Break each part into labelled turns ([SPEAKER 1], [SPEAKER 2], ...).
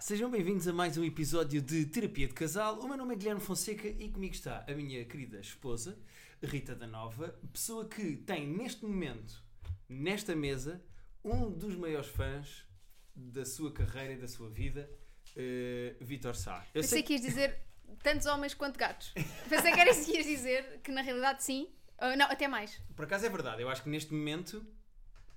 [SPEAKER 1] Sejam bem-vindos a mais um episódio de Terapia de Casal. O meu nome é Guilherme Fonseca e comigo está a minha querida esposa, Rita da Nova, pessoa que tem neste momento, nesta mesa, um dos maiores fãs da sua carreira e da sua vida, eh, Vitor Sá. Eu
[SPEAKER 2] Pensei que ias dizer tantos homens quanto gatos. Pensei que era isso que ias dizer, que na realidade sim. Ah, não, até mais.
[SPEAKER 1] Por acaso é verdade, eu acho que neste momento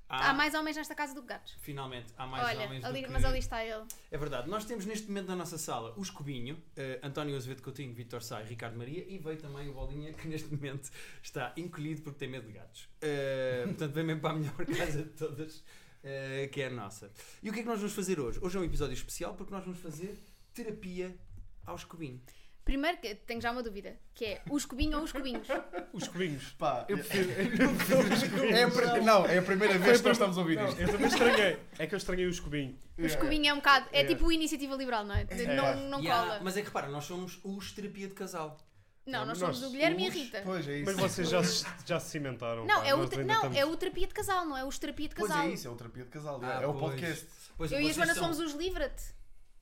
[SPEAKER 1] há,
[SPEAKER 2] Há mais homens nesta casa do que gatos.
[SPEAKER 1] finalmente há Ah. mais
[SPEAKER 2] Olha,
[SPEAKER 1] homens
[SPEAKER 2] ali-
[SPEAKER 1] do que...
[SPEAKER 2] mas ali está ele.
[SPEAKER 1] É verdade, nós temos neste momento na nossa sala o Escobinho, eh, António Azevedo Coutinho, Vitor Sá e Ricardo Maria e veio também o Bolinha que neste momento está encolhido porque tem medo de gatos. Eh, portanto, vem mesmo para a melhor casa de todas, eh, que é a nossa. E o que é que nós vamos fazer hoje? Hoje é um episódio especial porque nós vamos fazer terapia ao Escobinho.
[SPEAKER 2] Primeiro, que tenho já uma dúvida, que é o escobinho ou os cubinhos?
[SPEAKER 3] Os cubinhos.
[SPEAKER 4] Pá, é
[SPEAKER 3] É
[SPEAKER 4] a pri- não, é a primeira vez que nós estamos a ouvir
[SPEAKER 3] Não,
[SPEAKER 4] isto.
[SPEAKER 3] eu também estranhei. É que eu estranhei o escobinho.
[SPEAKER 2] O escobinho é um bocado. É
[SPEAKER 3] É.
[SPEAKER 2] tipo o iniciativa liberal, não é? De-
[SPEAKER 4] É.
[SPEAKER 2] Não, não
[SPEAKER 1] E há-
[SPEAKER 2] cola.
[SPEAKER 1] Mas é que repara, nós somos os terapia de casal.
[SPEAKER 2] Não, nós
[SPEAKER 3] Nós
[SPEAKER 2] somos o Guilherme e a
[SPEAKER 4] Os-
[SPEAKER 2] Rita.
[SPEAKER 4] Pois é isso.
[SPEAKER 3] Mas vocês já se, já se cimentaram.
[SPEAKER 2] Não,
[SPEAKER 3] pá.
[SPEAKER 2] é o,
[SPEAKER 3] Nós
[SPEAKER 2] te-
[SPEAKER 3] ainda
[SPEAKER 2] não
[SPEAKER 3] estamos-
[SPEAKER 2] é o terapia de casal, não é os terapia de casal.
[SPEAKER 4] Pois é isso, é o terapia de casal. é o podcast.
[SPEAKER 1] Ah, Pois,
[SPEAKER 2] Eu e a
[SPEAKER 1] vocês
[SPEAKER 2] Joana
[SPEAKER 1] são-
[SPEAKER 2] somos os Livra-te.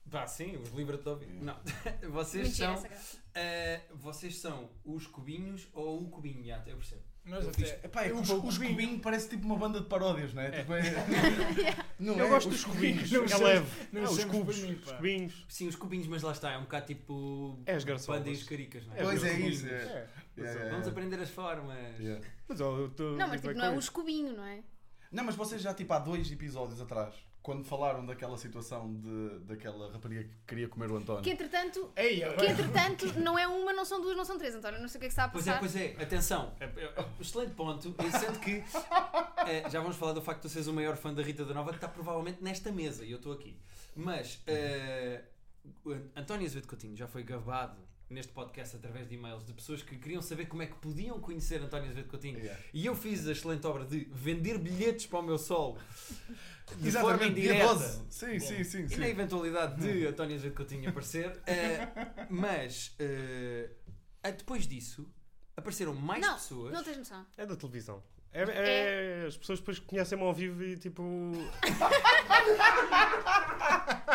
[SPEAKER 1] Pá, sim, os livros de
[SPEAKER 4] É.
[SPEAKER 1] ouvir. Não, vocês
[SPEAKER 2] Mentira,
[SPEAKER 1] são...
[SPEAKER 2] essa graça.
[SPEAKER 1] Uh, vocês são os cubinhos ou o cubinho? Já, eu percebo.
[SPEAKER 5] Nós
[SPEAKER 1] Eu
[SPEAKER 5] até.
[SPEAKER 1] fiz-
[SPEAKER 4] Epá, é que
[SPEAKER 5] um
[SPEAKER 4] os,
[SPEAKER 5] pouco
[SPEAKER 4] os
[SPEAKER 5] cubinho.
[SPEAKER 4] cubinho parece tipo uma banda de paródias, não é? Tipo, é- Não
[SPEAKER 3] Eu
[SPEAKER 4] é?
[SPEAKER 3] gosto
[SPEAKER 4] Os
[SPEAKER 3] dos cubinhos.
[SPEAKER 5] não
[SPEAKER 3] É
[SPEAKER 5] sei-
[SPEAKER 3] leve.
[SPEAKER 5] não
[SPEAKER 3] Ah, os
[SPEAKER 5] sei, mas
[SPEAKER 3] cubos.
[SPEAKER 5] para mim,
[SPEAKER 3] os
[SPEAKER 5] pá.
[SPEAKER 3] cubinhos.
[SPEAKER 1] Sim, os cubinhos, mas lá está, é um bocado tipo.
[SPEAKER 3] É as garçolas.
[SPEAKER 1] Bandas caricas, não é?
[SPEAKER 3] É
[SPEAKER 4] Pois é
[SPEAKER 3] cubinhos.
[SPEAKER 4] isso. é. Yeah, yeah,
[SPEAKER 1] Vamos
[SPEAKER 4] yeah.
[SPEAKER 1] aprender as formas.
[SPEAKER 4] Yeah.
[SPEAKER 3] Mas ó, eu tô-
[SPEAKER 2] Não, mas tipo,
[SPEAKER 3] tô bem
[SPEAKER 2] não é
[SPEAKER 3] com
[SPEAKER 2] o
[SPEAKER 3] isso.
[SPEAKER 2] escobinho, não é?
[SPEAKER 4] Não, mas vocês já tipo há dois episódios atrás, quando falaram daquela situação de, daquela rapariga que queria comer o António.
[SPEAKER 2] Que é entretanto.
[SPEAKER 5] Ei,
[SPEAKER 2] Que
[SPEAKER 5] agora.
[SPEAKER 2] entretanto, não é uma, não são duas, não são três, António. Não sei o que é que está a
[SPEAKER 1] Pois
[SPEAKER 2] passar.
[SPEAKER 1] é, pois é, atenção. É- é- é um Excelente ponto. Eu sendo que. eh, já vamos falar do facto de tu seres o maior fã da Rita da Nova, que está provavelmente nesta mesa e eu estou aqui. Mas. eh, o An- António Azevedo Coutinho já foi gabado neste podcast através de e-mails de pessoas que queriam saber como é que podiam conhecer António Azevedo Coutinho.
[SPEAKER 4] Yeah.
[SPEAKER 1] E eu fiz a excelente obra de vender bilhetes para o meu solo. De forma
[SPEAKER 4] Exatamente, dia
[SPEAKER 1] indireta.
[SPEAKER 4] 12. Sim, sim, sim.
[SPEAKER 1] E
[SPEAKER 4] sim.
[SPEAKER 1] na eventualidade de António Azevedo Coutinho aparecer. eh, mas, eh, a- depois disso, apareceram é, mais
[SPEAKER 2] não,
[SPEAKER 1] pessoas.
[SPEAKER 2] não tens noção.
[SPEAKER 3] É da televisão. É, é- As pessoas depois conhecem-me ao vivo e tipo.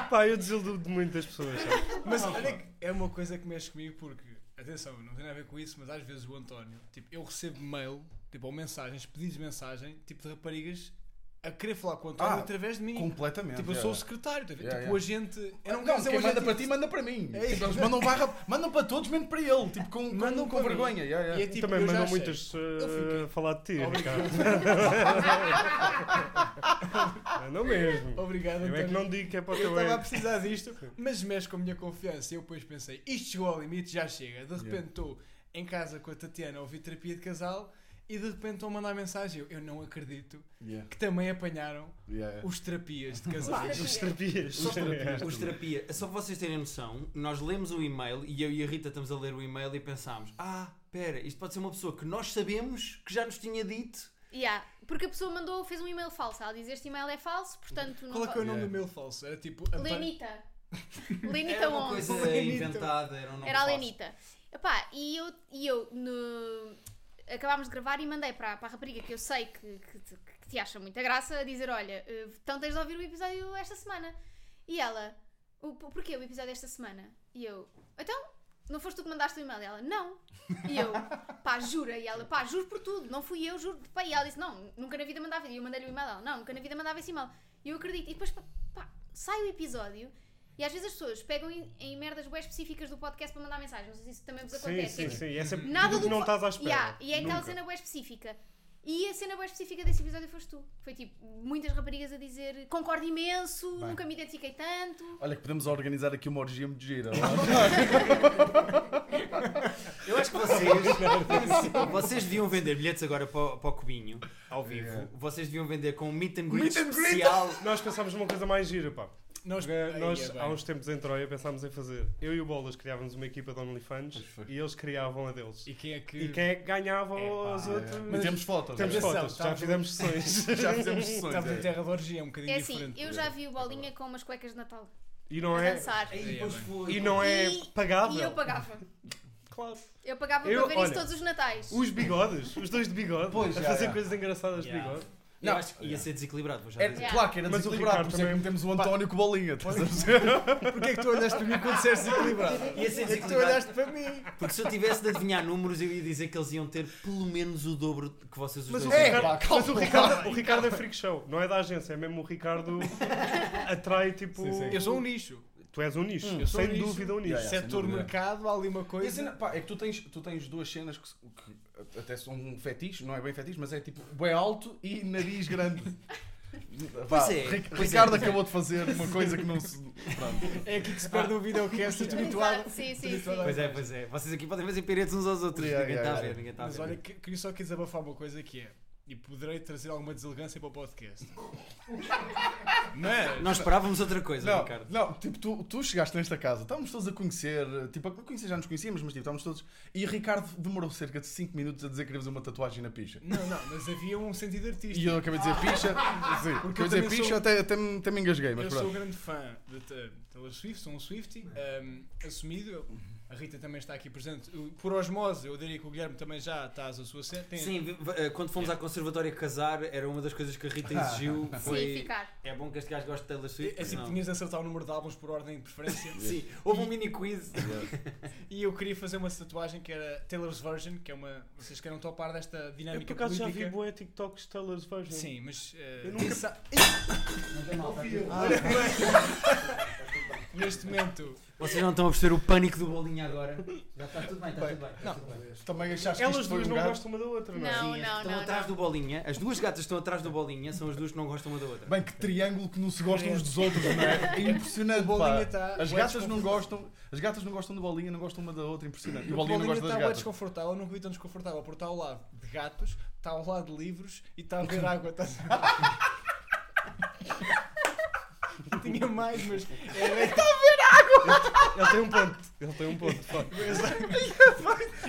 [SPEAKER 3] Pá, eu desiludo de muitas pessoas. sabe?
[SPEAKER 5] Mas
[SPEAKER 4] Ah,
[SPEAKER 5] olha
[SPEAKER 4] pá.
[SPEAKER 5] que é uma coisa que mexe comigo porque, atenção, não tem nada a ver com isso, mas às vezes o António, tipo, eu recebo mail, tipo, ou mensagens, pedidos de mensagem, tipo, de raparigas a querer falar com o António
[SPEAKER 4] Ah,
[SPEAKER 5] através de mim.
[SPEAKER 4] Completamente.
[SPEAKER 5] Tipo, eu
[SPEAKER 4] yeah.
[SPEAKER 5] sou o secretário, tá a ver?
[SPEAKER 4] Yeah,
[SPEAKER 5] tipo, o agente. Eu
[SPEAKER 4] Não,
[SPEAKER 5] não quero dizer
[SPEAKER 4] quem
[SPEAKER 5] o
[SPEAKER 4] manda
[SPEAKER 5] agente.
[SPEAKER 4] para ti, manda para mim.
[SPEAKER 5] É isso.
[SPEAKER 4] Tipo, eles mandam para, mandam para todos, menos para ele. Tipo, com, com,
[SPEAKER 5] Mandam
[SPEAKER 4] com
[SPEAKER 5] para mim.
[SPEAKER 4] vergonha. Yeah, yeah.
[SPEAKER 5] E é tipo,
[SPEAKER 3] Também
[SPEAKER 5] eu já
[SPEAKER 3] mandam
[SPEAKER 5] achei.
[SPEAKER 3] muitas
[SPEAKER 5] Eu
[SPEAKER 3] eh,
[SPEAKER 5] fiquei-
[SPEAKER 3] falar de ti,
[SPEAKER 5] Obrigado.
[SPEAKER 3] Ricardo. não mesmo.
[SPEAKER 5] Obrigado,
[SPEAKER 3] Eu é
[SPEAKER 5] António.
[SPEAKER 3] que não digo que é para o
[SPEAKER 5] Eu
[SPEAKER 3] teu
[SPEAKER 5] estava a
[SPEAKER 3] ego.
[SPEAKER 5] precisar disto, mas mexe com a minha confiança. E eu depois pensei, isto chegou ao limite, já chega. De repente estou em casa com a Tatiana a ouvir terapia de casal e de repente estão a mandar mensagem. Eu, eu não acredito
[SPEAKER 4] Yeah,
[SPEAKER 5] que também apanharam
[SPEAKER 4] yeah, yeah.
[SPEAKER 5] os terapias de
[SPEAKER 1] é,
[SPEAKER 5] casal.
[SPEAKER 3] As terapias.
[SPEAKER 1] Só
[SPEAKER 4] terapias.
[SPEAKER 1] Os terapia. Só para vocês terem noção, nós lemos o e-mail e eu e a Rita estamos a ler o e-mail e pensámos: ah, pera, isto pode ser uma pessoa que nós sabemos que já nos tinha dito.
[SPEAKER 2] Yeah, porque a pessoa mandou, fez um e-mail falso. Ela diz este e-mail é falso, portanto não.
[SPEAKER 5] Qual é que é o nome
[SPEAKER 4] Yeah.
[SPEAKER 5] do meu falso? Era tipo. António-
[SPEAKER 2] Lenita.
[SPEAKER 1] Era
[SPEAKER 2] Lenita
[SPEAKER 1] uma
[SPEAKER 2] 11.
[SPEAKER 1] coisa
[SPEAKER 5] Lenita.
[SPEAKER 1] inventada, era um nome
[SPEAKER 2] Então Era a
[SPEAKER 1] falso.
[SPEAKER 2] Lenita. Epá, e eu, e eu no- acabámos de gravar e mandei para, para a rapariga que eu sei que, que te- que te acha muita graça a dizer: Olha, eh, então tens de ouvir o episódio esta semana. E ela, o, por- porquê o episódio esta semana? E eu, então, não foste tu que mandaste o e-mail? E ela, não. E eu, pá, jura? E ela, pá, juro por tudo, não fui eu, juro. Pá, e ela disse: Não, nunca na vida mandava. E eu mandei-lhe o e-mail, ela, não, nunca na vida mandava esse e-mail. E eu acredito. E depois, pá, pá, sai o episódio. E às vezes as pessoas pegam em, em merdas bem específicas do podcast para mandar mensagens. Não sei se isso também vos
[SPEAKER 3] Sim,
[SPEAKER 2] acontece. Tipo,
[SPEAKER 3] sim, sim. E É sempre
[SPEAKER 2] Nada
[SPEAKER 3] tudo
[SPEAKER 2] do
[SPEAKER 3] que não
[SPEAKER 2] fa-
[SPEAKER 3] estás à espera.
[SPEAKER 2] Yeah, E é aquela
[SPEAKER 3] Nunca.
[SPEAKER 2] cena bem específica. E a cena bem específica desse episódio foste tu. Foi tipo, muitas raparigas a dizer concordo imenso,
[SPEAKER 4] Bem.
[SPEAKER 2] nunca me identifiquei tanto.
[SPEAKER 4] Olha, que podemos organizar aqui uma orgia muito gira.
[SPEAKER 1] Eu acho que vocês, vocês deviam vender bilhetes agora para, o- para o Cubinho, ao vivo.
[SPEAKER 4] Yeah.
[SPEAKER 1] Vocês deviam vender com um meet and greet
[SPEAKER 4] É. Meet and greet.
[SPEAKER 1] especial.
[SPEAKER 3] Nós pensámos numa coisa mais gira, pá.
[SPEAKER 5] Nós,
[SPEAKER 3] Eh, Nós,
[SPEAKER 5] Ai, é
[SPEAKER 3] há
[SPEAKER 5] bem.
[SPEAKER 3] uns tempos em Troia, pensámos em fazer. Eu e o Bolas criávamos uma equipa de OnlyFans
[SPEAKER 4] Pois foi.
[SPEAKER 3] e eles criavam a deles.
[SPEAKER 5] E quem é que.
[SPEAKER 3] E quem é que ganhava
[SPEAKER 1] Epá,
[SPEAKER 3] aos
[SPEAKER 1] é.
[SPEAKER 3] outros?
[SPEAKER 4] Mas temos fotos.
[SPEAKER 3] Temos
[SPEAKER 4] é.
[SPEAKER 5] Atenção,
[SPEAKER 3] fotos, já
[SPEAKER 5] estamos-
[SPEAKER 3] fizemos sessões.
[SPEAKER 4] Já fizemos sessões.
[SPEAKER 5] Estamos
[SPEAKER 4] é.
[SPEAKER 5] em terra de orgia, é um bocadinho
[SPEAKER 2] É assim,
[SPEAKER 5] diferente.
[SPEAKER 2] eu já vi o Bolinha com umas cuecas de Natal
[SPEAKER 3] E não
[SPEAKER 2] a
[SPEAKER 3] é,
[SPEAKER 2] dançar.
[SPEAKER 1] Aí depois foi.
[SPEAKER 3] e não é
[SPEAKER 2] E-
[SPEAKER 3] pagável.
[SPEAKER 2] E eu pagava.
[SPEAKER 3] Claro.
[SPEAKER 2] Eu pagava
[SPEAKER 3] Eu-
[SPEAKER 2] para ver isso
[SPEAKER 3] olha,
[SPEAKER 2] todos os natais.
[SPEAKER 3] Os bigodes, os dois de bigode,
[SPEAKER 4] Pois,
[SPEAKER 3] a
[SPEAKER 4] já,
[SPEAKER 3] fazer
[SPEAKER 4] já.
[SPEAKER 3] coisas engraçadas
[SPEAKER 1] Yeah.
[SPEAKER 3] de bigode.
[SPEAKER 1] Não.
[SPEAKER 4] Não.
[SPEAKER 1] Eu acho que ia ser desequilibrado, vou
[SPEAKER 5] É,
[SPEAKER 1] já
[SPEAKER 4] Era-
[SPEAKER 1] dizer.
[SPEAKER 2] Yeah.
[SPEAKER 4] Claro que era
[SPEAKER 3] Mas o
[SPEAKER 4] desequilibrado,
[SPEAKER 3] Ricardo
[SPEAKER 4] por isso é que
[SPEAKER 3] também-
[SPEAKER 4] metemos o António com bolinha. estás a perceber?
[SPEAKER 5] Porquê é que tu olhaste para mim quando disseste desequilibrado?
[SPEAKER 1] Ia ser
[SPEAKER 5] É que tu
[SPEAKER 1] desequilibrado.
[SPEAKER 5] olhaste para mim.
[SPEAKER 1] Porque se eu tivesse de adivinhar números, eu ia dizer que eles iam ter pelo menos o dobro que vocês os
[SPEAKER 3] Mas, o
[SPEAKER 1] dois.
[SPEAKER 3] Ricardo,
[SPEAKER 1] iam ter.
[SPEAKER 4] pá, calma
[SPEAKER 3] mas o
[SPEAKER 4] lá.
[SPEAKER 3] Ricardo, o Ricardo é freak show, não é da agência, é mesmo o Ricardo atrai tipo.
[SPEAKER 4] Sim, sim.
[SPEAKER 5] Eu sou um nicho.
[SPEAKER 3] Tu és um nicho,
[SPEAKER 5] eu sou
[SPEAKER 3] sem
[SPEAKER 5] um nicho.
[SPEAKER 3] dúvida assim, um nicho.
[SPEAKER 4] Yeah, yeah. sem
[SPEAKER 5] Setor
[SPEAKER 4] dúvida.
[SPEAKER 5] mercado, há ali uma
[SPEAKER 4] E a
[SPEAKER 5] coisa.
[SPEAKER 4] cena, pá, é que tu tens, tu tens duas cenas que, se- que até são um fetiche, não é bem fetiche, mas é tipo bem alto e nariz grande.
[SPEAKER 1] Pois é,
[SPEAKER 4] Ric-
[SPEAKER 1] pois é,
[SPEAKER 4] Ricardo
[SPEAKER 1] pois é.
[SPEAKER 4] acabou de fazer uma coisa que não se. Pronto.
[SPEAKER 5] É aqui que se perde o videocast, eu estou habituado.
[SPEAKER 2] Exato, sim, sim, sim.
[SPEAKER 1] Pois é, pois é. Vocês aqui podem fazer piretes uns aos outros.
[SPEAKER 4] Yeah,
[SPEAKER 1] ninguém está
[SPEAKER 4] yeah,
[SPEAKER 1] a ver,
[SPEAKER 4] yeah.
[SPEAKER 1] ninguém está Tá a
[SPEAKER 5] Mas
[SPEAKER 1] ver.
[SPEAKER 5] olha, que- queria só aqui desabafar uma coisa que é. E poderei trazer alguma deselegância para o podcast. Mas.
[SPEAKER 1] Nós esperávamos outra coisa,
[SPEAKER 4] Não,
[SPEAKER 1] é, Ricardo.
[SPEAKER 4] não, tipo, tu, tu chegaste nesta casa, estávamos todos a conhecer, tipo, a conhecer já nos conhecíamos, mas tipo, estávamos todos. E Ricardo demorou cerca de 5 minutos a dizer que queria fazer uma tatuagem na picha.
[SPEAKER 5] Não, não, mas havia um sentido
[SPEAKER 4] E
[SPEAKER 5] artístico.
[SPEAKER 4] eu acabei de dizer picha, sim,
[SPEAKER 5] Porque
[SPEAKER 4] acabei de
[SPEAKER 5] eu
[SPEAKER 4] dizer
[SPEAKER 5] também
[SPEAKER 4] picha,
[SPEAKER 5] sou-
[SPEAKER 4] até, até, me- até me engasguei, mas
[SPEAKER 5] Eu
[SPEAKER 4] pronto.
[SPEAKER 5] sou um grande fã de T- Taylor Swift, sou um Swifty, assumido. A Rita também está aqui presente. Eu- Por osmose, eu diria que o Guilherme também já está à sua cena. Tem- é
[SPEAKER 1] Sim, v- v- eh, quando fomos à conservatória casar, era uma das coisas que a Rita exigiu.
[SPEAKER 2] Sim,
[SPEAKER 1] Foi...
[SPEAKER 2] ficar.
[SPEAKER 1] É bom que este gajo goste de Taylor Swift.
[SPEAKER 5] É assim,
[SPEAKER 1] não.
[SPEAKER 5] tinhas de acertar o número de álbuns por ordem de preferência.
[SPEAKER 1] Sim, houve um mini quiz.
[SPEAKER 5] E eu queria fazer uma tatuagem que era Taylor's Version, que é uma. Vocês queiram topar desta
[SPEAKER 3] Eu
[SPEAKER 5] dinâmica
[SPEAKER 3] por acaso já vi
[SPEAKER 5] política?
[SPEAKER 3] boé TikToks Taylor's Version.
[SPEAKER 5] Sim, mas. eh,
[SPEAKER 3] Eu nunca-
[SPEAKER 5] quem sa- Neste momento.
[SPEAKER 1] Vocês não estão a perceber o pânico do bolinho agora. Já está tudo bem, está tudo bem. Está tudo bem.
[SPEAKER 4] Também achaste que
[SPEAKER 3] Elas
[SPEAKER 4] isto foi
[SPEAKER 3] duas
[SPEAKER 4] um
[SPEAKER 3] não
[SPEAKER 4] gajo?
[SPEAKER 3] gostam uma da outra, não é?
[SPEAKER 2] Não,
[SPEAKER 1] Sim, as que
[SPEAKER 2] não,
[SPEAKER 1] estão
[SPEAKER 2] Oh, não.
[SPEAKER 1] atrás
[SPEAKER 2] não.
[SPEAKER 1] do bolinha. As duas gatas que estão atrás do bolinha são as duas que não gostam uma da outra.
[SPEAKER 4] Bem, que triângulo que não se gostam uns dos outros, não é? É impressionante,
[SPEAKER 5] O bolinha tá
[SPEAKER 4] pá.
[SPEAKER 5] está.
[SPEAKER 4] As gatas não gostam, as gatas não gostam de bolinha, não gostam uma da outra, impressionante. E o
[SPEAKER 5] O
[SPEAKER 4] bolinha não
[SPEAKER 5] bolinha
[SPEAKER 4] gosta
[SPEAKER 5] está
[SPEAKER 4] das
[SPEAKER 5] bué
[SPEAKER 4] gatas.
[SPEAKER 5] desconfortável, eu nunca vi tão desconfortável, porque está ao lado de gatos, está ao lado de livros e está a beber água. tá- Está... Tinha mais, mas. Era...
[SPEAKER 3] Ele tem um ponto, ele tem um ponto. de facto.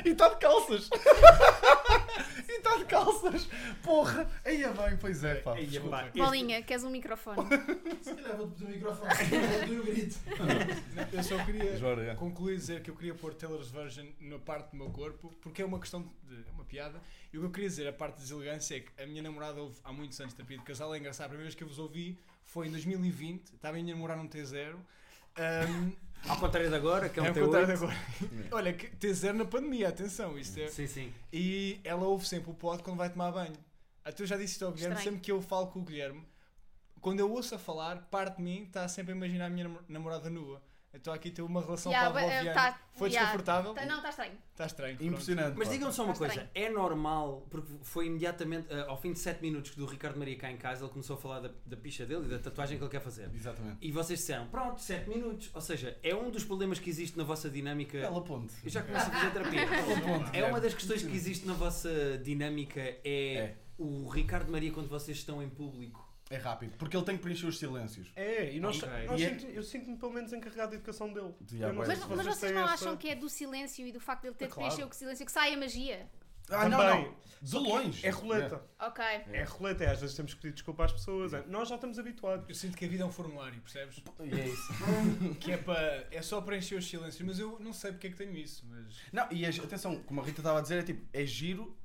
[SPEAKER 4] E está de calças. e está de calças. Porra. Aí é bem, pois é, pá.
[SPEAKER 1] Ei, epá, este-
[SPEAKER 2] Bolinha, queres um microfone?
[SPEAKER 6] Se calhar vou-te pedir o microfone, eu dou o grito.
[SPEAKER 5] Eu só queria.
[SPEAKER 4] Jora, é.
[SPEAKER 5] concluí dizer que eu queria pôr Taylor's Version na parte do meu corpo, porque é uma questão de. é uma piada. E o que eu queria dizer, a parte de deselegância, é que a minha namorada ouve há muitos anos terapia de casal, é engraçado. A primeira vez que eu vos ouvi foi em 2020, estava tá a um namorar num T0. ahm,
[SPEAKER 1] Ao contrário de agora, que é um
[SPEAKER 5] é o
[SPEAKER 1] teu
[SPEAKER 5] contrário de agora. Olha, que T0 na pandemia, atenção, isto é.
[SPEAKER 1] Sim, sim.
[SPEAKER 5] E ela ouve sempre o pod quando vai tomar banho. Até eu já disse isto ao Guilherme,
[SPEAKER 2] Estranho.
[SPEAKER 5] sempre que eu falo com o Guilherme, quando eu ouço a falar, parte de mim está sempre a imaginar a minha namo- namorada nua. Então aqui teve uma relação
[SPEAKER 2] Yeah,
[SPEAKER 5] yeah,
[SPEAKER 2] but, eh, tá-
[SPEAKER 5] Foi
[SPEAKER 2] yeah,
[SPEAKER 5] desconfortável?
[SPEAKER 2] Tá- Não, está estranho.
[SPEAKER 5] Está estranho. pronto.
[SPEAKER 4] Impressionante.
[SPEAKER 1] Mas
[SPEAKER 4] pá.
[SPEAKER 1] digam-me só uma
[SPEAKER 2] Mas
[SPEAKER 1] coisa, é normal, porque foi imediatamente, eh, ao fim de 7 minutos que do Ricardo Maria cá em casa, ele começou a falar da, da picha dele e da tatuagem que ele quer fazer.
[SPEAKER 4] Exatamente.
[SPEAKER 1] E vocês disseram, pronto, 7 minutos. Ou seja, é um dos problemas que existe na vossa dinâmica.
[SPEAKER 4] Bela ponte.
[SPEAKER 1] Eu já começo a fazer
[SPEAKER 5] um
[SPEAKER 4] Bela
[SPEAKER 1] terapia.
[SPEAKER 4] ponte.
[SPEAKER 1] É uma das questões que existe na vossa dinâmica é,
[SPEAKER 4] É.
[SPEAKER 1] o Ricardo Maria quando vocês estão em público.
[SPEAKER 4] É rápido, porque ele tem que preencher os silêncios.
[SPEAKER 3] É, e nós,
[SPEAKER 1] Ok.
[SPEAKER 3] nós
[SPEAKER 4] E é-
[SPEAKER 3] sinto- eu sinto-me pelo menos encarregado da educação dele.
[SPEAKER 4] Diabo,
[SPEAKER 3] Eu não
[SPEAKER 4] é.
[SPEAKER 3] sei
[SPEAKER 2] Mas,
[SPEAKER 3] se
[SPEAKER 2] mas vocês não
[SPEAKER 3] têm essa-
[SPEAKER 2] acham que é do silêncio e do facto de ele ter
[SPEAKER 4] Ah,
[SPEAKER 2] de
[SPEAKER 4] claro.
[SPEAKER 2] preencher o que silêncio que sai a magia?
[SPEAKER 4] Ah, não,
[SPEAKER 3] Também.
[SPEAKER 4] não. De longe.
[SPEAKER 3] É roleta.
[SPEAKER 2] Ok.
[SPEAKER 3] É. roleta, é às vezes temos que pedir desculpa às pessoas. é. Nós já estamos habituados.
[SPEAKER 5] Eu sinto que a vida é um formulário, percebes?
[SPEAKER 4] E é isso.
[SPEAKER 5] que é para. É só preencher os silêncios, mas eu não sei porque é que tenho isso. Mas.
[SPEAKER 4] Não, e é gi- atenção, como a Rita estava a dizer, é tipo, é giro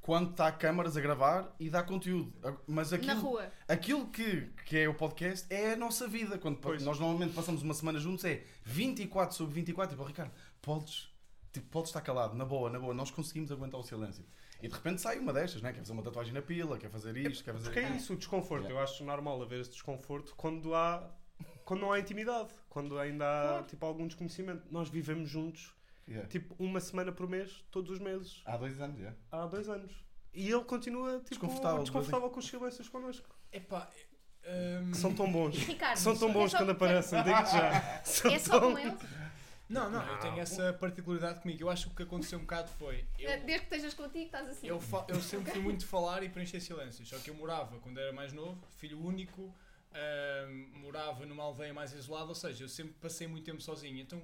[SPEAKER 4] quando está câmaras a gravar e dá conteúdo. A- Mas aquilo,
[SPEAKER 2] Na rua.
[SPEAKER 4] aquilo que, que é o podcast é a nossa vida. Quando pa-
[SPEAKER 3] Pois.
[SPEAKER 4] nós normalmente passamos uma semana juntos, é 24 sobre 24. Tipo, "Oh, Ricardo, podes, tipo, podes estar calado, na boa, na boa, nós conseguimos aguentar o silêncio. E de repente sai uma destas, né? quer fazer uma tatuagem na pila, quer fazer isto, quer fazer
[SPEAKER 3] Porque é isso, o desconforto.
[SPEAKER 4] Yeah.
[SPEAKER 3] Eu acho normal haver esse desconforto quando há. Quando não há intimidade, quando ainda há tipo, algum desconhecimento. Nós vivemos juntos,
[SPEAKER 4] Yeah.
[SPEAKER 3] tipo, uma semana por mês, todos os meses,
[SPEAKER 4] Há dois anos, é.
[SPEAKER 3] há dois anos. E ele continua tipo,
[SPEAKER 4] Desconfortável,
[SPEAKER 3] desconfortável,
[SPEAKER 4] de vez em-
[SPEAKER 3] com os silêncios connosco.
[SPEAKER 5] Epá. é- hum,
[SPEAKER 3] Que são tão bons.
[SPEAKER 2] Ricardo.
[SPEAKER 3] São tão
[SPEAKER 2] é
[SPEAKER 3] bons
[SPEAKER 2] só-
[SPEAKER 3] quando aparecem, digo já. São
[SPEAKER 2] É só
[SPEAKER 3] tão-
[SPEAKER 2] com ele?
[SPEAKER 5] Não, não, eu tenho essa particularidade comigo. Eu acho que o que aconteceu um bocado foi. Eu,
[SPEAKER 2] Desde que estejas contigo, estás assim.
[SPEAKER 5] Eu, fa- eu sempre fui muito falar e preencher silêncios. Só que eu morava, quando era mais novo, filho único, ahm, morava numa aldeia mais isolada, ou seja, eu sempre passei muito tempo sozinho. Então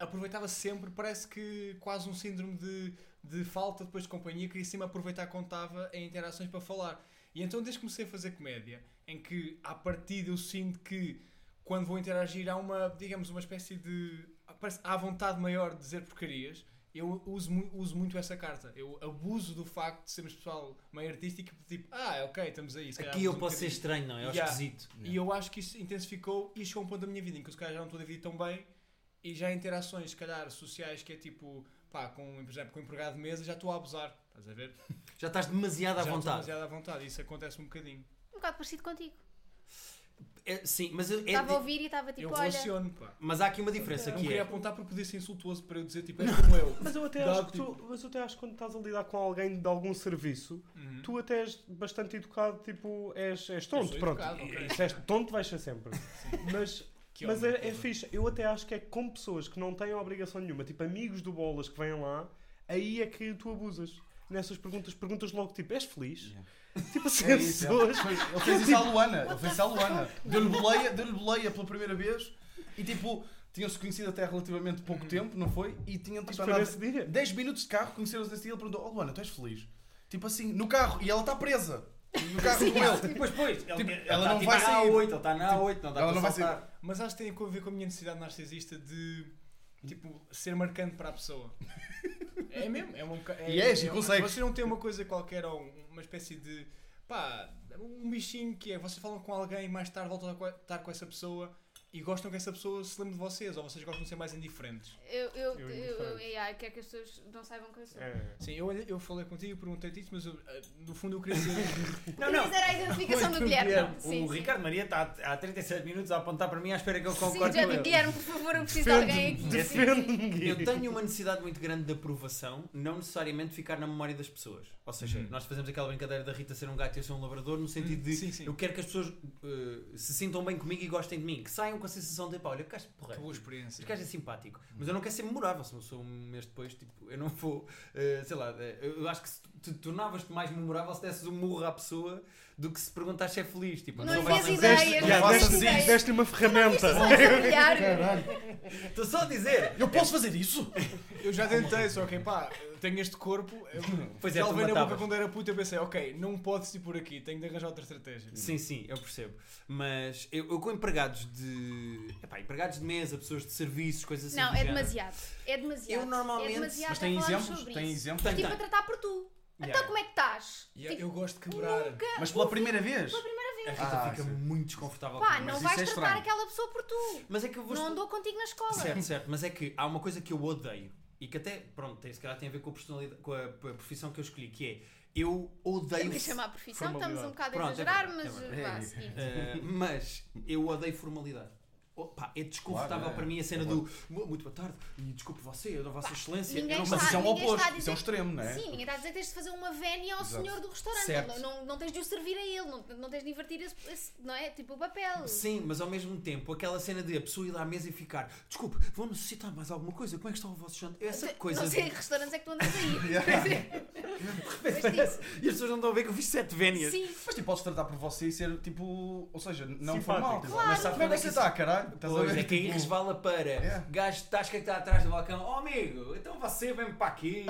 [SPEAKER 5] aproveitava sempre, parece que quase um síndrome de, de falta depois de companhia, queria sempre aproveitar quando estava em interações para falar. E então desde que comecei a fazer comédia, em que à partida eu sinto que quando vou interagir há uma, digamos, uma espécie de. parece- há vontade maior de dizer porcarias. Eu uso, mu- uso muito essa carta. Eu abuso do facto de sermos pessoal meio artístico, tipo, ah, ok, estamos aí. se calhar
[SPEAKER 1] Aqui eu
[SPEAKER 5] vamos um
[SPEAKER 1] posso ser
[SPEAKER 5] bocadinho.
[SPEAKER 1] estranho, não é? É
[SPEAKER 5] Yeah.
[SPEAKER 1] esquisito.
[SPEAKER 5] E eu acho que isso intensificou e chegou a um ponto da minha vida em que os caras já não estou a dividir tão bem e já há interações, se calhar, sociais que é tipo, pá, com, por exemplo, com um empregado de mesa já estou a abusar, estás a ver?
[SPEAKER 1] Já estás demasiado à
[SPEAKER 5] já estou
[SPEAKER 1] vontade.
[SPEAKER 5] demasiado à vontade, isso acontece um bocadinho.
[SPEAKER 2] Um bocado parecido contigo.
[SPEAKER 1] É, sim, mas, eu- é
[SPEAKER 2] Estava a
[SPEAKER 1] di-
[SPEAKER 2] ouvir e estava tipo,
[SPEAKER 5] eu
[SPEAKER 2] olha.
[SPEAKER 5] relaciono, pá.
[SPEAKER 1] mas há aqui uma diferença
[SPEAKER 5] Não
[SPEAKER 1] que
[SPEAKER 5] queria
[SPEAKER 1] é.
[SPEAKER 5] apontar porque podia ser insultuoso para eu dizer tipo, és como eu.
[SPEAKER 3] Mas eu até
[SPEAKER 5] Dá, tipo
[SPEAKER 3] acho que tu, mas eu até acho que quando estás a lidar com alguém de algum serviço,
[SPEAKER 5] Uhum.
[SPEAKER 3] tu até és bastante educado, tipo, és, és tonto,
[SPEAKER 5] sou
[SPEAKER 3] pronto.
[SPEAKER 5] educado, ok.
[SPEAKER 3] E- e Se és tonto, vais ser sempre. Mas,
[SPEAKER 5] Que
[SPEAKER 3] mas
[SPEAKER 5] homem,
[SPEAKER 3] é, é
[SPEAKER 5] porra.
[SPEAKER 3] fixe. Eu até acho que é com pessoas que não têm obrigação nenhuma, tipo amigos do Bolas que vêm lá, aí é que tu abusas. Nessas perguntas, perguntas logo tipo, és feliz?
[SPEAKER 4] Yeah.
[SPEAKER 3] Tipo assim,
[SPEAKER 4] É
[SPEAKER 3] as
[SPEAKER 4] isso, é.
[SPEAKER 3] pessoas.
[SPEAKER 4] Ele fez isso à Luana. Ele fez isso à Luana. Deu-lhe boleia, deu boleia pela primeira vez e tipo, tinham-se conhecido até há relativamente pouco tempo, não foi? E tinham
[SPEAKER 3] Mas
[SPEAKER 4] tipo
[SPEAKER 3] foi
[SPEAKER 4] andado
[SPEAKER 3] nesse dia.
[SPEAKER 4] 10 minutos de carro, conheceram-se nesse dia e ele perguntou: Oh Luana, tu és feliz? Tipo assim, no carro, e ela está presa. No carro com ele.
[SPEAKER 1] Pois, pois.
[SPEAKER 4] Tipo,
[SPEAKER 1] Ele- ele
[SPEAKER 4] ela
[SPEAKER 1] tá
[SPEAKER 4] não
[SPEAKER 1] tipo
[SPEAKER 4] vai
[SPEAKER 1] na
[SPEAKER 4] sair.
[SPEAKER 1] A8, ele está na A8, não dá
[SPEAKER 4] ela
[SPEAKER 1] para
[SPEAKER 4] não vai
[SPEAKER 1] saltar.
[SPEAKER 5] Mas acho que tem a ver com a minha necessidade narcisista de tipo ser marcante para a pessoa. é mesmo, é um boca- é,
[SPEAKER 4] E és,
[SPEAKER 5] é
[SPEAKER 4] e
[SPEAKER 5] um-
[SPEAKER 4] consegues.
[SPEAKER 5] Você não tem uma coisa qualquer ou um- uma espécie de pá, um bichinho que é, vocês falam com alguém e mais tarde voltam a co- estar com essa pessoa e gostam que essa pessoa se lembre de vocês ou vocês gostam de ser mais indiferentes.
[SPEAKER 2] Eu, eu, eu,
[SPEAKER 3] Eu
[SPEAKER 2] eu,
[SPEAKER 3] indiferente.
[SPEAKER 2] ai, quero que as pessoas não saibam quem eu sou.
[SPEAKER 3] É.
[SPEAKER 5] Sim, eu, olhei- eu falei contigo, perguntei-te isso, mas eu, ah, no fundo eu queria dizer.
[SPEAKER 1] Não,
[SPEAKER 2] Mas
[SPEAKER 1] não.
[SPEAKER 2] era a identificação do
[SPEAKER 5] Muito
[SPEAKER 2] Guilherme.
[SPEAKER 1] Guilherme,
[SPEAKER 2] não. Sim,
[SPEAKER 1] o
[SPEAKER 2] sim.
[SPEAKER 1] Ricardo Maria está há 37 minutos a apontar para mim à espera que eu
[SPEAKER 2] Sim,
[SPEAKER 1] concorde
[SPEAKER 2] já
[SPEAKER 1] com
[SPEAKER 2] digo,
[SPEAKER 1] ele.
[SPEAKER 2] Guilherme, por favor, eu preciso de alguém aqui. Sim, sim.
[SPEAKER 1] Eu tenho uma necessidade muito grande de aprovação, não necessariamente ficar na memória das pessoas. Ou seja,
[SPEAKER 5] Uhum.
[SPEAKER 1] nós fazemos aquela brincadeira da Rita ser um gato e eu ser um labrador, no sentido de
[SPEAKER 5] sim, sim.
[SPEAKER 1] eu quero que as pessoas eh, se sintam bem comigo e gostem de mim, que saiam com a sensação de pá, olha, que gajo porra.
[SPEAKER 5] Que boa
[SPEAKER 1] Este
[SPEAKER 5] experiência.
[SPEAKER 1] gajo é simpático, mas eu não quero ser memorável. Se eu sou um mês depois, tipo, eu não vou, eh, sei lá, eh, eu acho que se tu- tu tornavas-te mais memorável se desses um murro à pessoa do que se perguntaste se é feliz. Tipo, a
[SPEAKER 2] Não
[SPEAKER 1] pessoa vai
[SPEAKER 2] lhe dês
[SPEAKER 1] lembrar-
[SPEAKER 2] ideias,
[SPEAKER 3] Deste-
[SPEAKER 2] não
[SPEAKER 4] yeah,
[SPEAKER 2] faças
[SPEAKER 4] deste-
[SPEAKER 2] ideias.
[SPEAKER 3] Deste-lhe uma ferramenta.
[SPEAKER 2] Só isso a brilhar.
[SPEAKER 1] Estou só a dizer.
[SPEAKER 4] Eu posso fazer isso?
[SPEAKER 5] Eu já tentei, só que pá, eu tenho este corpo. Eu,
[SPEAKER 1] Pois é,
[SPEAKER 5] já
[SPEAKER 1] tu
[SPEAKER 5] levei na boca
[SPEAKER 1] matavas.
[SPEAKER 5] quando era puta, eu pensei, ok, não pode ir por aqui, tenho de arranjar outra estratégia.
[SPEAKER 1] Sim, sim, eu percebo. Mas eu, eu com empregados de. Epá, empregados de mesa, pessoas de serviços, coisas assim.
[SPEAKER 2] Não,
[SPEAKER 1] do
[SPEAKER 2] é
[SPEAKER 1] género.
[SPEAKER 2] demasiado. É demasiado.
[SPEAKER 1] Eu normalmente-
[SPEAKER 2] É demasiado
[SPEAKER 4] Mas tem
[SPEAKER 2] a falarmos
[SPEAKER 4] exemplos?
[SPEAKER 2] sobre
[SPEAKER 4] Tem
[SPEAKER 2] isso.
[SPEAKER 4] exemplos?
[SPEAKER 2] Tipo, a tratar por tu.
[SPEAKER 1] Então- Yeah.
[SPEAKER 2] Então, como é que estás?
[SPEAKER 5] Yeah,
[SPEAKER 2] Tipo,
[SPEAKER 5] eu gosto de quebrar.
[SPEAKER 4] Mas pela primeira vez.
[SPEAKER 1] A Rita
[SPEAKER 4] Ah,
[SPEAKER 1] fica
[SPEAKER 4] sim.
[SPEAKER 1] muito desconfortável com
[SPEAKER 2] pá,
[SPEAKER 1] isso.
[SPEAKER 2] não
[SPEAKER 4] isso
[SPEAKER 2] vais
[SPEAKER 4] é
[SPEAKER 2] tratar
[SPEAKER 4] estranho.
[SPEAKER 2] aquela pessoa por tu.
[SPEAKER 1] Mas é que eu vou.
[SPEAKER 2] Não andou contigo na escola.
[SPEAKER 1] Certo, certo, mas é que há uma coisa que eu odeio e que até, pronto, tem, se calhar tem a ver com a, personalidade, com a, com a profissão que eu escolhi, que é eu odeio.
[SPEAKER 2] Temos que chamar a profissão,
[SPEAKER 3] formalidade.
[SPEAKER 2] estamos um bocado a
[SPEAKER 1] Pronto, é
[SPEAKER 2] exagerar,
[SPEAKER 1] verdade, é
[SPEAKER 2] mas
[SPEAKER 1] verdade.
[SPEAKER 2] vá,
[SPEAKER 4] Ei.
[SPEAKER 2] seguinte.
[SPEAKER 1] Eh, mas eu odeio formalidade. Oh, pá, é desconfortável
[SPEAKER 4] Claro, é.
[SPEAKER 1] para mim a cena
[SPEAKER 4] É
[SPEAKER 1] do "Mu- muito boa tarde e desculpe você, eu da Vossa Excelência.
[SPEAKER 2] ninguém
[SPEAKER 1] eu não
[SPEAKER 2] está-
[SPEAKER 4] Mas isso é um
[SPEAKER 2] ninguém está a
[SPEAKER 4] oposto,
[SPEAKER 2] dizer-
[SPEAKER 4] isso é um extremo, não é?
[SPEAKER 2] Sim, ninguém está a dizer que tens de fazer uma vénia ao
[SPEAKER 4] Exato.
[SPEAKER 2] senhor do restaurante.
[SPEAKER 1] Certo.
[SPEAKER 2] Não, não, não tens de o servir a ele, não, não tens de invertir esse, esse- não é? Tipo o papel.
[SPEAKER 1] Sim, mas ao mesmo tempo, aquela cena de a pessoa ir à mesa e ficar, desculpe, vou necessitar mais alguma coisa, como é que está o vosso jante? Essa coisa.
[SPEAKER 2] Não sei
[SPEAKER 1] de-
[SPEAKER 2] que restaurantes é que tu andas é a ir. Mas
[SPEAKER 1] Parece-
[SPEAKER 2] diz.
[SPEAKER 1] E as pessoas não estão a ver que eu fiz sete vénias.
[SPEAKER 2] Sim,
[SPEAKER 4] Mas tipo, podes tratar por você e ser tipo. Ou seja, não
[SPEAKER 3] Simpático.
[SPEAKER 4] formal. Tipo,
[SPEAKER 2] Claro.
[SPEAKER 4] Mas sabe como é que você está, caralho? Estás a
[SPEAKER 1] Pois,
[SPEAKER 4] ver?
[SPEAKER 1] é que aí
[SPEAKER 4] Tipo,
[SPEAKER 1] resvala para
[SPEAKER 4] Yeah.
[SPEAKER 1] gajo de tasca que está atrás do balcão, oh amigo, então você vem para aqui.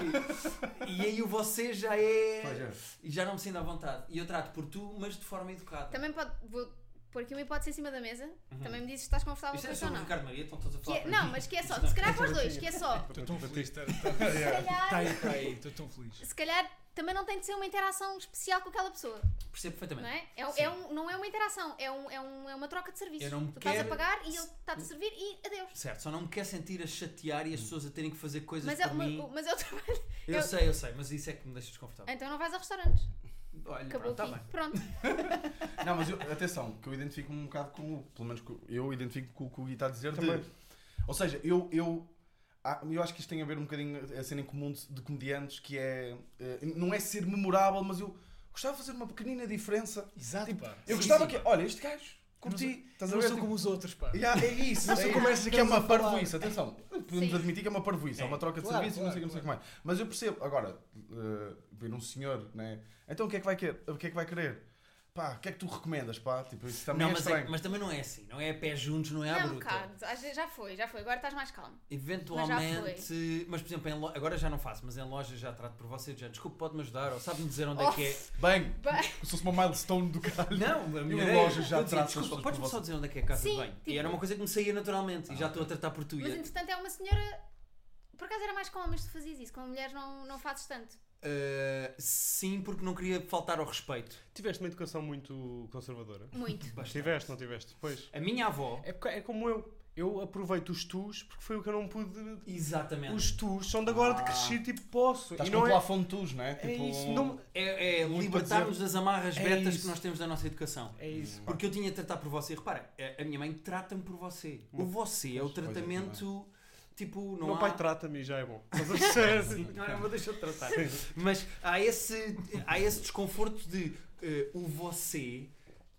[SPEAKER 1] e aí o você já é.
[SPEAKER 4] Pois é.
[SPEAKER 1] E já não me sinto à vontade. E eu trato por tu, mas de forma educada.
[SPEAKER 2] também pode. Vou pôr aqui uma hipótese em cima da mesa. Também me dizes se estás
[SPEAKER 1] Uhum.
[SPEAKER 2] confortável
[SPEAKER 1] Isto
[SPEAKER 2] com
[SPEAKER 1] é
[SPEAKER 2] isso ou
[SPEAKER 1] sobre o
[SPEAKER 2] não.
[SPEAKER 1] Ricardo Maria, estão todos a
[SPEAKER 2] Que
[SPEAKER 1] falar.
[SPEAKER 2] é-
[SPEAKER 1] para
[SPEAKER 2] não,
[SPEAKER 1] mim.
[SPEAKER 2] mas que é só.
[SPEAKER 1] Isto
[SPEAKER 2] Se calhar para os dois, que é só.
[SPEAKER 5] Estou tão feliz. Está
[SPEAKER 2] Se calhar,
[SPEAKER 5] aí, tá aí, estou tão feliz.
[SPEAKER 2] se calhar também não tem de ser uma interação especial com aquela pessoa.
[SPEAKER 1] não- Percebo
[SPEAKER 2] Não
[SPEAKER 1] perfeitamente.
[SPEAKER 2] é? É, um-
[SPEAKER 1] Sim.
[SPEAKER 2] é um, não é uma interação, é, um, é, um, é uma troca de serviço.
[SPEAKER 1] Eu não me
[SPEAKER 2] tu estás a
[SPEAKER 1] quero-
[SPEAKER 2] pagar e ele está-te a servir e adeus.
[SPEAKER 1] Certo, só não me quer sentir a chatear e as pessoas a terem que fazer coisas
[SPEAKER 2] Hum. Mas é,
[SPEAKER 1] por
[SPEAKER 2] uma,
[SPEAKER 1] mim.
[SPEAKER 2] mas é o trabalho.
[SPEAKER 1] Eu,
[SPEAKER 2] eu-
[SPEAKER 1] sei, eu sei, mas isso é que me deixa desconfortável.
[SPEAKER 2] Então não vais a restaurantes.
[SPEAKER 1] Olha,
[SPEAKER 2] Acabou
[SPEAKER 1] pronto, tá
[SPEAKER 2] aqui.
[SPEAKER 1] bem.
[SPEAKER 2] Pronto.
[SPEAKER 4] Não, mas eu, atenção, que eu identifico-me um bocado com o. Pelo menos co- eu identifico com o que o Gui está a dizer. de-
[SPEAKER 3] Também.
[SPEAKER 4] ou seja, eu. eu há- eu acho que isto tem a ver um bocadinho a cena em comum de, de comediantes que é. eh, não é ser memorável, mas eu gostava de fazer uma pequenina diferença.
[SPEAKER 5] Exato, pá.
[SPEAKER 4] Eu
[SPEAKER 5] Sim,
[SPEAKER 4] gostava
[SPEAKER 5] sim.
[SPEAKER 4] que. Olha, este gajo,
[SPEAKER 5] Não
[SPEAKER 4] curti. Estás a
[SPEAKER 5] Não
[SPEAKER 4] ver?
[SPEAKER 5] sou
[SPEAKER 4] Tipo,
[SPEAKER 5] como os outros, pá.
[SPEAKER 4] Yeah, é isso,
[SPEAKER 5] Não se
[SPEAKER 4] é,
[SPEAKER 5] começa
[SPEAKER 4] que é uma
[SPEAKER 5] a falar.
[SPEAKER 4] parvoíce, atenção, podemos
[SPEAKER 2] Sim.
[SPEAKER 4] admitir que é uma parvoíce, é, uma troca de
[SPEAKER 5] claro,
[SPEAKER 4] serviço e não sei o que, não sei o
[SPEAKER 5] claro,
[SPEAKER 4] que mais. Mas eu percebo, agora, eh, ver um senhor, né? então o que é que vai querer? O que é que vai querer? Pá, o que é que tu recomendas, pá? Tipo, isso também
[SPEAKER 1] Não,
[SPEAKER 4] é
[SPEAKER 1] mas, é-
[SPEAKER 4] estranho.
[SPEAKER 1] mas também não é assim, não é a pé juntos, não é à
[SPEAKER 2] não,
[SPEAKER 1] bruta.
[SPEAKER 2] bocado. Às vezes Já foi, já foi. Agora estás mais calmo. Mas
[SPEAKER 1] Eventualmente, mas, por exemplo, em lo- agora já não faço, mas em loja já trato por você, já desculpe, pode-me ajudar, ou sabe-me dizer onde é que é.
[SPEAKER 4] Bem,
[SPEAKER 2] Bem.
[SPEAKER 4] se fosse uma milestone do caralho.
[SPEAKER 1] Não, a minha
[SPEAKER 4] em
[SPEAKER 1] ideia- é
[SPEAKER 4] loja já
[SPEAKER 1] eu dizia,
[SPEAKER 4] trato as
[SPEAKER 1] Desculpa,
[SPEAKER 4] pessoas
[SPEAKER 1] podes-me
[SPEAKER 4] por Ah,
[SPEAKER 1] só
[SPEAKER 4] você."
[SPEAKER 1] dizer onde é que é a casa
[SPEAKER 2] Sim,
[SPEAKER 1] de bem.
[SPEAKER 2] tipo-
[SPEAKER 1] E era uma coisa que me saía naturalmente, e já estou a tratar por tu. e-
[SPEAKER 2] Mas entretanto é uma é senhora Por acaso era mais com homens que tu fazias isso, com mulheres não, não fazes tanto.
[SPEAKER 1] Uh, sim, porque não queria faltar ao respeito.
[SPEAKER 3] Tiveste uma educação muito conservadora?
[SPEAKER 2] Muito.
[SPEAKER 1] Bastante.
[SPEAKER 3] Tiveste, não tiveste? Pois.
[SPEAKER 1] A minha avó,
[SPEAKER 3] É, porque- é como eu. Eu aproveito os tus porque foi o que eu não pude.
[SPEAKER 1] exatamente.
[SPEAKER 3] Os tus são de agora de
[SPEAKER 4] Ah.
[SPEAKER 3] crescer, tipo, posso.
[SPEAKER 4] Estás
[SPEAKER 3] e
[SPEAKER 4] com um
[SPEAKER 3] não é.
[SPEAKER 4] plafond de tus, não é?
[SPEAKER 3] É
[SPEAKER 4] Tipo,
[SPEAKER 3] isso. Não...
[SPEAKER 1] É, é
[SPEAKER 4] Muito
[SPEAKER 1] libertar-nos das amarras
[SPEAKER 3] É
[SPEAKER 1] betas
[SPEAKER 3] isso.
[SPEAKER 1] que nós temos da nossa educação.
[SPEAKER 3] É isso. pá.
[SPEAKER 1] Porque eu tinha de tratar por você. Repara, a a minha mãe trata-me por você. O você é o
[SPEAKER 4] Pois, pois é,
[SPEAKER 1] tratamento. Tipo,
[SPEAKER 3] O
[SPEAKER 1] não
[SPEAKER 3] é? Meu
[SPEAKER 1] há...
[SPEAKER 3] pai trata-me e já é bom. Estás a perceber?
[SPEAKER 1] Não, não, vou deixar de tratar. Mas há esse, há esse desconforto de eh, o você.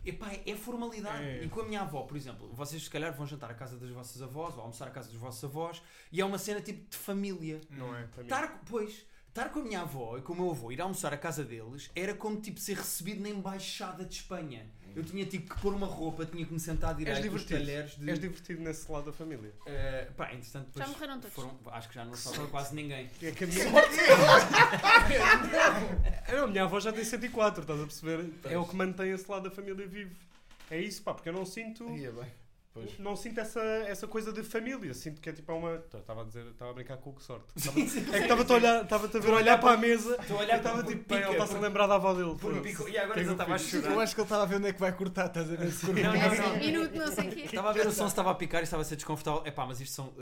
[SPEAKER 1] Epá, é formalidade.
[SPEAKER 3] É.
[SPEAKER 1] E com a minha avó, por exemplo, vocês se calhar vão jantar à casa das vossas avós, ou almoçar à casa dos vossos avós, e é uma cena tipo de família.
[SPEAKER 3] Não é? Para mim.
[SPEAKER 1] Estar, pois, estar com a minha avó e com o meu avô, ir almoçar à casa deles, era como tipo ser recebido na embaixada de Espanha. Eu tinha tipo que pôr uma roupa, tinha que me sentar direito,
[SPEAKER 3] És
[SPEAKER 1] os
[SPEAKER 3] divertido.
[SPEAKER 1] talheres de...
[SPEAKER 3] És divertido nesse lado da família.
[SPEAKER 1] Eh, pá, entretanto, depois
[SPEAKER 2] Já morreram todos.
[SPEAKER 1] Foram, acho que já não salvou quase ninguém.
[SPEAKER 3] É que a minha... É, não, a minha avó já tem 104, estás a perceber? É o que mantém esse lado da família vivo. É isso, pá, porque eu não sinto.
[SPEAKER 4] Aí é bem. Pois.
[SPEAKER 3] Não sinto essa, essa coisa de família, sinto que é tipo uma. Estava a dizer, estava a brincar com o que sorte.
[SPEAKER 1] Sim, sim.
[SPEAKER 3] É que estava-te a olhar, estava-te a ver olhar para a mesa
[SPEAKER 1] Estou a
[SPEAKER 3] e
[SPEAKER 1] olhar um
[SPEAKER 3] estava
[SPEAKER 1] por- por
[SPEAKER 3] tipo, bem,
[SPEAKER 1] pica,
[SPEAKER 3] ele está-se a
[SPEAKER 1] por-
[SPEAKER 3] lembrar da avó dele.
[SPEAKER 1] por um pico. E agora
[SPEAKER 3] Que é que
[SPEAKER 1] já
[SPEAKER 3] eu
[SPEAKER 1] estava a
[SPEAKER 3] fiz?
[SPEAKER 5] Tipo,
[SPEAKER 1] chorar.
[SPEAKER 7] Eu acho que ele estava a ver onde é que vai cortar, estás a ver se corta.
[SPEAKER 1] Não, não, não.
[SPEAKER 2] É assim, Minuto, não sei o quê.
[SPEAKER 1] Estava a ver o som se estava a picar e estava a ser desconfortável. Epá, mas isto são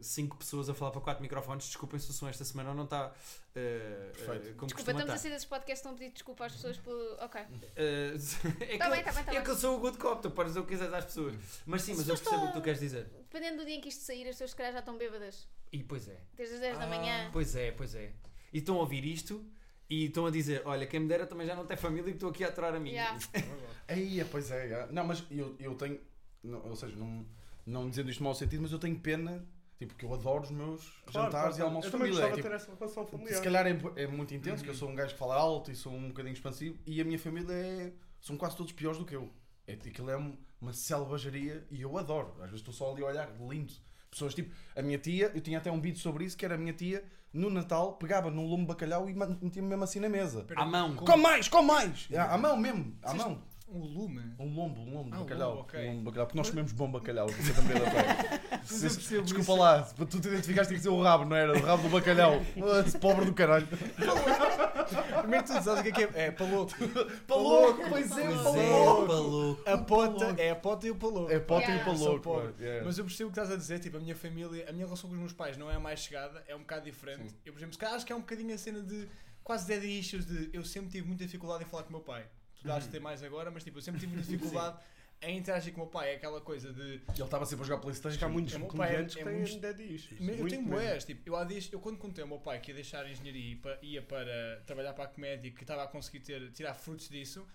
[SPEAKER 1] 5 pessoas a falar para 4 microfones. Desculpem se o som esta semana não está eh, eh,
[SPEAKER 4] Perfeito.
[SPEAKER 1] como
[SPEAKER 2] Desculpa,
[SPEAKER 1] costuma
[SPEAKER 2] estamos a
[SPEAKER 1] estar.
[SPEAKER 2] sair desses podcasts, estão a pedir desculpa às pessoas por. Ok.
[SPEAKER 1] Eh, é que
[SPEAKER 2] Tá
[SPEAKER 1] eu-
[SPEAKER 2] bem, tá bem, tá
[SPEAKER 1] É
[SPEAKER 2] bem.
[SPEAKER 1] que eu sou o good cop, tu podes dizer o que quiseres às pessoas. Mas sim, mas eu percebo o que tu queres dizer.
[SPEAKER 2] Dependendo do dia em que isto sair, as pessoas se calhar já estão bêbadas.
[SPEAKER 1] E pois é,
[SPEAKER 2] Desde as 10 da manhã.
[SPEAKER 1] pois é, pois é. E estão a ouvir isto e estão a dizer: Olha, quem me dera também já não tem família e que estou aqui a aturar a minha.
[SPEAKER 2] Yeah.
[SPEAKER 4] Aí é, pois é. já. Não, mas eu, eu tenho. Não, ou seja, não, não dizendo isto no mau sentido, mas eu tenho pena. Tipo, que eu adoro os meus
[SPEAKER 3] Claro,
[SPEAKER 4] jantares
[SPEAKER 3] claro,
[SPEAKER 4] e almoços
[SPEAKER 3] Eu
[SPEAKER 4] de
[SPEAKER 3] também
[SPEAKER 4] família.
[SPEAKER 3] gostava
[SPEAKER 4] É,
[SPEAKER 3] de
[SPEAKER 4] tipo,
[SPEAKER 3] ter essa relação familiar.
[SPEAKER 4] Se calhar é, é muito intenso, que eu sou um gajo que fala alto e sou um bocadinho expansivo, e a minha família é, são quase todos piores do que eu. É, aquilo é um- uma selvageria e eu adoro. Às vezes estou só ali a olhar, lindo. Pessoas tipo, a minha tia, eu tinha até um vídeo sobre isso, que era a minha tia, no Natal, pegava num lume de bacalhau e man- metia-me mesmo assim na mesa.
[SPEAKER 1] À mão.
[SPEAKER 4] Com mais, com mais! À, à mão mesmo, à mão.
[SPEAKER 5] Um lume.
[SPEAKER 4] Um lombo, um lombo de
[SPEAKER 5] Ah, um
[SPEAKER 4] bacalhau.
[SPEAKER 5] lombo, ok.
[SPEAKER 4] Um lombo de bacalhau, porque nós comemos bom bacalhau. Você também é da praia. Se- Desculpa lá, se- tu te identificaste que ser o rabo, não era? O rabo do bacalhau. Ah, esse Pobre do caralho.
[SPEAKER 7] Primeiro tu sabes o que é que é? É paloco.
[SPEAKER 4] Paloco, pois é,
[SPEAKER 1] Pois é,
[SPEAKER 4] paloco.
[SPEAKER 1] maluco.
[SPEAKER 7] A pota, é a pota e o paloco.
[SPEAKER 4] É pota e
[SPEAKER 7] Sou
[SPEAKER 2] Yeah.
[SPEAKER 4] paloco.
[SPEAKER 7] pobre.
[SPEAKER 4] mano.
[SPEAKER 3] É.
[SPEAKER 4] Yeah.
[SPEAKER 5] Mas eu percebo o que estás a dizer, tipo, a minha família, a minha relação com os meus pais não é a mais chegada, é um bocado diferente. Eu, por exemplo, se calhar acho que é um bocadinho a cena de quase dead issues de eu sempre tive muita dificuldade em falar com o meu pai. Tu dás de ter mais agora, mas tipo, eu sempre tive muita dificuldade em interagir com o meu pai. É aquela coisa de.
[SPEAKER 4] Ele estava sempre a jogar
[SPEAKER 3] Acho que há
[SPEAKER 4] Playstation.
[SPEAKER 3] muitos
[SPEAKER 5] É meu pai,
[SPEAKER 3] comediantes
[SPEAKER 5] é
[SPEAKER 3] que têm
[SPEAKER 5] muito-
[SPEAKER 3] dead issues.
[SPEAKER 5] Eu
[SPEAKER 3] um Muito
[SPEAKER 5] tenho
[SPEAKER 3] mesmo.
[SPEAKER 5] boés, tipo, eu, há dias, eu quando contei ao meu pai que ia deixar a engenharia e pa- ia para trabalhar para a comédia e que estava a conseguir ter, tirar frutos disso,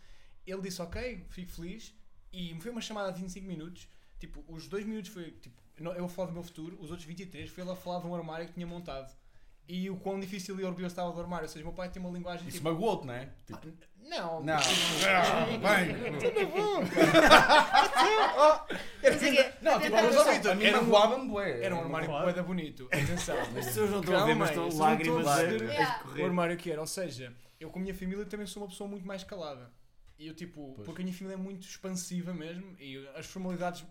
[SPEAKER 5] ele disse ok, fico feliz e me foi uma chamada de 25 minutos. Tipo, os dois minutos foi tipo, não- eu a falar do meu futuro, os outros 23 foi ele a falar de um armário que tinha montado e o quão difícil e orgulhoso estava do armário. Ou seja, o meu pai tem uma linguagem
[SPEAKER 4] Isso
[SPEAKER 5] tipo,
[SPEAKER 4] magoou-te, não é? Tipo,
[SPEAKER 5] não,
[SPEAKER 4] não. Bem.
[SPEAKER 2] Não sei o quê.
[SPEAKER 4] Não, tipo, mas
[SPEAKER 1] assim,
[SPEAKER 4] ó, Vitor, a mim
[SPEAKER 5] é Era um-
[SPEAKER 4] magoava-me, bué.
[SPEAKER 5] era um armário
[SPEAKER 3] Claro.
[SPEAKER 5] bué da bonito, atenção.
[SPEAKER 1] As pessoas não estão a ver, mas
[SPEAKER 5] Calma é
[SPEAKER 1] estão
[SPEAKER 5] aí, eu não estou a
[SPEAKER 1] lágrimas É, a,
[SPEAKER 5] perceber.
[SPEAKER 1] a
[SPEAKER 2] Yeah.
[SPEAKER 5] o
[SPEAKER 1] escorrer.
[SPEAKER 5] armário que era. Ou seja, eu com a minha família também sou uma pessoa muito mais calada. E eu, tipo,
[SPEAKER 4] Pois.
[SPEAKER 5] porque a minha família é muito expansiva mesmo e as formalidades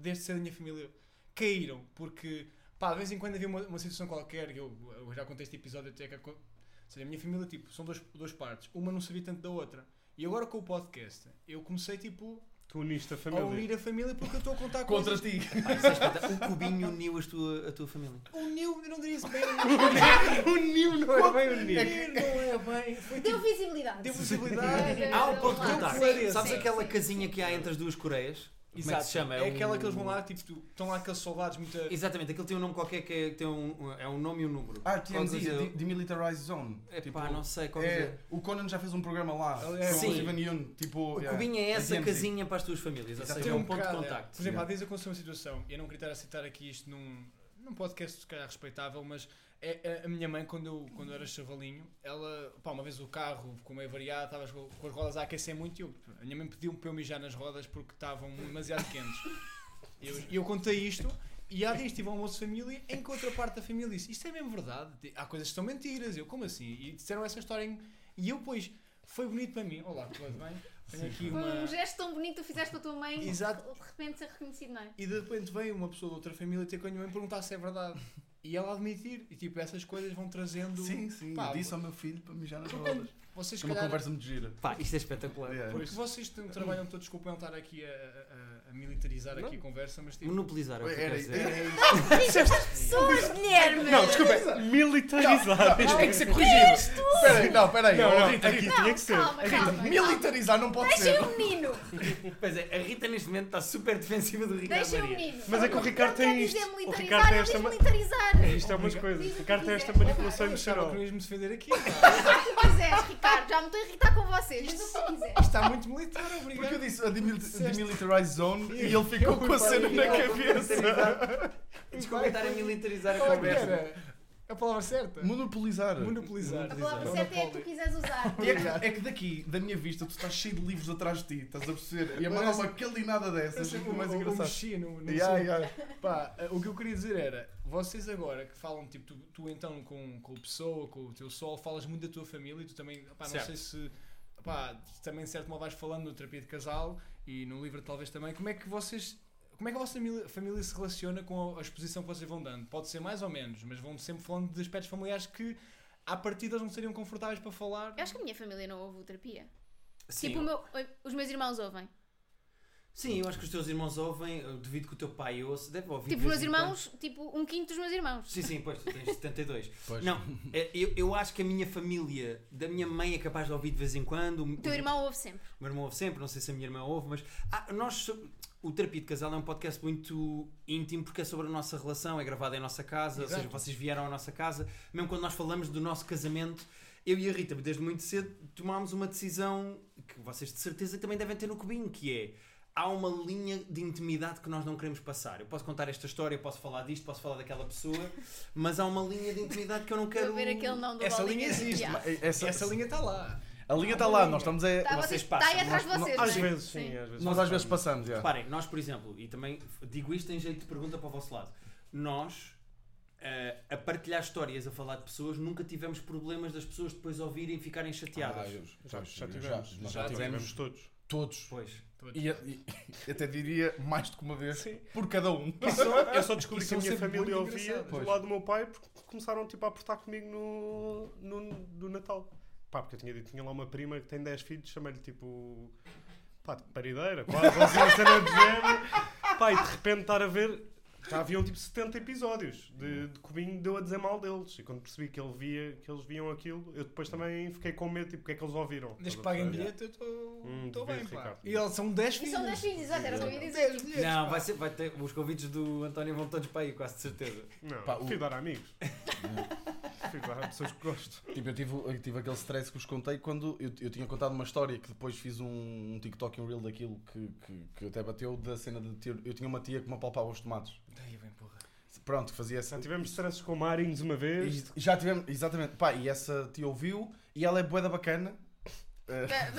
[SPEAKER 5] desde cedo a minha família caíram. Porque, pá, de vez em quando havia uma, uma situação qualquer, que eu, eu já contei este episódio até que. aco- Ou seja, a minha família, tipo, são duas, duas partes. Uma não sabia tanto da outra. E agora com o podcast, eu comecei, tipo,
[SPEAKER 3] Tu uniste a
[SPEAKER 5] a
[SPEAKER 3] família.
[SPEAKER 5] unir a família porque eu estou a contar com
[SPEAKER 4] Contra ti.
[SPEAKER 5] coisas.
[SPEAKER 1] Ah, isso é espetáculo. o cubinho uniu as tua- a tua família.
[SPEAKER 5] Uniu, eu não diria isso bem.
[SPEAKER 3] Uniu, não é bem unir.
[SPEAKER 5] Unir não é bem. Foi
[SPEAKER 2] Deu
[SPEAKER 5] tipo,
[SPEAKER 2] visibilidade.
[SPEAKER 5] deu visibilidade.
[SPEAKER 1] Há um ponto de
[SPEAKER 5] Claro.
[SPEAKER 1] contacto.
[SPEAKER 5] Claro.
[SPEAKER 1] Sabes
[SPEAKER 5] Sim,
[SPEAKER 1] aquela casinha que há entre as duas Coreias? Como é que se chama?
[SPEAKER 5] É,
[SPEAKER 1] um-
[SPEAKER 5] aquela que eles vão lá, tipo, tu- estão lá aqueles soldados muito. a-
[SPEAKER 1] Exatamente, aquilo tem um nome qualquer que é, tem um, é um nome e um número.
[SPEAKER 4] Ah,
[SPEAKER 1] Qualquer
[SPEAKER 4] TMZ,
[SPEAKER 1] coisa-
[SPEAKER 4] de- Demilitarized Zone.
[SPEAKER 1] Epá,
[SPEAKER 4] Tipo,
[SPEAKER 1] não sei qual
[SPEAKER 4] É,
[SPEAKER 1] é.
[SPEAKER 4] o Conan já fez um programa lá.
[SPEAKER 5] Ele
[SPEAKER 4] É,
[SPEAKER 5] é-
[SPEAKER 1] Sim. O
[SPEAKER 4] tipo, yeah.
[SPEAKER 1] cubinho é essa
[SPEAKER 4] TMZ.
[SPEAKER 1] casinha para as tuas famílias, ou
[SPEAKER 4] Exatamente.
[SPEAKER 1] seja, é um ponto de
[SPEAKER 5] bocado, é.
[SPEAKER 1] contacto.
[SPEAKER 5] Por exemplo, há
[SPEAKER 4] Yeah.
[SPEAKER 5] vezes aconteceu uma situação, eu não queria estar a citar aqui isto num, num podcast, se calhar respeitável, mas é, a, a minha mãe, quando eu, quando eu era chavalinho, ela, pá, uma vez o carro ficou meio variado, estava com com as rodas a aquecer muito e eu, a minha mãe pediu-me para eu mijar nas rodas porque estavam demasiado quentes. E eu, e eu contei isto. E há dias tive um almoço de família em que outra parte da família disse: Isto é mesmo verdade? Há coisas que são mentiras. Eu, como assim? E disseram essa história. em- E eu, pois, foi bonito para mim. Olá, tudo bem? Tenho aqui
[SPEAKER 2] Foi
[SPEAKER 5] uma.
[SPEAKER 2] um gesto tão bonito que tu fizeste para a tua mãe
[SPEAKER 5] Exato.
[SPEAKER 2] de repente ser reconhecido, não é?
[SPEAKER 5] E de repente vem uma pessoa de outra família ter com a minha mãe perguntar se é verdade. E ela admitir. E tipo, essas coisas vão trazendo.
[SPEAKER 4] Sim, sim.
[SPEAKER 5] Pá,
[SPEAKER 4] eu disse ao meu filho para mijar nas rodas.
[SPEAKER 5] Vocês, se
[SPEAKER 4] É uma
[SPEAKER 5] calhar,
[SPEAKER 4] conversa muito gira.
[SPEAKER 1] Pá, isto é espetacular.
[SPEAKER 4] Yeah.
[SPEAKER 5] Porque vocês t- trabalham todos, desculpem eu estar aqui a, a- a- a militarizar aqui a conversa, mas tipo.
[SPEAKER 1] Monopolizar é o que eu quero
[SPEAKER 4] Era,
[SPEAKER 1] dizer.
[SPEAKER 4] era isso.
[SPEAKER 2] Pessoas, Guilherme!
[SPEAKER 3] Não, desculpa, é militarizar.
[SPEAKER 4] Isto tem que ser corrigido. Espera aí, não, espera aí.
[SPEAKER 3] Não, não,
[SPEAKER 4] Oh, Rita,
[SPEAKER 3] aqui tinha que ser.
[SPEAKER 2] calma, calma.
[SPEAKER 4] Militarizar não pode
[SPEAKER 2] Deixem
[SPEAKER 4] ser.
[SPEAKER 2] o menino!
[SPEAKER 1] Pois é, a Rita neste momento está super defensiva do Ricardo
[SPEAKER 2] Deixem o
[SPEAKER 1] Maria.
[SPEAKER 2] menino!
[SPEAKER 3] Mas é que o Ricardo
[SPEAKER 2] Não quer
[SPEAKER 3] tem
[SPEAKER 2] dizer
[SPEAKER 3] isto. O
[SPEAKER 2] militarizar,
[SPEAKER 3] Ricardo tem
[SPEAKER 2] ele
[SPEAKER 3] esta.
[SPEAKER 2] diz
[SPEAKER 3] ma-
[SPEAKER 2] militarizar!
[SPEAKER 3] Isto é umas coisas. O Ricardo tem
[SPEAKER 2] Diz
[SPEAKER 3] esta
[SPEAKER 2] o que
[SPEAKER 3] manipulação
[SPEAKER 5] Eu achava que não
[SPEAKER 3] emocional.
[SPEAKER 5] ias me defender aqui. pá.
[SPEAKER 2] Tu quiseres, é, Ricardo, já me estou a irritar com vocês, mas o que tu quiseres.
[SPEAKER 5] Isto está muito militar,
[SPEAKER 4] Porque eu
[SPEAKER 5] obrigado.
[SPEAKER 4] disse a demil- demilitarized zone e ele ficou com a cena na cabeça.
[SPEAKER 1] Desculpa estar a militarizar
[SPEAKER 5] Qual
[SPEAKER 1] a
[SPEAKER 5] é que
[SPEAKER 1] conversa.
[SPEAKER 5] era? A palavra certa?
[SPEAKER 4] Monopolizar.
[SPEAKER 5] Monopolizar.
[SPEAKER 2] A palavra certa é a que tu quiseres usar.
[SPEAKER 4] E é que, é que daqui, da minha vista, tu estás cheio de livros atrás de ti, estás a perceber? E a mandar uma calinada
[SPEAKER 5] Eu
[SPEAKER 4] dessas,
[SPEAKER 5] sei
[SPEAKER 4] é
[SPEAKER 5] que
[SPEAKER 4] mais
[SPEAKER 5] eu- eu
[SPEAKER 4] engraçado.
[SPEAKER 5] mexi no- no
[SPEAKER 4] Yeah,
[SPEAKER 5] som.
[SPEAKER 4] yeah.
[SPEAKER 5] Pá, eh, o que eu queria dizer era, vocês agora que falam, tipo, tu, tu então com, com a pessoa, com o teu sol, falas muito da tua família e tu também, pá, não
[SPEAKER 1] Certo.
[SPEAKER 5] sei se, pá, também de certo modo vais falando no terapia de casal e no livro talvez também, como é que vocês, como é que a vossa família, família se relaciona com a, a exposição que vocês vão dando? Pode ser mais ou menos, mas vão sempre falando de aspectos familiares que, à partida, eles não seriam confortáveis para falar.
[SPEAKER 2] Eu acho que a minha família não ouve o terapia.
[SPEAKER 1] Sim,
[SPEAKER 2] Tipo, o meu- os meus irmãos ouvem.
[SPEAKER 1] sim, eu acho que os teus irmãos ouvem, eu duvido que o teu pai ouça, deve ouvir.
[SPEAKER 2] Tipo,
[SPEAKER 1] de
[SPEAKER 2] os
[SPEAKER 1] vez
[SPEAKER 2] meus
[SPEAKER 1] em quando.
[SPEAKER 2] irmãos, tipo, um quinto dos meus irmãos.
[SPEAKER 1] Sim, sim, pois, tu tens 72. Não, é, eu, eu acho que a minha família, da minha mãe é capaz de ouvir de vez em quando. O
[SPEAKER 2] O teu irmão ouve sempre.
[SPEAKER 1] O meu irmão ouve sempre, não sei se a minha irmã ouve, mas ah, nós. so- O Terapia de Casal é um podcast muito íntimo porque é sobre a nossa relação, é gravado em nossa casa, ou seja,
[SPEAKER 5] Exato.
[SPEAKER 1] vocês vieram à nossa casa. Mesmo quando nós falamos do nosso casamento, eu e a Rita, desde muito cedo, tomámos uma decisão que vocês de certeza também devem ter no cubinho, que é há uma linha de intimidade que nós não queremos passar. Eu posso contar esta história, eu posso falar disto, posso falar daquela pessoa, mas há uma linha de intimidade que eu não quero.
[SPEAKER 2] Quero...
[SPEAKER 1] um-
[SPEAKER 2] ver aquele não do
[SPEAKER 5] Essa
[SPEAKER 2] Bolinha.
[SPEAKER 5] linha existe,
[SPEAKER 2] Yeah.
[SPEAKER 4] Mas Essa, tá
[SPEAKER 5] Essa linha está lá.
[SPEAKER 4] Ah, é a linha está lá, nós estamos a.
[SPEAKER 2] Tá,
[SPEAKER 1] vocês
[SPEAKER 2] vocês,
[SPEAKER 1] passam,
[SPEAKER 2] tá aí atrás de
[SPEAKER 1] nós- nós-
[SPEAKER 2] vocês, não é?
[SPEAKER 3] Às vezes, sim, às vezes.
[SPEAKER 4] Nós às vezes passamos, já.
[SPEAKER 1] Reparem, nós, por exemplo, e também digo isto em jeito de pergunta para o vosso lado, nós eh, a partilhar histórias, a falar de pessoas, nunca tivemos problemas das pessoas depois ouvirem e ficarem chateadas.
[SPEAKER 4] já,
[SPEAKER 3] Já tivemos.
[SPEAKER 4] nós
[SPEAKER 5] Já
[SPEAKER 4] já
[SPEAKER 3] Tivemos
[SPEAKER 4] tivemos
[SPEAKER 3] todos.
[SPEAKER 4] todos.
[SPEAKER 1] Pois.
[SPEAKER 4] E, e- e até diria mais do que uma vez,
[SPEAKER 3] Sim.
[SPEAKER 4] por cada um.
[SPEAKER 3] Eu só descobri
[SPEAKER 5] E
[SPEAKER 3] que a
[SPEAKER 5] são
[SPEAKER 3] minha
[SPEAKER 5] sempre
[SPEAKER 3] família
[SPEAKER 5] é muito
[SPEAKER 3] ouvia
[SPEAKER 5] engraçadas.
[SPEAKER 3] do
[SPEAKER 4] Pois.
[SPEAKER 3] lado do meu pai porque começaram tipo, a apertar comigo no, no, do Natal. Pá, porque eu tinha dito, tinha lá uma prima que tem 10 filhos, chamei-lhe tipo. pá, de parideira, quase, ou assim, uma cena de género. Pá, e de repente estar a ver. Já haviam tipo 70 episódios de, de Cubinho, deu a dizer mal deles. E quando percebi que, ele via, que eles viam aquilo, eu depois também fiquei com medo, tipo, porque é que eles ouviram.
[SPEAKER 5] Desde que
[SPEAKER 3] Estás a
[SPEAKER 5] paguem
[SPEAKER 3] perceber?
[SPEAKER 5] bilhete, eu estou
[SPEAKER 3] Hum,
[SPEAKER 5] bem,
[SPEAKER 3] devias,
[SPEAKER 5] pá.
[SPEAKER 3] Ricardo.
[SPEAKER 5] E eles são 10
[SPEAKER 2] E
[SPEAKER 5] filhos.
[SPEAKER 2] são das filhas, exato, era o que eu ia dizer.
[SPEAKER 5] 10 bilhetes,
[SPEAKER 1] Não,
[SPEAKER 5] pá.
[SPEAKER 1] vai, ser, vai ter. Os convites do António vão todos para aí, quase de certeza.
[SPEAKER 3] Não,
[SPEAKER 4] Pá, o-
[SPEAKER 3] fui dar a amigos. fui dar a pessoas que gosto.
[SPEAKER 4] Tipo, eu tive, eu tive aquele stress que vos contei quando eu, eu tinha contado uma história que depois fiz um, um TikTok e um reel daquilo que, que, que até bateu da cena de ter. Eu tinha uma tia que me apalpava os tomates.
[SPEAKER 5] Daí bem, porra.
[SPEAKER 4] Pronto, fazia essa.
[SPEAKER 3] Já tivemos stresses com Marins uma vez.
[SPEAKER 4] E já tivemos, exatamente. Pá, e essa tia ouviu e ela é boeda bacana.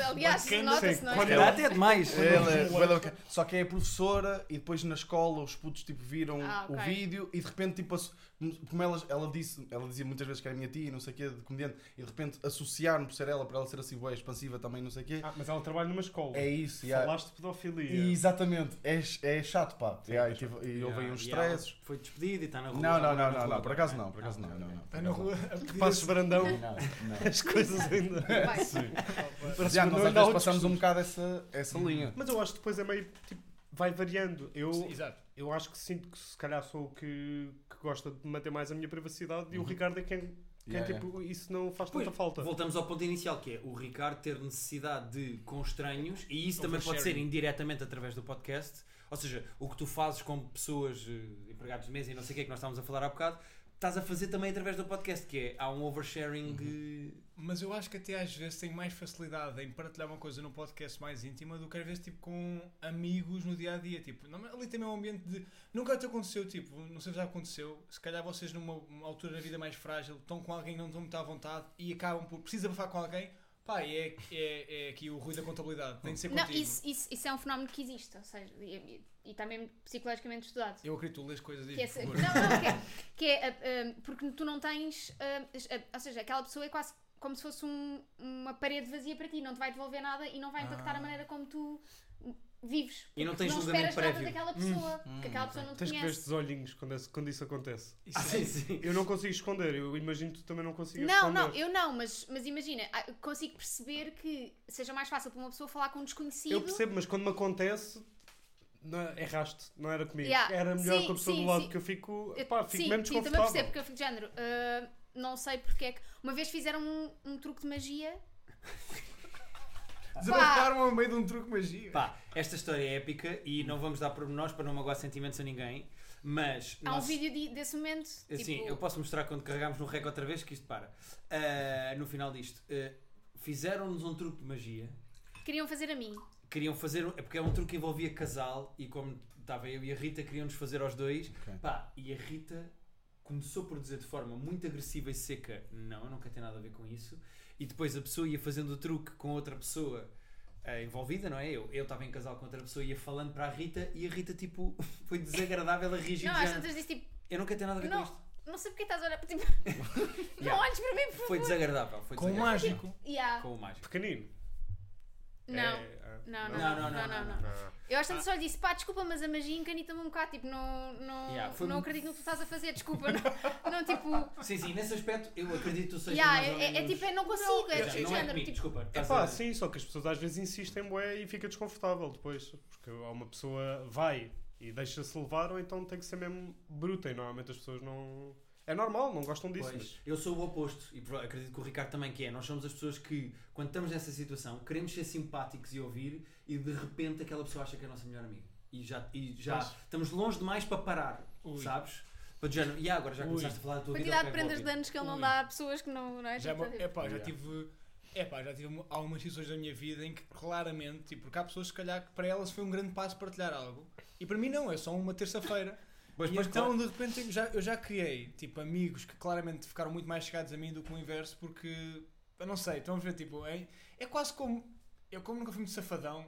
[SPEAKER 2] Aliás,
[SPEAKER 3] Bacana,
[SPEAKER 2] nota-se,
[SPEAKER 3] sim.
[SPEAKER 2] não é?
[SPEAKER 3] Quando-
[SPEAKER 1] Era até demais.
[SPEAKER 4] Ela é bué da bacana. Só que é professora e depois na escola os putos tipo, viram
[SPEAKER 2] Ah, ok.
[SPEAKER 4] o vídeo e de repente tipo, asso- como ela, ela disse, ela dizia muitas vezes que era minha tia e não sei o quê, de comediante, e de repente associaram-me por ser ela, para ela ser assim, boa, expansiva também, não sei o quê.
[SPEAKER 3] Ah, mas ela trabalha numa escola.
[SPEAKER 4] é isso, yeah.
[SPEAKER 3] Falaste de pedofilia.
[SPEAKER 4] E, exatamente, é, ch- é chato, pá. Yeah, e, tive- e
[SPEAKER 1] Yeah,
[SPEAKER 4] houve aí uns
[SPEAKER 1] e ela
[SPEAKER 4] stresses.
[SPEAKER 1] Foi despedido e está na rua. é?
[SPEAKER 4] Não, não,
[SPEAKER 1] agora
[SPEAKER 4] não,
[SPEAKER 1] na
[SPEAKER 4] não,
[SPEAKER 1] rua
[SPEAKER 4] não, por
[SPEAKER 1] também.
[SPEAKER 4] acaso não, por acaso
[SPEAKER 1] Ah,
[SPEAKER 4] não, não, não.
[SPEAKER 5] Está na rua a pedir
[SPEAKER 3] Passos
[SPEAKER 5] esse-
[SPEAKER 3] Brandão,
[SPEAKER 4] Não, não.
[SPEAKER 3] as coisas ainda.
[SPEAKER 2] Vai.
[SPEAKER 3] Sim.
[SPEAKER 4] Mas,
[SPEAKER 3] Passos Brandão ainda há
[SPEAKER 4] já, nós às vezes
[SPEAKER 3] outros
[SPEAKER 4] passamos um bocado essa, essa linha.
[SPEAKER 3] costumes. Mas eu acho que depois é meio. Tipo, vai variando. Eu,
[SPEAKER 5] Exato.
[SPEAKER 3] eu acho que sinto que se calhar sou o que, que gosta de manter mais a minha privacidade e o Ricardo é quem. quem
[SPEAKER 4] Uhum. Yeah,
[SPEAKER 3] tipo, Isso não faz
[SPEAKER 1] Pois,
[SPEAKER 3] tanta falta.
[SPEAKER 1] Voltamos ao ponto inicial, que é o Ricardo ter necessidade de com estranhos, e isso também pode ser
[SPEAKER 5] Oversharing.
[SPEAKER 1] indiretamente através do podcast. Ou seja, o que tu fazes com pessoas, eh, empregados de mesa e não sei o que é que nós estávamos a falar há bocado, estás a fazer também através do podcast, que é há um oversharing. eh,
[SPEAKER 5] Mas eu acho que até às vezes tenho mais facilidade em partilhar uma coisa num podcast mais íntima do que às vezes tipo com amigos no dia a dia. Tipo, não- ali também é um ambiente de. Nunca te aconteceu, tipo, não sei se já aconteceu. Se calhar vocês numa uma altura da vida mais frágil estão com alguém que não estão muito à vontade e acabam por. Precisa falar com alguém. Pá, e é, é, é aqui o ruído da contabilidade. Tem de ser
[SPEAKER 2] Não,
[SPEAKER 5] contigo.
[SPEAKER 2] isso, isso, isso é um fenómeno que existe, ou seja, e, e, e está mesmo psicologicamente estudado.
[SPEAKER 5] Eu acredito, tu lês coisas disso.
[SPEAKER 2] Que é,
[SPEAKER 5] por
[SPEAKER 2] se- não,
[SPEAKER 5] favor.
[SPEAKER 2] não, que é, que é, ah, ah, porque tu não tens. ah, ah, ou seja, aquela pessoa é quase como se fosse um- uma parede vazia para ti, não te vai devolver nada e não vai impactar a maneira como tu vives.
[SPEAKER 1] E não tens
[SPEAKER 2] não
[SPEAKER 1] julgamento
[SPEAKER 2] esperas nada
[SPEAKER 1] prévio.
[SPEAKER 2] daquela pessoa, que aquela pessoa não te
[SPEAKER 3] Tens que ver
[SPEAKER 2] conhece.
[SPEAKER 3] estes olhinhos quando, esse- quando isso acontece.
[SPEAKER 5] é
[SPEAKER 1] Ah, sim, sim.
[SPEAKER 3] Eu não consigo esconder, eu imagino que tu também não consigas
[SPEAKER 2] Não,
[SPEAKER 3] esconder.
[SPEAKER 2] não, eu não, mas, mas imagina, ah, consigo perceber que seja mais fácil para uma pessoa falar com um desconhecido.
[SPEAKER 3] Eu percebo, mas quando me acontece, não, é, erraste, não era comigo.
[SPEAKER 2] Yeah.
[SPEAKER 3] Era melhor
[SPEAKER 2] Sim,
[SPEAKER 3] com a pessoa
[SPEAKER 2] sim,
[SPEAKER 3] do lado
[SPEAKER 2] sim.
[SPEAKER 3] que eu fico.
[SPEAKER 2] Eu-
[SPEAKER 3] Pá, fico
[SPEAKER 2] sim,
[SPEAKER 3] mesmo
[SPEAKER 2] sim, também
[SPEAKER 3] desconfortável.
[SPEAKER 2] percebo porque eu fico de género. ah, não sei porque é que. Uma vez fizeram um, um truque de magia.
[SPEAKER 5] Desabafaram ao meio de um truque magia.
[SPEAKER 1] Pá, esta história é épica e não vamos dar pormenores para não magoar sentimentos a ninguém, mas...
[SPEAKER 2] Há um
[SPEAKER 1] nós-
[SPEAKER 2] vídeo de- desse momento.
[SPEAKER 1] Assim,
[SPEAKER 2] tipo,
[SPEAKER 1] eu posso mostrar quando carregámos no rec outra vez que isto para. Ah, no final disto, ah, fizeram-nos um truque de magia.
[SPEAKER 2] Queriam fazer a mim.
[SPEAKER 1] Queriam fazer, um- é porque é um truque que envolvia casal e como estava eu e a Rita, queriam-nos fazer aos dois.
[SPEAKER 4] Ok.
[SPEAKER 1] Pá, e a Rita começou por dizer de forma muito agressiva e seca: Não, eu não quero ter nada a ver com isso. E depois a pessoa ia fazendo o truque com outra pessoa. ah, envolvida, não é? Eu eu estava em casal com outra pessoa ia falando para a Rita e a Rita, tipo, foi desagradável a reagir.
[SPEAKER 2] não,
[SPEAKER 1] de
[SPEAKER 2] às
[SPEAKER 1] género,
[SPEAKER 2] tantas disse tipo,
[SPEAKER 1] Eu não quero ter nada a ver com
[SPEAKER 2] não,
[SPEAKER 1] isto.
[SPEAKER 2] não sei porque estás a olhar para ti. Não
[SPEAKER 1] Yeah.
[SPEAKER 2] olhes para mim, por favor.
[SPEAKER 1] Foi desagradável. Foi
[SPEAKER 5] Com o
[SPEAKER 1] desagradável.
[SPEAKER 5] mágico.
[SPEAKER 2] Yeah.
[SPEAKER 1] Com o mágico.
[SPEAKER 3] Pequenino.
[SPEAKER 2] Não.
[SPEAKER 3] É, ah,
[SPEAKER 2] Não, não,
[SPEAKER 1] Não,
[SPEAKER 2] não,
[SPEAKER 1] não,
[SPEAKER 2] não,
[SPEAKER 1] não,
[SPEAKER 2] não. Eu às tantas só lhe disse, pá, desculpa, mas a magia encanita-me um bocado, tipo, não, não,
[SPEAKER 1] Yeah, foi
[SPEAKER 2] não
[SPEAKER 1] muito-
[SPEAKER 2] acredito no que tu estás a fazer, desculpa, não, não tipo,
[SPEAKER 1] Sim, sim, nesse aspecto eu acredito que tu sejas
[SPEAKER 2] yeah,
[SPEAKER 1] mais ou
[SPEAKER 2] é, é, é
[SPEAKER 1] menos-
[SPEAKER 2] tipo, eu não consigo, é
[SPEAKER 1] Eu- não
[SPEAKER 2] tipo,
[SPEAKER 1] é
[SPEAKER 2] género,
[SPEAKER 1] comigo,
[SPEAKER 2] tipo,
[SPEAKER 1] desculpa.
[SPEAKER 3] É
[SPEAKER 1] estás
[SPEAKER 3] pá,
[SPEAKER 1] a-
[SPEAKER 3] sim, só que as pessoas às vezes insistem bué e fica desconfortável depois. Porque há uma pessoa vai e deixa-se levar, ou então tem que ser mesmo bruta. E normalmente as pessoas não. É normal, não gostam disso.
[SPEAKER 1] Pois,
[SPEAKER 3] Mas...
[SPEAKER 1] eu sou o oposto e pro- acredito que o Ricardo também que é. Nós somos as pessoas que, quando estamos nessa situação, queremos ser simpáticos e ouvir e de repente aquela pessoa acha que é a nossa melhor amiga. E já, e já
[SPEAKER 5] Pois.
[SPEAKER 1] estamos longe demais para parar,
[SPEAKER 5] Ui.
[SPEAKER 1] sabes? Para dizer, e agora já
[SPEAKER 5] Ui.
[SPEAKER 1] começaste a falar da tua vida.
[SPEAKER 2] quantidade de
[SPEAKER 1] ok, vou
[SPEAKER 2] prendas de
[SPEAKER 1] ouvir."
[SPEAKER 2] danos que ele não
[SPEAKER 5] Ui.
[SPEAKER 2] dá a pessoas que não, não é?
[SPEAKER 5] Já,
[SPEAKER 2] Tipo,
[SPEAKER 5] é pá, já
[SPEAKER 3] Yeah.
[SPEAKER 5] tive. É já tive algumas situações da minha vida em que claramente, tipo, porque há pessoas, se calhar, que para elas foi um grande passo partilhar algo e para mim não, é só uma terça-feira.
[SPEAKER 1] Pois,
[SPEAKER 5] E
[SPEAKER 1] pois,
[SPEAKER 5] então,
[SPEAKER 1] claro.
[SPEAKER 5] de repente, eu já, eu já criei, tipo, amigos que claramente ficaram muito mais chegados a mim do que o inverso porque, eu não sei, estão a ver, tipo, é, é quase como. Eu, como nunca fui muito safadão,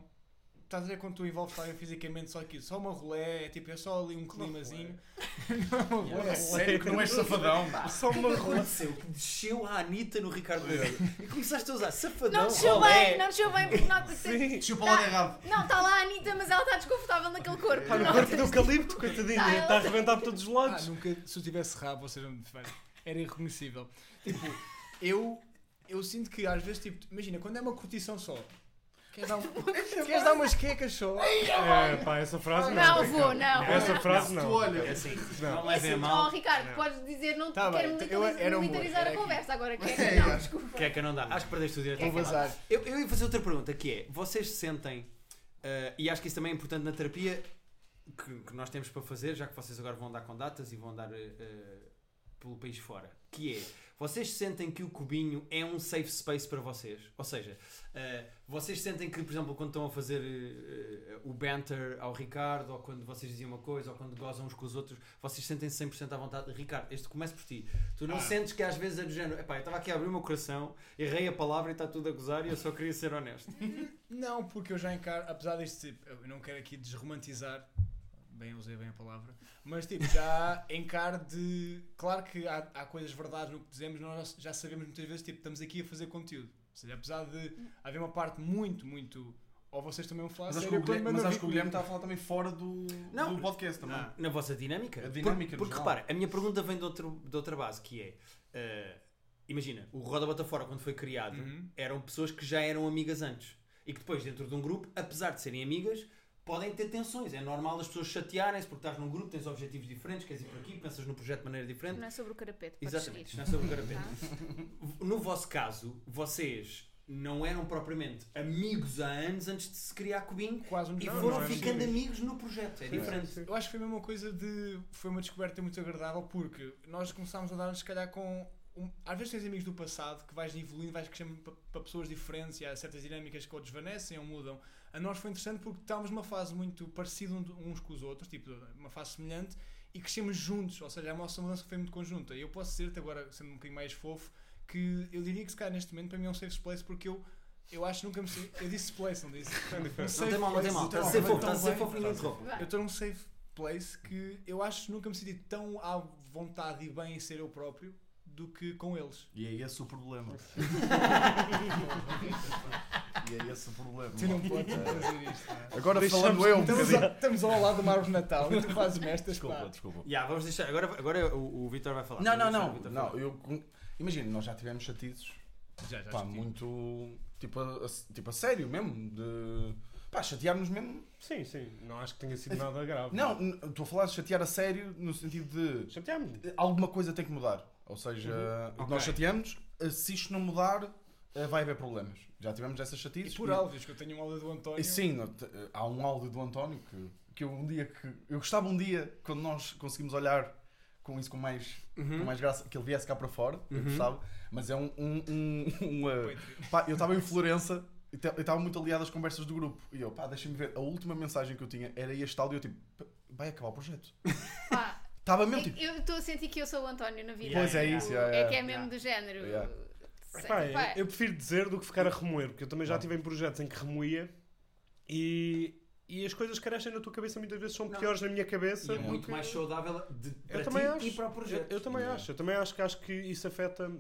[SPEAKER 5] estás a ver quando tu envolves alguém fisicamente, só aquilo, só uma rolé, é tipo, é só ali um climazinho. Não é uma rolé.
[SPEAKER 4] É sério que não és safadão.
[SPEAKER 3] Só
[SPEAKER 1] O que
[SPEAKER 3] uma
[SPEAKER 1] é que aconteceu? Que desceu a Anitta no Ricardo Azevedo. E começaste a usar safadão.
[SPEAKER 2] Não desceu
[SPEAKER 1] rolé.
[SPEAKER 2] bem, não desceu bem, porque não,
[SPEAKER 3] Sim.
[SPEAKER 4] Deixa eu falar errado.
[SPEAKER 2] não, está lá a Anitta, mas ela está desconfortável naquele corpo,
[SPEAKER 3] Está no
[SPEAKER 2] não.
[SPEAKER 3] corpo do eucalipto, coitadinho.
[SPEAKER 2] Tá,
[SPEAKER 3] Está a arrebentar por todos os
[SPEAKER 5] Ah,
[SPEAKER 3] lados.
[SPEAKER 5] nunca, se eu tivesse rabo, ou seja, velho, era irreconhecível. Tipo, eu, eu sinto que às vezes, tipo, imagina, quando é uma curtição só, queres dar, um, queres dar umas quecas só,
[SPEAKER 3] É pá, essa frase não.
[SPEAKER 2] Não vou, não.
[SPEAKER 3] Essa frase
[SPEAKER 4] Tu
[SPEAKER 3] não.
[SPEAKER 1] Não
[SPEAKER 4] olha.
[SPEAKER 2] É
[SPEAKER 1] levem a
[SPEAKER 2] assim, oh
[SPEAKER 1] mal.
[SPEAKER 2] Ricardo,
[SPEAKER 3] Não.
[SPEAKER 2] podes dizer, não
[SPEAKER 5] Tá
[SPEAKER 2] quero
[SPEAKER 5] bem,
[SPEAKER 2] militariz-
[SPEAKER 5] eu- era um humor,
[SPEAKER 2] militarizar
[SPEAKER 5] era
[SPEAKER 2] a
[SPEAKER 5] aqui.
[SPEAKER 2] conversa agora, quero,
[SPEAKER 4] É,
[SPEAKER 2] não,
[SPEAKER 4] é.
[SPEAKER 2] desculpa.
[SPEAKER 1] Que é que não dá? Acho que perdeste o direito.
[SPEAKER 5] vou
[SPEAKER 1] Não dá.
[SPEAKER 5] vazar.
[SPEAKER 1] Eu, eu ia fazer outra pergunta que é: vocês sentem, eh, e acho que isso também é importante na terapia que, que nós temos para fazer, já que vocês agora vão dar com datas e vão dar eh, eh, pelo país fora, que é vocês sentem que o cubinho é um safe space para vocês? Ou seja, eh, vocês sentem que, por exemplo, quando estão a fazer eh, eh, o banter ao Ricardo, ou quando vocês dizem uma coisa, ou quando gozam uns com os outros, vocês sentem 100% à vontade. Ricardo, este começa por ti. Tu não sentes que às vezes é do género, epá, eu estava aqui a abrir o meu coração, errei a palavra e está tudo a gozar e eu só queria ser honesto.
[SPEAKER 5] Não, porque eu já encaro, apesar deste tipo, eu não quero aqui desromantizar, bem usei bem a palavra, mas tipo, já encaro de. Claro que há, há coisas verdades no que dizemos, nós já sabemos muitas vezes, tipo, estamos aqui a fazer conteúdo. Ou seja, apesar de haver uma parte muito, muito. Ou vocês também vão falar
[SPEAKER 4] Mas acho que
[SPEAKER 5] sério
[SPEAKER 4] o
[SPEAKER 5] quando
[SPEAKER 4] Guilherme, mas
[SPEAKER 5] mandam
[SPEAKER 4] acho que o
[SPEAKER 5] vir
[SPEAKER 4] Guilherme está a falar também fora do,
[SPEAKER 1] Não.
[SPEAKER 4] do podcast também.
[SPEAKER 5] Ah.
[SPEAKER 1] Na vossa dinâmica?
[SPEAKER 4] A dinâmica
[SPEAKER 1] Por-
[SPEAKER 4] no
[SPEAKER 1] Porque
[SPEAKER 4] geral.
[SPEAKER 1] repara, a minha pergunta vem de, outro, de outra base, que é. eh, imagina, o Roda Bota Fora, quando foi criado,
[SPEAKER 5] Uhum.
[SPEAKER 1] eram pessoas que já eram amigas antes. E que depois, dentro de um grupo, apesar de serem amigas, podem ter tensões. É normal as pessoas chatearem-se porque estás num grupo, tens objetivos diferentes, queres ir por aqui, pensas no projeto de maneira diferente.
[SPEAKER 2] Não é sobre o carapete, podes
[SPEAKER 1] Exatamente,
[SPEAKER 2] seguir.
[SPEAKER 1] isto não é sobre o carapete.
[SPEAKER 2] Tá?
[SPEAKER 1] No vosso caso, vocês não eram propriamente amigos há anos antes de se criar Cubinho
[SPEAKER 5] Quase um
[SPEAKER 1] e
[SPEAKER 5] não,
[SPEAKER 1] foram
[SPEAKER 5] não é
[SPEAKER 1] ficando
[SPEAKER 5] possível.
[SPEAKER 1] amigos no projeto. É diferente.
[SPEAKER 5] Eu acho que foi a mesma coisa de. Foi uma descoberta muito agradável porque nós começámos a dar-nos, se calhar, com. um- às vezes tens amigos do passado que vais evoluindo, vais crescendo pa- para pessoas diferentes e há certas dinâmicas que ou desvanecem ou mudam. A nós foi interessante porque estávamos numa fase muito parecida um do- uns com os outros, tipo, uma fase semelhante, e crescemos juntos, ou seja, a nossa mudança foi muito conjunta. E eu posso dizer-te agora, sendo um bocadinho mais fofo, que eu diria que se calhar neste momento para mim é um safe space porque eu. Eu acho que nunca me. sei- Eu disse place, não disse? Um
[SPEAKER 1] Não tem mal, não tem mal. Estás a ser fofo, estás a ser
[SPEAKER 5] Então,
[SPEAKER 1] fofo e ninguém interrompe.
[SPEAKER 2] Vai.
[SPEAKER 5] Eu estou num safe place que eu acho que nunca me senti tão à vontade e bem em ser eu próprio do que com eles.
[SPEAKER 4] E é esse o problema. E é esse o problema.
[SPEAKER 5] Tu não podes
[SPEAKER 4] Eh,
[SPEAKER 5] fazer isto. pá.
[SPEAKER 4] Agora
[SPEAKER 5] Deixamos-
[SPEAKER 4] falando eu um
[SPEAKER 5] estamos,
[SPEAKER 4] bocadinho.
[SPEAKER 5] a- estamos ao lado de uma árvore de Natal e tu fazes-me estas pá.
[SPEAKER 4] Desculpa, desculpa.
[SPEAKER 1] Yeah, vamos deixar. Agora, agora o, o Vitor vai falar.
[SPEAKER 4] Não, não,
[SPEAKER 1] Vamos deixar o
[SPEAKER 4] não.
[SPEAKER 1] Vítor
[SPEAKER 4] não
[SPEAKER 1] falar.
[SPEAKER 4] eu, con- imagina, nós já tivemos chatices
[SPEAKER 5] Já, já
[SPEAKER 4] pá,
[SPEAKER 5] discutimos.
[SPEAKER 4] muito. Tipo a, a- tipo a sério mesmo. De. Pá, chatear-nos mesmo.
[SPEAKER 3] Sim, sim. Não acho que tenha sido nada grave.
[SPEAKER 4] Não, n- estou a falar de chatear a sério no sentido de.
[SPEAKER 3] Chateámos.
[SPEAKER 4] eh, Alguma coisa tem que mudar. Ou seja,
[SPEAKER 1] Ok.
[SPEAKER 4] nós chateamos, eh, se isto não mudar, eh, vai haver problemas. Já tivemos essas
[SPEAKER 5] E
[SPEAKER 4] chatices.
[SPEAKER 5] por
[SPEAKER 4] e-
[SPEAKER 5] áudios, que eu tenho um áudio do António.
[SPEAKER 4] E sim, no- te- há um áudio do António que, que eu um dia que. Eu gostava um dia, quando nós conseguimos olhar com isso com mais, com mais graça, que ele viesse cá para fora, eu gostava, mas é um. um, um- um, uh, pá, eu estava em Florença e te- eu estava muito aliado às conversas do grupo. E eu, pá, deixa-me ver, a última mensagem que eu tinha era este áudio, eu tipo, "P- vai acabar o projeto.
[SPEAKER 2] Pá,
[SPEAKER 4] Estava mesmo tipo.
[SPEAKER 2] eu estou a sentir que eu sou o António na vida.
[SPEAKER 1] Pois é
[SPEAKER 2] Tipo,
[SPEAKER 4] isso, yeah,
[SPEAKER 2] É
[SPEAKER 4] yeah,
[SPEAKER 2] que é
[SPEAKER 1] yeah.
[SPEAKER 2] mesmo do género.
[SPEAKER 4] Yeah.
[SPEAKER 2] Sei,
[SPEAKER 3] É Pá,
[SPEAKER 2] pá,
[SPEAKER 3] eu, eu prefiro dizer do que ficar a remoer, porque eu também já tive em projetos em que remoía e, e as coisas que crescem na tua cabeça muitas vezes são piores na minha
[SPEAKER 1] E
[SPEAKER 3] cabeça.
[SPEAKER 1] é muito mais saudável de, para ti
[SPEAKER 3] também acho.
[SPEAKER 1] e para o
[SPEAKER 3] Eu,
[SPEAKER 1] projeto.
[SPEAKER 3] eu também
[SPEAKER 4] Yeah.
[SPEAKER 3] acho, eu também acho que acho que isso afeta.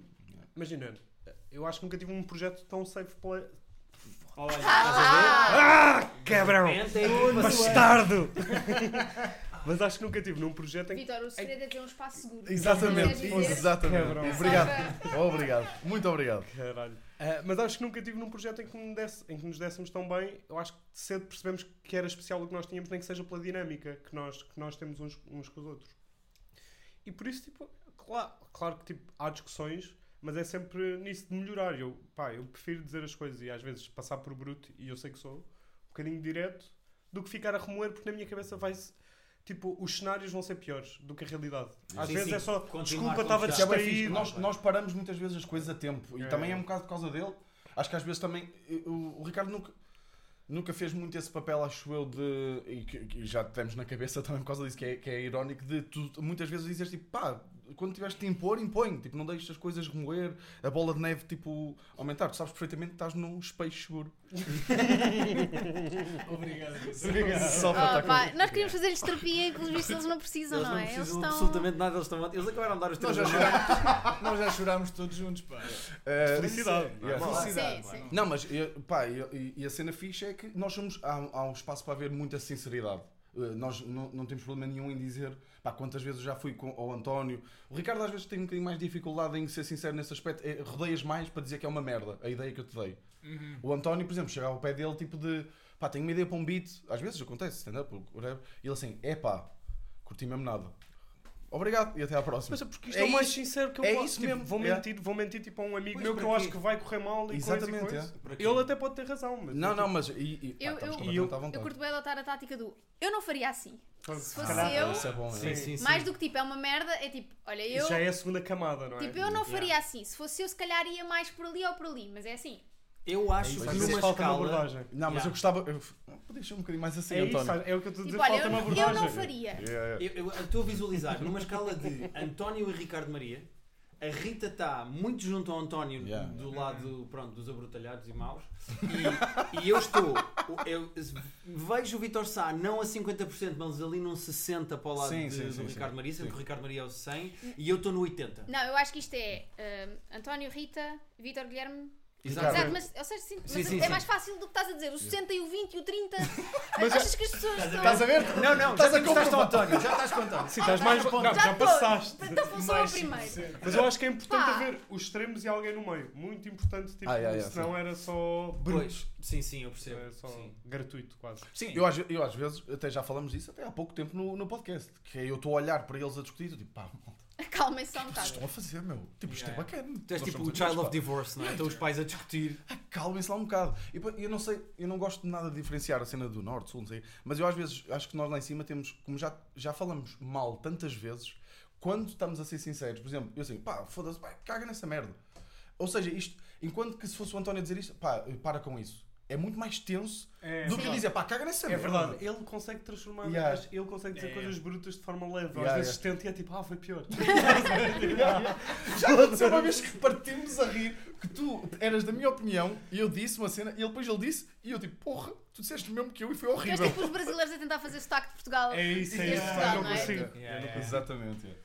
[SPEAKER 3] Imagina, eu acho que nunca tive um projeto tão safe play.
[SPEAKER 1] Olha, estás a
[SPEAKER 3] Cabrão!
[SPEAKER 1] ver? Tenta aí,
[SPEAKER 3] Bastardo! Mas acho que nunca tive num projeto em que.
[SPEAKER 2] Vitor, o segredo é ter um espaço seguro.
[SPEAKER 4] Exatamente,
[SPEAKER 2] Quer dizer,
[SPEAKER 4] exatamente.
[SPEAKER 3] Cabrão.
[SPEAKER 4] Obrigado, obrigado, muito obrigado.
[SPEAKER 3] Caralho. Ah, mas acho que nunca tive num projeto em que, me desse- em que nos dessemos tão bem. Eu acho que cedo percebemos que era especial o que nós tínhamos, nem que seja pela dinâmica que nós, que nós temos uns, uns com os outros. E por isso, tipo, claro, claro que tipo, há discussões, mas é sempre nisso de melhorar. Eu, pá, eu prefiro dizer as coisas e às vezes passar por bruto, e eu sei que sou, um bocadinho direto, do que ficar a remoer, porque na minha cabeça vai-se. Tipo, os cenários vão ser piores do que a realidade. Às
[SPEAKER 1] Sim,
[SPEAKER 3] vezes
[SPEAKER 1] sim.
[SPEAKER 3] é só,
[SPEAKER 1] Continuar
[SPEAKER 3] desculpa,
[SPEAKER 1] como
[SPEAKER 3] estava
[SPEAKER 1] está."
[SPEAKER 4] Isso é bué fixe.
[SPEAKER 3] distraído.
[SPEAKER 4] Nós, nós paramos muitas vezes as coisas a tempo e
[SPEAKER 3] É.
[SPEAKER 4] também é um bocado por causa dele. Acho que às vezes também eh, o, o Ricardo nunca, nunca fez muito esse papel, acho eu, de. E, que- que já temos na cabeça também por causa disso, que é, que é irónico, de tu muitas vezes dizes tipo, pá, quando tiveres de te impor, impõe, tipo, não deixes as coisas remoer, a bola de neve tipo aumentar. Tu sabes perfeitamente que estás num espelho seguro.
[SPEAKER 5] Obrigado.
[SPEAKER 4] Só para
[SPEAKER 2] Ah,
[SPEAKER 4] estar com-
[SPEAKER 2] pá, nós queríamos fazer-lhes terapia e pelos vistos eles não precisam,
[SPEAKER 1] Eles
[SPEAKER 2] não
[SPEAKER 1] não
[SPEAKER 2] é?
[SPEAKER 1] precisam
[SPEAKER 2] eles estão.
[SPEAKER 1] absolutamente nada, eles estão. Eles acabaram de dar os
[SPEAKER 5] Nós
[SPEAKER 1] três
[SPEAKER 5] já,
[SPEAKER 1] anos.
[SPEAKER 5] chorámos, nós já chorámos todos juntos, pá.
[SPEAKER 4] Eh,
[SPEAKER 3] Felicidade.
[SPEAKER 4] yeah.
[SPEAKER 5] Felicidade,
[SPEAKER 2] Sim,
[SPEAKER 5] pá.
[SPEAKER 2] sim.
[SPEAKER 5] Não-
[SPEAKER 4] Não, mas eh, pá, e, e a cena fixe é que nós somos. Há, há um espaço para haver muita sinceridade. Eh, Nós não, não temos problema nenhum em dizer pá, quantas vezes eu já fui com, ao António. O Ricardo às vezes tem um bocadinho mais dificuldade em ser sincero nesse aspecto. É, rodeias mais para dizer que é uma merda a ideia que eu te dei. O António, por exemplo, chegava ao pé dele tipo de pá, tenho uma ideia para um beat. Às vezes acontece, stand-up, whatever. E ele assim, é pá, curti mesmo nada. Obrigado e até à próxima.
[SPEAKER 3] Mas é porque isto é,
[SPEAKER 4] É
[SPEAKER 3] o mais
[SPEAKER 4] isso-
[SPEAKER 3] sincero que eu
[SPEAKER 4] é
[SPEAKER 3] posso.
[SPEAKER 4] isso
[SPEAKER 3] tipo,
[SPEAKER 4] mesmo,
[SPEAKER 3] Vou
[SPEAKER 4] é.
[SPEAKER 3] mentir, vou mentir tipo a um amigo
[SPEAKER 1] Pois,
[SPEAKER 3] meu que
[SPEAKER 1] para
[SPEAKER 3] eu acho
[SPEAKER 1] quê?
[SPEAKER 3] que vai correr mal e
[SPEAKER 4] Exatamente,
[SPEAKER 3] coisa e coisa.
[SPEAKER 4] é.
[SPEAKER 1] Para quê?
[SPEAKER 3] Ele até pode ter razão, mas.
[SPEAKER 4] Não, não, mas. E, e, pá,
[SPEAKER 2] Eu-
[SPEAKER 4] estamos
[SPEAKER 2] eu-
[SPEAKER 4] completamente
[SPEAKER 3] eu-
[SPEAKER 4] Tá à
[SPEAKER 2] Eu
[SPEAKER 4] vontade.
[SPEAKER 2] curto bem adotar a tática do eu não faria assim. Se fosse
[SPEAKER 3] tipo, calhar-
[SPEAKER 2] eu,
[SPEAKER 4] Isso é bom, é.
[SPEAKER 1] Sim, sim, sim.
[SPEAKER 2] mais do que tipo, é uma merda, é tipo, olha, eu.
[SPEAKER 3] Isso já é a segunda camada, não é?
[SPEAKER 2] Tipo, eu não faria assim. Se fosse eu, se calhar ia mais por ali ou por ali, mas é assim.
[SPEAKER 1] Eu acho
[SPEAKER 4] isso.
[SPEAKER 1] que
[SPEAKER 4] Mas isso é
[SPEAKER 1] numa
[SPEAKER 3] é falta uma
[SPEAKER 1] escala.
[SPEAKER 3] abordagem.
[SPEAKER 4] Não, mas
[SPEAKER 1] Yeah.
[SPEAKER 4] eu gostava. Eu, podia ser um bocadinho mais assim,
[SPEAKER 3] É isso,
[SPEAKER 4] António.
[SPEAKER 3] é o que eu estou a dizer,
[SPEAKER 2] Tipo, olha,
[SPEAKER 3] falta
[SPEAKER 2] eu,
[SPEAKER 3] uma
[SPEAKER 2] não-
[SPEAKER 3] abordagem. né?
[SPEAKER 2] eu não
[SPEAKER 1] é.
[SPEAKER 2] faria.
[SPEAKER 1] Eu, eu- eu estou a visualizar numa escala de António e Ricardo Maria. A Rita está muito junto ao António
[SPEAKER 4] Yeah.
[SPEAKER 1] do lado pronto, dos abrutalhados e maus. E, e eu estou. Eu vejo o Vitor Sá não a 50%, mas ali num 60% para o lado
[SPEAKER 4] Sim,
[SPEAKER 1] de-
[SPEAKER 4] sim,
[SPEAKER 1] do
[SPEAKER 4] sim, sim.
[SPEAKER 1] Ricardo Maria, sendo que o Ricardo Maria é o 100% e eu estou no 80%.
[SPEAKER 2] Não, eu acho que isto é ah, António, Rita, Vítor, Guilherme.
[SPEAKER 3] Tá
[SPEAKER 4] Claro.
[SPEAKER 2] Exato, mas, ou seja, sim, mas
[SPEAKER 1] Sim, sim,
[SPEAKER 2] é
[SPEAKER 1] sim.
[SPEAKER 2] mais fácil do que estás a dizer. O 60 e o 20 e o 30.
[SPEAKER 3] é
[SPEAKER 2] achas que as pessoas estão.
[SPEAKER 4] Estás a ver?
[SPEAKER 1] Não, não,
[SPEAKER 4] Estás
[SPEAKER 1] já
[SPEAKER 4] a
[SPEAKER 1] estás com o António, já estás com o António.
[SPEAKER 3] Sim, estás mais. Não, já
[SPEAKER 2] estou.
[SPEAKER 3] passaste.
[SPEAKER 2] Então foi só o
[SPEAKER 5] Mais
[SPEAKER 2] primeiro.
[SPEAKER 3] Mas eu acho que é importante
[SPEAKER 2] Pá.
[SPEAKER 3] haver os extremos e alguém no meio. Muito importante, tipo,
[SPEAKER 4] Ah, yeah, yeah,
[SPEAKER 3] senão era só brutos.
[SPEAKER 1] Pois, sim, sim, eu percebo.
[SPEAKER 3] Era É só um-
[SPEAKER 1] Sim.
[SPEAKER 3] gratuito, quase.
[SPEAKER 5] Sim,
[SPEAKER 4] Eu, às- eu às vezes, até já falamos disso até há pouco tempo no, no podcast, que é eu estou a olhar para eles a discutir e eu tipo, pá, malta,
[SPEAKER 2] Calmem só um
[SPEAKER 4] o que vocês
[SPEAKER 2] bocado.
[SPEAKER 3] é
[SPEAKER 4] estão a fazer, meu? Tipo, isto
[SPEAKER 1] Tá Yeah.
[SPEAKER 4] é bacana.
[SPEAKER 1] Tu és
[SPEAKER 4] Nós
[SPEAKER 1] tipo
[SPEAKER 4] somos
[SPEAKER 1] o Child
[SPEAKER 4] amigos,
[SPEAKER 1] of
[SPEAKER 4] pá.
[SPEAKER 1] Divorce, não é? Estão os pais a discutir.
[SPEAKER 4] Calmem-se lá um bocado. E depois, eu não sei, eu não gosto de nada de diferenciar a cena do norte, sul, não sei. Mas eu às vezes acho que nós lá em cima temos, como já, já falamos mal tantas vezes, quando estamos a ser sinceros, por exemplo, eu assim, pá, foda-se, pá, caga nessa merda. Ou seja, isto, enquanto que se fosse o António a dizer isto, pá, para com isso. É muito mais tenso
[SPEAKER 3] É,
[SPEAKER 4] do que dizer, pá, caga nessa
[SPEAKER 3] É
[SPEAKER 4] merda.
[SPEAKER 3] verdade, ele consegue transformar,
[SPEAKER 4] Yeah.
[SPEAKER 3] as- ele consegue dizer
[SPEAKER 5] É.
[SPEAKER 3] coisas brutas de forma leve.
[SPEAKER 4] Yeah,
[SPEAKER 3] Às vezes tenta e é tipo, ah, foi pior.
[SPEAKER 4] Já aconteceu uma vez que partimos a rir que tu eras da minha opinião e eu disse uma cena e ele depois ele disse e eu tipo, porra, tu disseste o mesmo que eu e foi
[SPEAKER 2] Tens
[SPEAKER 4] horrível.
[SPEAKER 2] tipo os brasileiros a tentar fazer sotaque de Portugal.
[SPEAKER 3] É isso, é
[SPEAKER 2] Este
[SPEAKER 3] isso.
[SPEAKER 2] Portugal,
[SPEAKER 3] Eu
[SPEAKER 2] não
[SPEAKER 3] não
[SPEAKER 2] é?
[SPEAKER 3] consigo.
[SPEAKER 2] Tipo,
[SPEAKER 5] Yeah, yeah, yeah.
[SPEAKER 4] Exatamente.
[SPEAKER 1] Uh,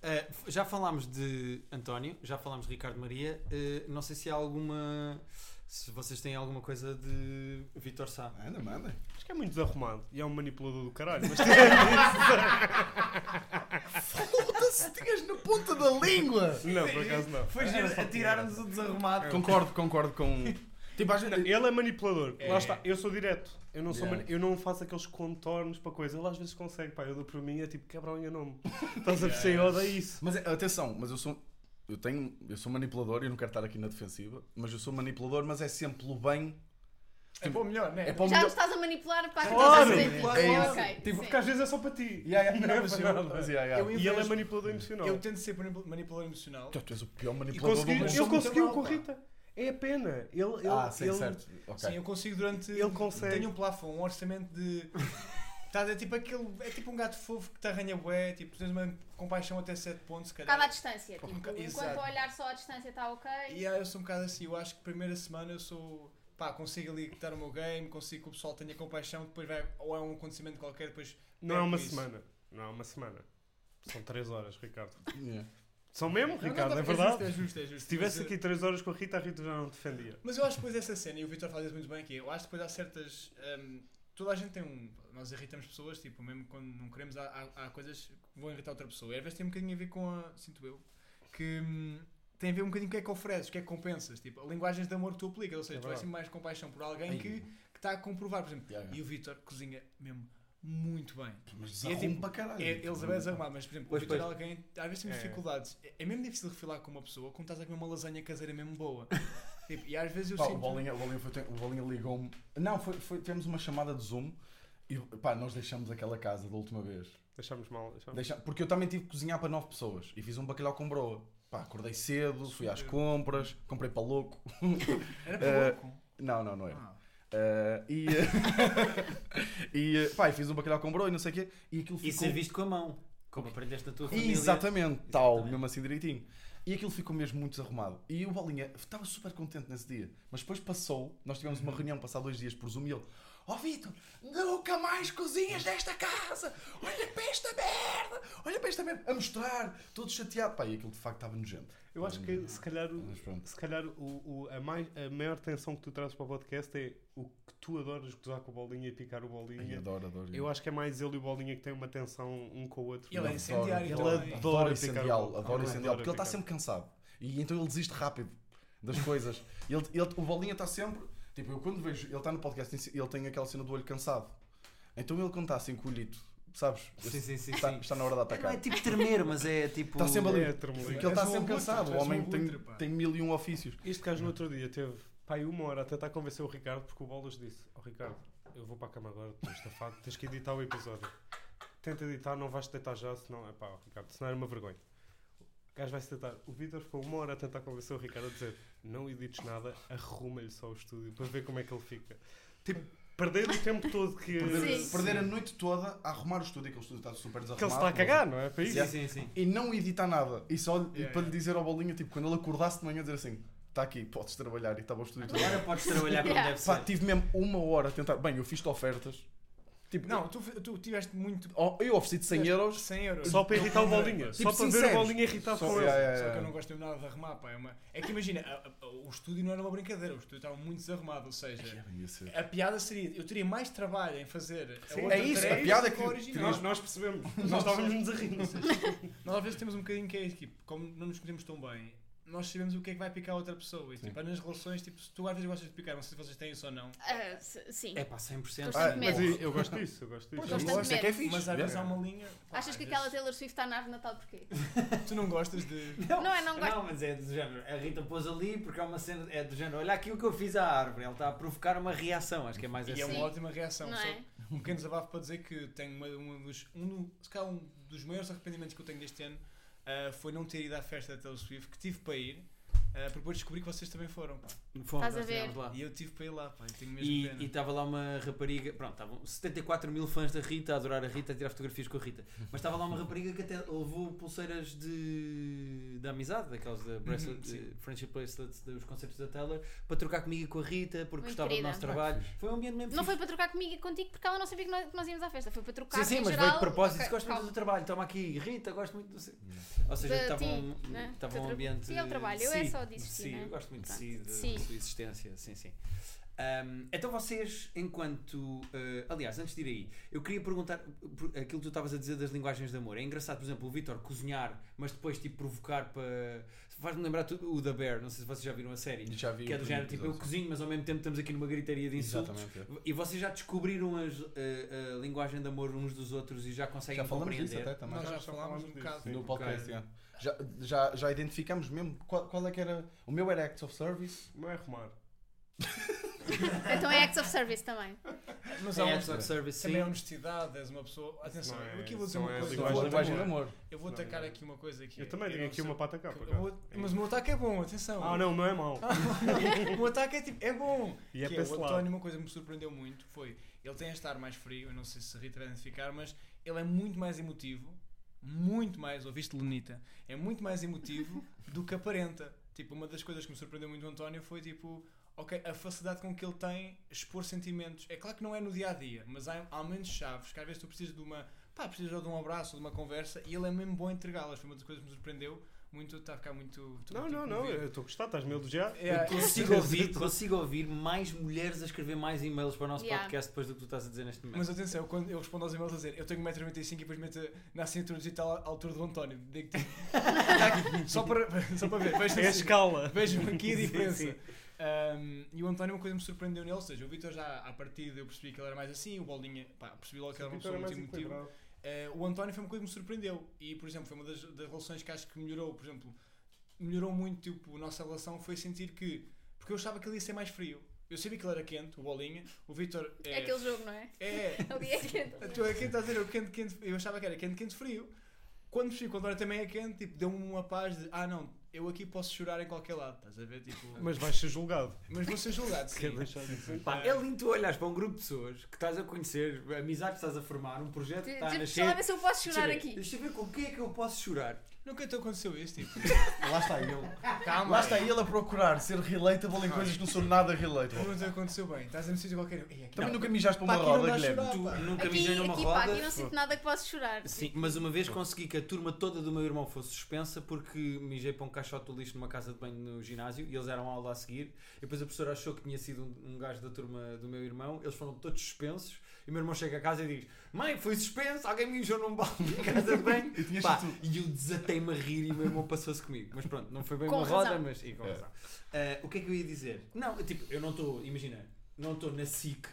[SPEAKER 1] f- Eh, já falámos de António, já falámos de Ricardo Maria. uh, não sei se há alguma. se vocês têm alguma coisa de Vitor Sá.
[SPEAKER 4] Anda, manda.
[SPEAKER 3] Acho que é muito desarrumado e é um manipulador do caralho. Mas
[SPEAKER 4] Foda-se, tinhas na ponta da língua!
[SPEAKER 3] não, por acaso não.
[SPEAKER 6] Foi giro, atiraram-nos o desarrumado.
[SPEAKER 4] Concordo, concordo com. Tipo, às
[SPEAKER 3] Não,
[SPEAKER 4] vezes.
[SPEAKER 3] Ele é manipulador.
[SPEAKER 5] É.
[SPEAKER 3] Lá está, eu sou direto. Eu não, sou
[SPEAKER 4] Yeah.
[SPEAKER 3] mani- eu não faço aqueles contornos para coisa. Ele às vezes consegue, pá. Eu dou por mim, é tipo, cabrão, enganou-me. Estás a perceber? Eu odeio isso.
[SPEAKER 4] Mas é, atenção, mas eu sou. Eu tenho. Eu sou manipulador e eu não quero estar aqui na defensiva, mas eu sou manipulador, mas é sempre pelo bem.
[SPEAKER 5] É
[SPEAKER 3] Tipo,
[SPEAKER 5] para o melhor, não é?
[SPEAKER 4] É para
[SPEAKER 2] Tipo, Já
[SPEAKER 4] o
[SPEAKER 2] me
[SPEAKER 4] melhor.
[SPEAKER 2] estás a manipular para que
[SPEAKER 3] Claro,
[SPEAKER 2] estás a dizer.
[SPEAKER 5] claro.
[SPEAKER 2] Sim,
[SPEAKER 4] É
[SPEAKER 2] ok,
[SPEAKER 3] Tipo,
[SPEAKER 2] sim.
[SPEAKER 3] porque às vezes é só para ti.
[SPEAKER 4] Yeah, yeah,
[SPEAKER 5] Não,
[SPEAKER 4] não,
[SPEAKER 5] mas
[SPEAKER 4] mas é
[SPEAKER 5] eu-
[SPEAKER 4] mas yeah, yeah.
[SPEAKER 5] eu
[SPEAKER 3] E ele é
[SPEAKER 5] invejo-
[SPEAKER 3] manipulador emocional.
[SPEAKER 5] Eu tento ser manipul- manipulador emocional.
[SPEAKER 4] Tu és o pior
[SPEAKER 3] E
[SPEAKER 4] manipulador
[SPEAKER 3] consegui,
[SPEAKER 4] do
[SPEAKER 5] eu
[SPEAKER 4] mundo.
[SPEAKER 3] ele
[SPEAKER 5] sou muito
[SPEAKER 3] conseguiu
[SPEAKER 5] mau,
[SPEAKER 3] com
[SPEAKER 5] pá.
[SPEAKER 3] Rita. É a pena. Ele, ele,
[SPEAKER 4] Ah, sim,
[SPEAKER 3] ele-
[SPEAKER 4] certo. Ok.
[SPEAKER 5] Sim, eu consigo durante.
[SPEAKER 3] Ele consegue.
[SPEAKER 5] Tenho um plafond, um orçamento de. Estás é tipo aquele. É tipo um gato fofo que te arranha bué, tipo, tens uma compaixão até 7 pontos, se
[SPEAKER 2] Um bocado à
[SPEAKER 5] calhar.
[SPEAKER 2] distância. Tipo,
[SPEAKER 5] Um boca-
[SPEAKER 2] enquanto
[SPEAKER 5] Exato.
[SPEAKER 2] a olhar só à distância está ok.
[SPEAKER 5] E aí eu sou um bocado assim, eu acho que primeira semana eu sou. Pá, consigo ali estar o meu game, consigo que o pessoal tenha compaixão, depois vai. Ou é um acontecimento qualquer, depois.
[SPEAKER 3] Não é uma
[SPEAKER 5] isso.
[SPEAKER 3] semana. Não é uma semana. São 3 horas, Ricardo.
[SPEAKER 4] Yeah.
[SPEAKER 3] São mesmo,
[SPEAKER 5] Não, não,
[SPEAKER 3] Ricardo,
[SPEAKER 5] não,
[SPEAKER 3] é verdade.
[SPEAKER 5] justo, É justo, é justo.
[SPEAKER 3] Se estivesse
[SPEAKER 5] Mas,
[SPEAKER 3] aqui 3 horas com a Rita, a Rita já não defendia.
[SPEAKER 5] Mas eu acho que depois dessa cena, e o Vitor faz isso muito bem aqui, eu acho que depois há certas. hum, toda a gente tem um. Nós irritamos pessoas, tipo, mesmo quando não queremos, há, há- há coisas que vão irritar outra pessoa. E às vezes tem um bocadinho a ver com a. Sinto eu. Que. hum, tem a ver um bocadinho com o que é que ofereces, o que é que compensas. Tipo, linguagens de amor que tu aplicas, ou seja,
[SPEAKER 3] É
[SPEAKER 5] tu
[SPEAKER 3] verdade.
[SPEAKER 5] vais sempre mais compaixão por alguém
[SPEAKER 4] Ai.
[SPEAKER 5] que que está a comprovar. Por exemplo,
[SPEAKER 4] Yeah, yeah.
[SPEAKER 5] e o Vitor cozinha mesmo muito bem.
[SPEAKER 4] Mas
[SPEAKER 5] E é
[SPEAKER 4] desarrumo
[SPEAKER 5] tipo-
[SPEAKER 4] para caralho.
[SPEAKER 5] É, eles devem desarrumar, mas por exemplo,
[SPEAKER 1] Pois,
[SPEAKER 5] o Vitor é
[SPEAKER 1] pois.
[SPEAKER 5] alguém, às vezes temos
[SPEAKER 3] É.
[SPEAKER 5] dificuldades. É, é mesmo difícil refilar com uma pessoa quando estás a comer uma lasanha caseira mesmo boa. Tipo, e às vezes eu
[SPEAKER 4] Pá, o
[SPEAKER 5] sinto.
[SPEAKER 4] Bolinha, o Bolinha, foi te- o Bolinha ligou-me. Não, foi, foi, tivemos uma chamada de Zoom e pá, nós deixamos aquela casa da última vez.
[SPEAKER 3] Deixámos mal. Deixámos...
[SPEAKER 4] Deixa- porque eu também tive que cozinhar para nove pessoas e fiz um bacalhau com broa. Pá, acordei cedo, fui às compras, comprei para louco.
[SPEAKER 5] Era
[SPEAKER 4] Eh,
[SPEAKER 5] pouco.
[SPEAKER 4] Não, não, não era.
[SPEAKER 5] Ah.
[SPEAKER 4] Eh, e, eh, e, eh, pá, e fiz um bacalhau com broa e não sei o quê. E aquilo
[SPEAKER 1] E
[SPEAKER 4] ficou.
[SPEAKER 1] serviste com a mão, como aprendeste na tua família.
[SPEAKER 4] Exatamente, tal,
[SPEAKER 1] Exatamente.
[SPEAKER 4] mesmo assim direitinho. E aquilo ficou mesmo muito desarrumado. E o Bolinha estava super contente nesse dia, mas depois passou. Nós tivemos uma reunião passar dois dias por Zoom e ele: Ó Vitor, nunca mais cozinhas desta casa! Olha para esta merda! Olha para esta merda! A mostrar, todo chateado. Pá, e aquilo de facto estava nojento.
[SPEAKER 3] Eu acho que se calhar, o-
[SPEAKER 4] Mas pronto.
[SPEAKER 3] se calhar o, o- a, mai- a maior tensão que tu trazes para o podcast é o que tu adoras gozar com o bolinha e picar o
[SPEAKER 4] Ai,
[SPEAKER 3] bolinha.
[SPEAKER 4] adoro, adoro.
[SPEAKER 3] Eu acho que é mais ele e o bolinha que têm uma tensão um com o outro.
[SPEAKER 5] Ele é
[SPEAKER 4] Adoro,
[SPEAKER 5] incendiário então.
[SPEAKER 3] Ele
[SPEAKER 5] também.
[SPEAKER 3] adora.
[SPEAKER 4] adoro
[SPEAKER 3] picar o
[SPEAKER 4] incendiá-lo,
[SPEAKER 3] bolo.
[SPEAKER 4] adoro
[SPEAKER 3] Ah,
[SPEAKER 4] incendiá-lo, porque ele está
[SPEAKER 3] picar.
[SPEAKER 4] sempre cansado. E então ele desiste rápido das coisas. ele, ele- o Bolinha está sempre. Tipo, eu quando vejo. Ele está no podcast, ele tem aquela cena do olho cansado. Então ele, quando está assim, colhido, sabes?
[SPEAKER 1] Sim, sim, sim.
[SPEAKER 4] Está,
[SPEAKER 1] sim.
[SPEAKER 4] está na hora de
[SPEAKER 1] É, Não é
[SPEAKER 4] atacar.
[SPEAKER 1] tipo tremer, mas é tipo.
[SPEAKER 4] Está sempre ali.
[SPEAKER 3] É, tremular.
[SPEAKER 4] Porque ele está
[SPEAKER 5] És um
[SPEAKER 4] sempre
[SPEAKER 5] abutre,
[SPEAKER 4] cansado.
[SPEAKER 5] tu
[SPEAKER 4] O
[SPEAKER 5] és um
[SPEAKER 4] homem tem,
[SPEAKER 5] abutre, pá.
[SPEAKER 4] tem mil e um ofícios.
[SPEAKER 3] Este gajo no outro dia teve pai uma hora a tentar convencer o Ricardo porque o Bolas disse: Ó Ricardo, eu vou para a cama agora, estou estafado, tens que editar o episódio. Tenta editar, não vais te deitar já, senão é pá, ó, Ricardo, senão era uma vergonha. O gajo vai se deitar. O Vitor ficou uma hora a tentar convencer o Ricardo a dizer: Não edites nada, arruma-lhe só o estúdio para ver como é que ele fica. Tipo, perder o tempo todo que,
[SPEAKER 4] Perder,
[SPEAKER 2] Sim.
[SPEAKER 4] perder a noite toda a arrumar o estúdio, aquele estúdio está super desarrumado.
[SPEAKER 3] que ele se está a cagar, não é? Para isso.
[SPEAKER 1] Sim, sim, sim.
[SPEAKER 4] E não editar nada. E só e
[SPEAKER 5] Yeah,
[SPEAKER 4] para
[SPEAKER 5] yeah.
[SPEAKER 4] lhe dizer ao Bolinha, tipo, quando ele acordasse de manhã, dizer assim: está aqui, podes trabalhar. E estava o estúdio todo.
[SPEAKER 1] Agora podes trabalhar como
[SPEAKER 2] Yeah.
[SPEAKER 1] deve
[SPEAKER 4] Pá,
[SPEAKER 1] ser.
[SPEAKER 4] tive mesmo uma hora a tentar. Bem, eu fiz-te ofertas. Tipo,
[SPEAKER 5] Não, tu, tu tiveste muito.
[SPEAKER 4] oh, eu ofereci-te 100 euros.
[SPEAKER 5] 100 euros.
[SPEAKER 3] Só para
[SPEAKER 5] Eu
[SPEAKER 3] irritar o
[SPEAKER 5] comprei,
[SPEAKER 3] Bolinha.
[SPEAKER 5] pá.
[SPEAKER 3] Só
[SPEAKER 4] Tipo,
[SPEAKER 3] para ver o
[SPEAKER 4] sinceros.
[SPEAKER 3] Bolinha irritado
[SPEAKER 4] Só-
[SPEAKER 3] com ele.
[SPEAKER 4] yeah, yeah,
[SPEAKER 5] Só que eu
[SPEAKER 4] yeah.
[SPEAKER 5] não gosto mesmo nada de arrumar, pá. É, uma... é que imagina, a- a- o estúdio não era uma brincadeira, o estúdio estava muito desarrumado, ou seja,
[SPEAKER 4] Ia ser.
[SPEAKER 5] a piada seria, eu teria mais trabalho em fazer a
[SPEAKER 3] Sim,
[SPEAKER 5] outra
[SPEAKER 4] é isso, a
[SPEAKER 5] três
[SPEAKER 4] piada
[SPEAKER 5] do
[SPEAKER 4] que-
[SPEAKER 5] a
[SPEAKER 4] que
[SPEAKER 5] original.
[SPEAKER 3] Nós, nós percebemos.
[SPEAKER 5] Não,
[SPEAKER 3] Nós estávamos-nos a rir.
[SPEAKER 5] Nós às vezes temos um bocadinho que é isso, tipo, como não nos conhecemos tão bem, nós sabemos o que é que vai picar a outra pessoa. E, tipo, nas relações, tipo, se tu às vezes gostas de picar, não sei se vocês têm isso ou não,
[SPEAKER 2] Ah, s- sim.
[SPEAKER 1] É pá, 100%.
[SPEAKER 2] Ah, mas
[SPEAKER 3] eu, eu gosto disso, eu gosto disso.
[SPEAKER 2] Gosto
[SPEAKER 4] Isso é que é fixe.
[SPEAKER 5] mas às vezes há
[SPEAKER 4] yeah.
[SPEAKER 5] uma linha. pá,
[SPEAKER 2] Achas
[SPEAKER 5] às
[SPEAKER 2] que
[SPEAKER 5] vezes-
[SPEAKER 2] aquela Taylor Swift está na árvore de Natal porquê?
[SPEAKER 5] Tu não gostas de.
[SPEAKER 2] Não, eu não gosto.
[SPEAKER 1] Não, mas é do género. A Rita pôs ali porque é uma cena. É do género. Olha aquilo que eu fiz à árvore. Ela está a provocar uma reação. Acho que é mais
[SPEAKER 5] E é
[SPEAKER 1] assim.
[SPEAKER 5] uma ótima reação.
[SPEAKER 2] Não
[SPEAKER 5] só
[SPEAKER 2] é?
[SPEAKER 5] Um pequeno desabafo para dizer que tenho uma, uma dos, um, do- se calhar um dos maiores arrependimentos que eu tenho deste ano ah, foi não ter ido à festa da Taylor Swift, que tive para ir, ah, para depois descobrir que vocês também foram. pá.
[SPEAKER 1] Fomos,
[SPEAKER 2] um Estás a
[SPEAKER 1] nós
[SPEAKER 2] ver?
[SPEAKER 1] estivemos lá.
[SPEAKER 5] E eu tive para ir lá, pá, e tenho mesmo
[SPEAKER 1] E
[SPEAKER 5] pena.
[SPEAKER 1] e estava lá uma rapariga, pronto, estavam 74 mil fãs da Rita a adorar a Rita, a tirar fotografias com a Rita. Mas estava lá uma rapariga que até levou pulseiras de, de amizade, daquelas da bracelet,
[SPEAKER 5] Uhum, sim.
[SPEAKER 1] eh, Friendship Bracelets dos concertos da Taylor, para trocar comigo e com a Rita, porque
[SPEAKER 2] Muito
[SPEAKER 1] gostava
[SPEAKER 2] querida.
[SPEAKER 1] do nosso trabalho. Foi um ambiente mesmo
[SPEAKER 2] Não
[SPEAKER 1] fixe.
[SPEAKER 2] foi para trocar comigo e contigo porque ela não sabia que nós, que nós íamos à festa. Foi para trocar
[SPEAKER 1] Sim, sim,
[SPEAKER 2] um em
[SPEAKER 1] mas
[SPEAKER 2] geral.
[SPEAKER 1] veio de propósito.
[SPEAKER 2] Ok,
[SPEAKER 1] disse, gosto muito
[SPEAKER 2] calma.
[SPEAKER 1] do trabalho, toma aqui. Rita, gosto muito do. seu-" Ou seja,
[SPEAKER 4] Hum.
[SPEAKER 2] De
[SPEAKER 1] estava
[SPEAKER 2] ti,
[SPEAKER 1] um,
[SPEAKER 2] né?
[SPEAKER 1] estava
[SPEAKER 2] Do
[SPEAKER 1] um
[SPEAKER 2] tra-
[SPEAKER 1] ambiente.
[SPEAKER 2] Sim, é o trabalho, eu
[SPEAKER 1] Sim,
[SPEAKER 2] é só ou de existir,
[SPEAKER 1] Sim,
[SPEAKER 2] não é?
[SPEAKER 1] eu gosto muito de
[SPEAKER 2] Pronto.
[SPEAKER 1] si, da
[SPEAKER 2] Sim.
[SPEAKER 1] sua existência, sim, sim. Ahm, então vocês, enquanto. eh, aliás, antes de ir aí, eu queria perguntar por aquilo que tu estavas a dizer das linguagens de amor. É engraçado, por exemplo, o Vitor cozinhar, mas depois tipo provocar para. Faz-me lembrar tu- o da Bear, não sei se vocês já viram a série.
[SPEAKER 4] Já vi
[SPEAKER 1] Que é
[SPEAKER 4] o
[SPEAKER 1] do
[SPEAKER 4] primeiro
[SPEAKER 1] género, tipo, eu
[SPEAKER 4] episódio.
[SPEAKER 1] cozinho, mas ao mesmo tempo estamos aqui numa gritaria de insultos.
[SPEAKER 4] Exatamente. é.
[SPEAKER 1] E vocês já descobriram as, eh, a linguagem de amor uns dos outros e já conseguem
[SPEAKER 4] Já falamos
[SPEAKER 1] compreender.
[SPEAKER 4] disso até também.
[SPEAKER 5] Nós já
[SPEAKER 3] Já falámos
[SPEAKER 5] falámos um
[SPEAKER 3] disso,
[SPEAKER 5] bocado.
[SPEAKER 3] sim.
[SPEAKER 4] no podcast, já. Já, já, já identificamos mesmo qual, qual é que era. O meu era Acts of Service.
[SPEAKER 3] Não é arrumar.
[SPEAKER 2] Então é acts of service também.
[SPEAKER 5] Mas há
[SPEAKER 1] É,
[SPEAKER 5] um-
[SPEAKER 1] acts of service, sim.
[SPEAKER 5] Também é honestidade, és uma pessoa. Atenção,
[SPEAKER 3] Não é-
[SPEAKER 5] eu aqui vou dizer
[SPEAKER 3] não
[SPEAKER 5] uma
[SPEAKER 3] é
[SPEAKER 5] coisa.
[SPEAKER 3] linguagem
[SPEAKER 5] eu vou-
[SPEAKER 3] de amor.
[SPEAKER 5] Eu vou
[SPEAKER 3] Não,
[SPEAKER 5] atacar
[SPEAKER 3] não.
[SPEAKER 5] aqui uma coisa que
[SPEAKER 3] Eu também tenho
[SPEAKER 5] não
[SPEAKER 3] aqui
[SPEAKER 5] sei-
[SPEAKER 3] uma pata cá, por
[SPEAKER 5] Eu vou-
[SPEAKER 3] acaso.
[SPEAKER 5] Mas o meu ataque é bom, atenção.
[SPEAKER 3] Ah, não, não é mau.
[SPEAKER 5] o meu ataque é tipo, é bom.
[SPEAKER 3] E é
[SPEAKER 5] que
[SPEAKER 3] para esse
[SPEAKER 5] o
[SPEAKER 3] lado.
[SPEAKER 5] António, uma coisa que me surpreendeu muito foi ele tem a estar mais frio. Eu não sei se a Rita vai identificar, mas ele é muito mais emotivo. Muito mais, ouviste Lenita? É muito mais emotivo do que aparenta. Tipo, uma das coisas que me surpreendeu muito do António foi tipo, ok, a facilidade com que ele tem expor sentimentos. É claro que não é no dia a dia, mas há, há menos chaves que às vezes tu precisas de uma, pá, precisas de um abraço, de uma conversa e ele é mesmo bom a entregá-las. Foi uma das coisas que me surpreendeu. Muito, está a ficar muito. muito
[SPEAKER 3] Não, não, não,
[SPEAKER 5] comovido.
[SPEAKER 3] eu estou a gostar, estás-me a elogiar.
[SPEAKER 5] Tipo
[SPEAKER 3] Tipo,
[SPEAKER 5] É,
[SPEAKER 1] Consigo ouvir, consigo ouvir mais mulheres a escrever mais e-mails para o nosso
[SPEAKER 2] Yeah.
[SPEAKER 1] podcast depois do que tu estás a dizer neste momento.
[SPEAKER 5] Mas atenção, eu, quando eu respondo aos e-mails a dizer eu tenho 1,95m e depois meto na assinatura digital a altura do António. Digo, tipo, tá aqui, só, para, só para ver, vejam,
[SPEAKER 3] É a
[SPEAKER 5] assim,
[SPEAKER 3] escala.
[SPEAKER 5] vejam aqui a
[SPEAKER 1] Sim,
[SPEAKER 5] diferença.
[SPEAKER 1] sim.
[SPEAKER 5] Um, e o António, uma coisa me surpreendeu nele, ou seja, o Vitor já à partida eu percebi que ele era mais assim, o Bolinha, pá, percebi logo que era uma
[SPEAKER 3] Tipo,
[SPEAKER 5] pessoa muito emotiva. Eh, o António foi uma coisa que me surpreendeu e, por exemplo, foi uma das, das relações que acho que melhorou, por exemplo, melhorou muito tipo, a nossa relação foi sentir que, porque eu achava que ele ia ser mais frio. Eu sabia que ele era quente, o Bolinha, o Vitor
[SPEAKER 2] É aquele jogo, não é?
[SPEAKER 5] é,
[SPEAKER 2] Ali é quente.
[SPEAKER 1] Tá
[SPEAKER 5] a tua é quente, estás a dizer, o quente, quente, eu achava que era quente, quente, frio. Quando percebi que o António também é quente, tipo, deu-me uma paz de, ah não, eu aqui posso chorar em qualquer lado, estás a ver, tipo, mas,
[SPEAKER 3] Mas vais ser julgado.
[SPEAKER 5] vou ser julgado, sim.
[SPEAKER 3] Quer deixar de dizer?
[SPEAKER 1] Pá, é lindo tu olhares para um grupo de pessoas que estás a conhecer, amizades que estás a formar, um projeto que
[SPEAKER 2] Tipo,
[SPEAKER 1] está a
[SPEAKER 2] deixa lá
[SPEAKER 1] nascer.
[SPEAKER 2] ver se eu posso
[SPEAKER 1] Deixa
[SPEAKER 2] chorar
[SPEAKER 1] ver,
[SPEAKER 2] aqui.
[SPEAKER 1] Deixa eu ver com quem é que eu posso chorar.
[SPEAKER 5] Nunca te aconteceu isso, tipo,
[SPEAKER 4] Lá está ele.
[SPEAKER 5] calma,
[SPEAKER 4] Lá está ele a procurar ser relatable em coisas que não são nada relatable.
[SPEAKER 5] Não te aconteceu bem, estás a sítio qualquer, Ei, aqui
[SPEAKER 4] Também
[SPEAKER 5] não.
[SPEAKER 4] nunca mijaste para uma
[SPEAKER 5] Pá, aqui não
[SPEAKER 4] roda,
[SPEAKER 5] dá
[SPEAKER 4] Guilherme.
[SPEAKER 5] chorar.
[SPEAKER 1] Tu
[SPEAKER 5] pá.
[SPEAKER 1] nunca me
[SPEAKER 2] Aqui,
[SPEAKER 1] dizem numa
[SPEAKER 2] aqui
[SPEAKER 1] roda.
[SPEAKER 2] pá, aqui não sinto nada que posso chorar.
[SPEAKER 1] Sim, mas uma vez consegui que a turma toda do meu irmão fosse suspensa porque mijei para um caixote do lixo numa casa de banho no ginásio e eles eram à aula a seguir. E depois a professora achou que tinha sido um, um gajo da turma do meu irmão, eles foram todos suspensos. E o meu irmão chega a casa e diz: Mãe, fui suspenso, alguém me mijou num balde na casa de banho.
[SPEAKER 4] E tinhas
[SPEAKER 1] Pá,
[SPEAKER 4] tudo.
[SPEAKER 1] e eu desatei-me a rir e o meu irmão passou-se comigo. Mas pronto, não foi bem
[SPEAKER 2] Com
[SPEAKER 1] uma roda,
[SPEAKER 2] razão.
[SPEAKER 1] mas. e com
[SPEAKER 4] É.
[SPEAKER 1] razão. Ah, o que é que eu ia dizer? Não, eu, tipo, eu não estou, imagina, não estou na SIC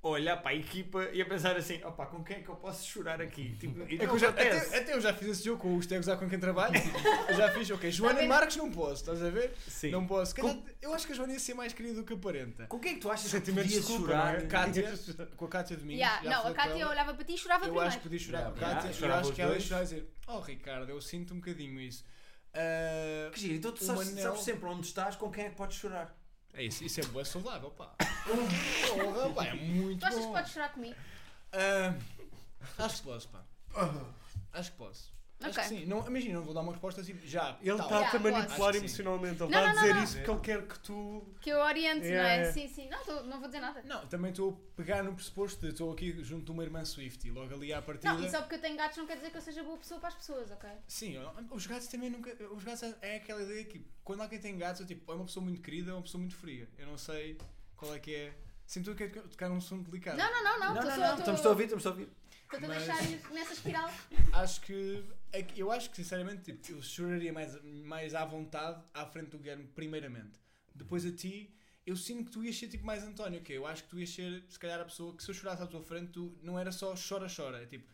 [SPEAKER 1] a olhar para a equipa e a pensar assim, opá, com quem é que eu posso chorar aqui? Tipo, e
[SPEAKER 5] É que
[SPEAKER 1] não
[SPEAKER 5] eu já, até,
[SPEAKER 1] acontece.
[SPEAKER 5] até eu já fiz esse jogo com os tegos com quem trabalho. tipo, Eu já fiz, ok. Joana
[SPEAKER 2] Tá
[SPEAKER 5] e
[SPEAKER 2] vendo?
[SPEAKER 5] Marcos não posso, estás a ver?
[SPEAKER 1] Sim.
[SPEAKER 5] Não posso.
[SPEAKER 1] Com-
[SPEAKER 5] Calhar- Eu acho que a Joana ia ser mais querida do que aparenta.
[SPEAKER 1] Com quem é que tu achas que
[SPEAKER 3] Sentimentos
[SPEAKER 1] podias
[SPEAKER 3] de culpa,
[SPEAKER 1] chorar?
[SPEAKER 3] não é?
[SPEAKER 5] Cátia, com a Cátia Domingos.
[SPEAKER 2] Yeah,
[SPEAKER 5] já
[SPEAKER 2] Não, a
[SPEAKER 5] falei
[SPEAKER 2] é
[SPEAKER 5] com
[SPEAKER 2] Cátia
[SPEAKER 5] ela.
[SPEAKER 2] olhava para ti e chorava
[SPEAKER 5] Eu
[SPEAKER 2] primeiro.
[SPEAKER 5] acho que podia chorar
[SPEAKER 4] Yeah,
[SPEAKER 5] com a
[SPEAKER 1] yeah,
[SPEAKER 5] Cátia. Eu
[SPEAKER 1] chorava
[SPEAKER 5] acho
[SPEAKER 1] os
[SPEAKER 5] que ela ia
[SPEAKER 1] dois.
[SPEAKER 5] chorar e dizer: Oh Ricardo, eu sinto um bocadinho isso. Ah,
[SPEAKER 1] Que giro, então tu
[SPEAKER 5] Um
[SPEAKER 1] sabes,
[SPEAKER 5] anel.
[SPEAKER 1] sabes sempre onde estás, com quem é que podes chorar.
[SPEAKER 5] é isso, isso é boa saudável, pá. Porra, pá, é muito
[SPEAKER 2] Tu achas que
[SPEAKER 5] bom.
[SPEAKER 2] podes chorar comigo?
[SPEAKER 5] Ah, acho que posso, pá. Acho que posso. Acho
[SPEAKER 2] Ok.
[SPEAKER 5] que sim. Não, imagina, não vou dar uma resposta assim. Já.
[SPEAKER 3] Ele
[SPEAKER 5] tal.
[SPEAKER 1] tá
[SPEAKER 3] está-te a
[SPEAKER 2] Yeah,
[SPEAKER 3] manipular
[SPEAKER 5] acho que sim.
[SPEAKER 3] emocionalmente. Ele
[SPEAKER 2] Não,
[SPEAKER 3] está a
[SPEAKER 2] não,
[SPEAKER 3] dizer
[SPEAKER 2] não,
[SPEAKER 3] isso porque ele quer que tu.
[SPEAKER 2] Que eu oriente,
[SPEAKER 3] Yeah,
[SPEAKER 2] não é?
[SPEAKER 3] yeah.
[SPEAKER 2] Sim, sim. Não, tô- não vou dizer nada.
[SPEAKER 5] Não, também estou a pegar no pressuposto de estou aqui junto de uma irmã Swift e logo ali à partida.
[SPEAKER 2] Não, é e só porque eu tenho gatos não quer dizer que eu seja boa pessoa para as pessoas, ok?
[SPEAKER 5] Sim, eu- os gatos também nunca. Os gatos é aquela ideia que quando alguém tem gatos, eu, tipo, é uma pessoa muito querida ou uma pessoa muito fria. Eu não sei qual é que é. Sempre que quero tocar num som delicado.
[SPEAKER 2] Não, não, não, não. tô só- tô-
[SPEAKER 1] estamos a ouvir, estamos a ouvir.
[SPEAKER 2] Estou a
[SPEAKER 5] Mas-
[SPEAKER 2] deixar ir nessa espiral.
[SPEAKER 5] Acho que. é que- Eu acho que, sinceramente, tipo, eu choraria mais, mais à vontade à frente do Guilherme, primeiramente. Depois a ti, eu sinto que tu ias ser tipo mais António, ok? Eu acho que tu ias ser, se calhar, a pessoa que se eu chorasse à tua frente, tu não era só chora, chora. É tipo,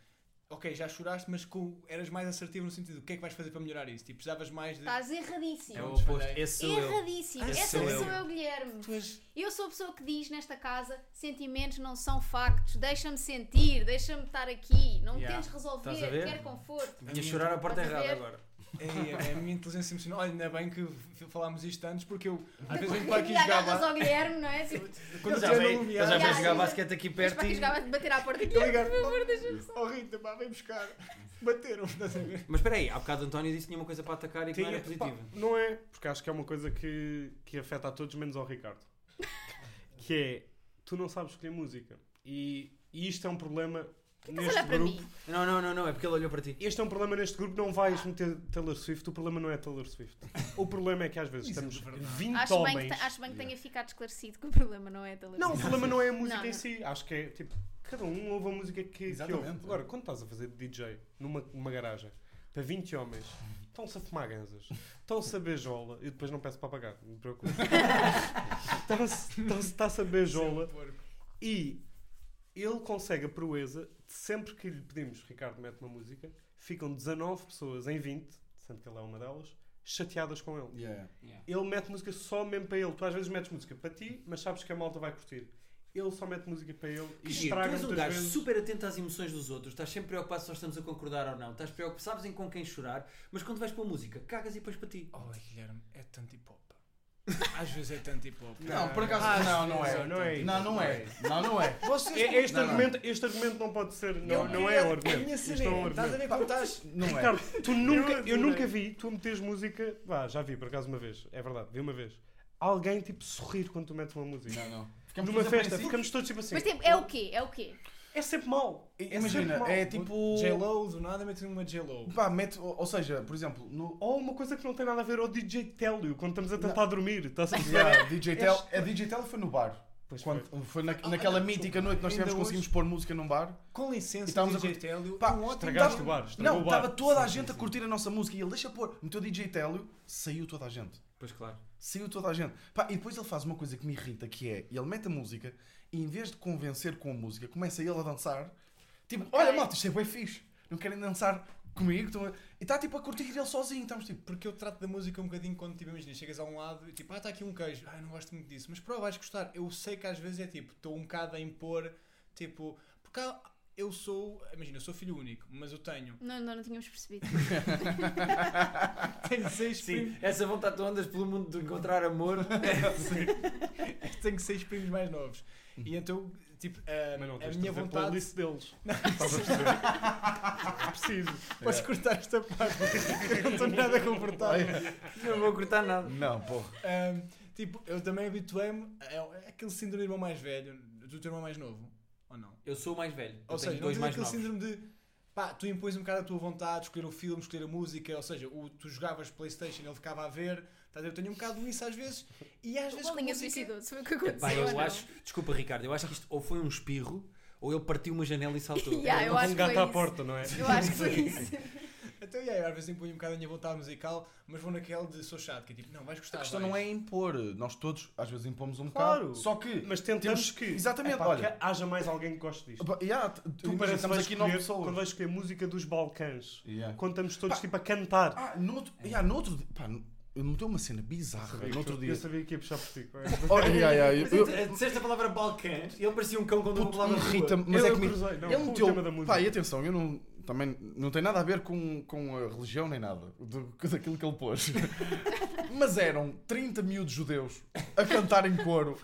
[SPEAKER 5] ok, já choraste, mas com, eras mais assertivo no sentido, o que é que vais fazer para melhorar isso? Tipo, precisavas mais de.
[SPEAKER 2] Estás
[SPEAKER 1] É
[SPEAKER 2] erradíssimo.
[SPEAKER 1] o
[SPEAKER 5] Eu
[SPEAKER 1] oposto,
[SPEAKER 5] falei.
[SPEAKER 1] esse sou eu.
[SPEAKER 2] Erradíssimo.
[SPEAKER 1] Ah,
[SPEAKER 2] Essa
[SPEAKER 1] sou eu.
[SPEAKER 2] pessoa é o Guilherme.
[SPEAKER 5] Tu és-
[SPEAKER 2] Eu sou a pessoa que diz nesta casa: sentimentos não são factos, deixa-me sentir, deixa-me estar aqui, não me
[SPEAKER 1] Yeah.
[SPEAKER 2] tentes resolver,
[SPEAKER 1] Estás a ver?
[SPEAKER 2] quero conforto.
[SPEAKER 1] Vinha chorar à porta
[SPEAKER 2] Estás a
[SPEAKER 1] errada
[SPEAKER 2] ver?
[SPEAKER 1] agora.
[SPEAKER 5] É, é a minha inteligência emocional. Olha, ainda bem que f- falámos isto antes, porque eu às vezes venho para aqui
[SPEAKER 2] E
[SPEAKER 5] jogar
[SPEAKER 2] agarras
[SPEAKER 5] ba-
[SPEAKER 2] ao Guilherme, não é? Tipo,
[SPEAKER 5] Quando
[SPEAKER 1] Ele
[SPEAKER 5] eu
[SPEAKER 1] já
[SPEAKER 5] tiver no
[SPEAKER 1] veio- ele já
[SPEAKER 5] lumiar,
[SPEAKER 1] veio
[SPEAKER 2] Ah,
[SPEAKER 1] jogar
[SPEAKER 2] sim.
[SPEAKER 1] basquete aqui
[SPEAKER 2] vais
[SPEAKER 1] perto
[SPEAKER 2] para aqui
[SPEAKER 1] e...
[SPEAKER 2] jogar, bater à porta. Guilherme, por favor, deixa-me só.
[SPEAKER 5] Oh Rita, pá, vem buscar. Bateram, estás a ver?
[SPEAKER 1] Mas espera aí, há bocado o António disse que tinha uma coisa para atacar e que não
[SPEAKER 2] é
[SPEAKER 3] Tinha-
[SPEAKER 1] era
[SPEAKER 3] pá,
[SPEAKER 1] positiva.
[SPEAKER 3] não é, porque acho que é uma coisa que, que afeta a todos, menos ao Ricardo. que é, tu não sabes escolher música. E, e isto é um problema
[SPEAKER 2] Estás a olhar Então para mim?
[SPEAKER 1] Não, não, não, não, é porque ele olhou para ti.
[SPEAKER 3] Este é um problema neste grupo, não vais meter Taylor Swift, o problema não é Taylor Swift. O problema é que às vezes
[SPEAKER 5] Isso é
[SPEAKER 3] estamos
[SPEAKER 5] verdade.
[SPEAKER 3] 20
[SPEAKER 2] Acho bem, que,
[SPEAKER 3] homens.
[SPEAKER 2] te- acho bem que tenha ficado esclarecido que o problema não é a Taylor
[SPEAKER 3] Não, o
[SPEAKER 2] Swift.
[SPEAKER 3] problema não é a música
[SPEAKER 2] Não,
[SPEAKER 3] em
[SPEAKER 2] não.
[SPEAKER 3] si. Acho que é tipo, cada um ouve a música que- que, ouve.
[SPEAKER 4] Exatamente.
[SPEAKER 3] Agora, quando estás a fazer de DJ numa, numa garagem para 20 homens, estão-se a fumar ganzas, estão-se a beijola. Eu depois não peço para pagar, não me preocupe. Estão-se estão-se a beijola e ele consegue a proeza de sempre que lhe pedimos, Ricardo, mete uma música, ficam 19 pessoas em 20, sendo que ele é uma delas, chateadas com ele.
[SPEAKER 4] Yeah.
[SPEAKER 3] Ele mete música só mesmo para ele. Tu às vezes metes música para ti, mas sabes que a malta vai curtir. Ele só mete música para ele e
[SPEAKER 1] Que giro, tu
[SPEAKER 3] estraga
[SPEAKER 1] és um
[SPEAKER 3] muitas
[SPEAKER 1] gajo
[SPEAKER 3] vezes.
[SPEAKER 1] super atento às emoções dos outros, estás sempre preocupado se nós estamos a concordar ou não, estás preocupado, sabes em com quem chorar, mas quando vais para a música, cagas e pões para ti.
[SPEAKER 5] Olha, Guilherme, é tanto hip hop. Às vezes é tanto hip hop.
[SPEAKER 4] Não, por acaso, não, não é.
[SPEAKER 3] não, não é isso.
[SPEAKER 4] Não, não é. Não, não é.
[SPEAKER 3] É- é Este,
[SPEAKER 4] Não, não.
[SPEAKER 3] argumento, este argumento não pode ser. Não, não é o
[SPEAKER 7] A
[SPEAKER 3] argumento.
[SPEAKER 7] minha
[SPEAKER 3] Isto
[SPEAKER 7] cena
[SPEAKER 3] não é um
[SPEAKER 7] é, estás a
[SPEAKER 3] argumento.
[SPEAKER 7] ver como estás.
[SPEAKER 4] Não é.
[SPEAKER 3] Ricardo, tu nunca, eu,
[SPEAKER 7] adorei.
[SPEAKER 3] nunca vi tu a meteres música. Vá, já vi por acaso uma vez. É verdade, vi uma vez. Alguém tipo sorrir quando tu metes uma música.
[SPEAKER 4] Não, não. Ficamos
[SPEAKER 3] Numa
[SPEAKER 4] todos
[SPEAKER 3] festa,
[SPEAKER 4] apreensivos.
[SPEAKER 3] ficamos todos tipo assim.
[SPEAKER 2] Mas tipo, é o quê? É o quê?
[SPEAKER 3] É sempre mal.
[SPEAKER 4] Imagina, é tipo.
[SPEAKER 5] J-Lo, do nada metem uma J-Lo.
[SPEAKER 4] Pá, mete, ou ou seja, por exemplo, no.
[SPEAKER 3] Ou uma coisa que não tem nada a ver ao DJ Télio, quando estamos a tentar dormir. Estás a perceber?
[SPEAKER 4] Yeah, DJ Tel, a DJ Tel foi no bar.
[SPEAKER 3] é Pois Ah,
[SPEAKER 4] Quando- foi. na- naquela mítica noite que nós tivemos,
[SPEAKER 5] Ainda
[SPEAKER 4] conseguimos pôr música num bar.
[SPEAKER 5] Com
[SPEAKER 4] E
[SPEAKER 5] licença,
[SPEAKER 4] estávamos a
[SPEAKER 5] DJ
[SPEAKER 4] cur-
[SPEAKER 5] Télio.
[SPEAKER 4] Pá,
[SPEAKER 5] é um ótimo-
[SPEAKER 3] Estragaste o bar. estragou
[SPEAKER 4] Não,
[SPEAKER 3] o bar.
[SPEAKER 4] estava toda a gente a curtir a nossa música e ele deixa pôr. Meteu DJ Télio, saiu toda a gente.
[SPEAKER 1] Pois claro.
[SPEAKER 4] Saiu toda a gente. Pá, e depois ele faz uma coisa que me irrita, que é, ele mete a música e em vez de convencer com a música, começa ele a dançar. Tipo, olha malta, isto é bem fixe. Não querem dançar comigo? Estão a- E está tipo a curtir ele sozinho. Estamos tipo,
[SPEAKER 5] Porque eu trato da música um bocadinho quando, tipo, imagina, chegas a um lado e tipo, ah, está aqui um queijo, ah, não gosto muito disso, mas prova, vais gostar. Eu sei que às vezes é tipo, estou um bocado a impor, tipo, porque há- eu sou, imagina, eu sou filho único, mas eu tenho,
[SPEAKER 2] Não, não, não tínhamos percebido.
[SPEAKER 5] tenho seis primos,
[SPEAKER 1] Sim, essa vontade que tu andas pelo mundo de encontrar amor.
[SPEAKER 5] tenho seis primos mais novos. E então, tipo, a,
[SPEAKER 3] Mas não,
[SPEAKER 5] a
[SPEAKER 3] tens de
[SPEAKER 5] minha
[SPEAKER 3] fazer
[SPEAKER 5] vontade.
[SPEAKER 3] playlist deles. Estás a perceber? É preciso.
[SPEAKER 5] Podes cortar esta parte, eu não estou nada confortável.
[SPEAKER 1] não vou cortar nada.
[SPEAKER 4] não, porra.
[SPEAKER 5] Ahm, tipo, eu também habituei-me a- a- àquele síndrome do irmão mais velho, do teu irmão mais novo, ou não?
[SPEAKER 1] Eu sou o mais velho. Eu tenho
[SPEAKER 5] Ou seja, não
[SPEAKER 1] dois
[SPEAKER 5] tens
[SPEAKER 1] mais
[SPEAKER 5] aquele
[SPEAKER 1] novos.
[SPEAKER 5] síndrome de pá, tu impões um bocado a tua vontade, escolher o filme, escolher a música, ou seja, o- tu jogavas Playstation, ele ficava a ver, estás a ver? eu tenho um bocado isso às vezes, e às vezes com
[SPEAKER 2] Bolinha
[SPEAKER 5] música-
[SPEAKER 2] suicidou-se, foi o que
[SPEAKER 1] Epá,
[SPEAKER 2] aconteceu. ou
[SPEAKER 1] eu
[SPEAKER 2] não?
[SPEAKER 1] acho. Desculpa, Ricardo, eu acho que isto ou foi um espirro ou ele partiu uma janela e saltou.
[SPEAKER 2] Yeah, eu
[SPEAKER 3] Houve
[SPEAKER 2] acho
[SPEAKER 3] um
[SPEAKER 2] que
[SPEAKER 3] gato
[SPEAKER 2] foi
[SPEAKER 3] à
[SPEAKER 2] isso.
[SPEAKER 3] porta, não é?
[SPEAKER 2] Eu acho que foi isso.
[SPEAKER 5] Então, yeah, eu às vezes imponho um bocado a minha vontade musical, mas vou naquele de sou chato, que é tipo, não, vais gostar.
[SPEAKER 4] A questão
[SPEAKER 5] vais.
[SPEAKER 4] não é impor. Nós todos, às vezes, impomos um
[SPEAKER 3] Claro.
[SPEAKER 4] bocado. Só que.
[SPEAKER 3] Mas tentamos
[SPEAKER 4] Temos-
[SPEAKER 3] que.
[SPEAKER 4] exatamente,
[SPEAKER 3] epá,
[SPEAKER 4] olha.
[SPEAKER 3] que haja mais alguém que goste disto.
[SPEAKER 4] Pá, yeah, t-
[SPEAKER 3] Tu
[SPEAKER 4] imagina,
[SPEAKER 3] parece que
[SPEAKER 4] estamos
[SPEAKER 3] vais
[SPEAKER 4] aqui nove
[SPEAKER 3] escolher- quando
[SPEAKER 4] pessoas.
[SPEAKER 3] vais escolher música dos Balcãs.
[SPEAKER 4] Yeah.
[SPEAKER 3] Quando estamos todos
[SPEAKER 4] Pá.
[SPEAKER 3] tipo a cantar.
[SPEAKER 4] Ah, no outro, yeah, no outro dia. Pá, no- eu notei uma cena bizarra no outro dia.
[SPEAKER 3] Eu sabia que ia puxar por ti.
[SPEAKER 4] Oh, yeah, yeah, eu-
[SPEAKER 1] Mas
[SPEAKER 4] eu-
[SPEAKER 1] eu- disseste a palavra Balcãs e ele parecia um cão quando eu
[SPEAKER 4] Puto,
[SPEAKER 1] falava
[SPEAKER 4] irrita-me, mas
[SPEAKER 3] Eu-
[SPEAKER 4] é
[SPEAKER 3] eu
[SPEAKER 4] que me...
[SPEAKER 3] cruzei, não,
[SPEAKER 4] ele
[SPEAKER 3] com o
[SPEAKER 4] meteu...
[SPEAKER 3] tema da música.
[SPEAKER 4] Pá, é e atenção, eu não... Também não tem nada a ver com, com a religião nem nada do, daquilo que ele pôs. mas eram 30 miúdos judeus a cantar em coro.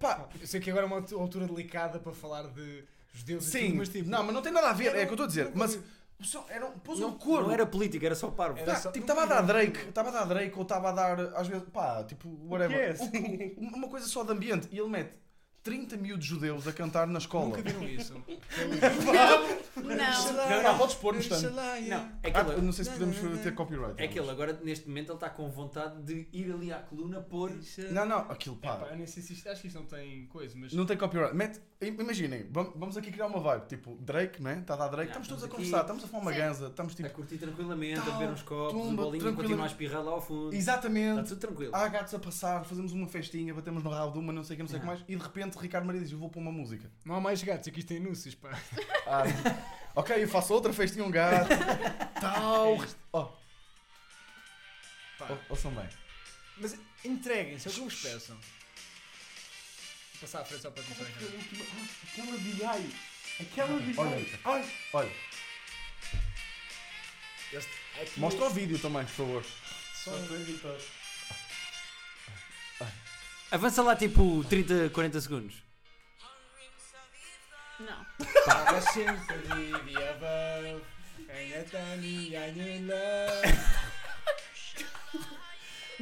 [SPEAKER 4] Pá,
[SPEAKER 5] Eu sei que agora é uma altu- altura delicada para falar de judeus e
[SPEAKER 4] sim,
[SPEAKER 5] tudo, mas tipo,
[SPEAKER 4] não, mas não tem nada a ver, é o
[SPEAKER 5] era-
[SPEAKER 4] que eu estou a dizer.
[SPEAKER 5] nunca
[SPEAKER 4] Mas
[SPEAKER 5] vi.
[SPEAKER 4] o som- eram, pôs
[SPEAKER 1] Não,
[SPEAKER 4] um coro.
[SPEAKER 1] não era político, era só parvo.
[SPEAKER 5] Era-
[SPEAKER 4] Pá,
[SPEAKER 5] só-
[SPEAKER 4] tipo, estava a dar Drake, estava a dar Drake ou estava a dar, às vezes, pá, tipo, whatever.
[SPEAKER 3] que é?
[SPEAKER 4] O- uma coisa só de ambiente. E ele mete 30 miúdos judeus a cantar na escola.
[SPEAKER 5] nunca viram isso.
[SPEAKER 2] Não.
[SPEAKER 4] Não, não, podes pôr no stand.
[SPEAKER 1] Não, é que
[SPEAKER 4] Ah,
[SPEAKER 1] ele,
[SPEAKER 4] não sei se podemos ter copyright.
[SPEAKER 1] é que ele agora, neste momento, ele está com vontade de ir ali à coluna pôr.
[SPEAKER 4] Não, não, aquilo
[SPEAKER 5] É, pá,
[SPEAKER 4] pá.
[SPEAKER 5] eu nem sei se isto, acho que isto não tem coisa, mas.
[SPEAKER 4] Não tem copyright. Mete, im- imaginem, vam- vamos aqui criar uma vibe. Tipo, Drake, né? Está a dar Drake.
[SPEAKER 1] Yeah,
[SPEAKER 4] estamos todos a
[SPEAKER 1] estamos
[SPEAKER 4] conversar,
[SPEAKER 1] aqui. Tá
[SPEAKER 4] estamos a fumar uma
[SPEAKER 2] Sim.
[SPEAKER 4] ganza. Estamos
[SPEAKER 1] A
[SPEAKER 4] tipo.
[SPEAKER 1] curtir tranquilamente, a
[SPEAKER 4] Tal,
[SPEAKER 1] beber uns copos, o
[SPEAKER 4] tumba, é
[SPEAKER 1] bolinho continua a
[SPEAKER 4] tranquilamente.
[SPEAKER 1] espirrar lá ao fundo. Está
[SPEAKER 4] Exatamente.
[SPEAKER 1] tudo tranquilo.
[SPEAKER 4] Há gatos a passar, fazemos uma festinha, batemos no rabo de uma, não sei o que, não sei o que mais.
[SPEAKER 1] Yeah.
[SPEAKER 4] E de repente, Ricardo Maria diz: Eu vou pôr uma música.
[SPEAKER 5] Não há mais gatos, aqui isto tem anúncios, pá.
[SPEAKER 4] Ah, ok, eu faço outra festinha, um gato. Tal. Ó.
[SPEAKER 5] É Pá.
[SPEAKER 4] Ou- oh, Ouçam bem.
[SPEAKER 5] Mas entreguem-se, é o que eu vos peço. Vou passar à frente só para começar a gravar.
[SPEAKER 3] Aquela vigai. Aquela
[SPEAKER 4] Olha,
[SPEAKER 3] Ai,
[SPEAKER 4] olha.
[SPEAKER 5] Este- aqui-
[SPEAKER 4] Mostra o vídeo também, por favor.
[SPEAKER 5] Só-
[SPEAKER 1] Avança lá tipo 30, 40 segundos.
[SPEAKER 2] Não.
[SPEAKER 5] Paga sempre de above. And at any any love.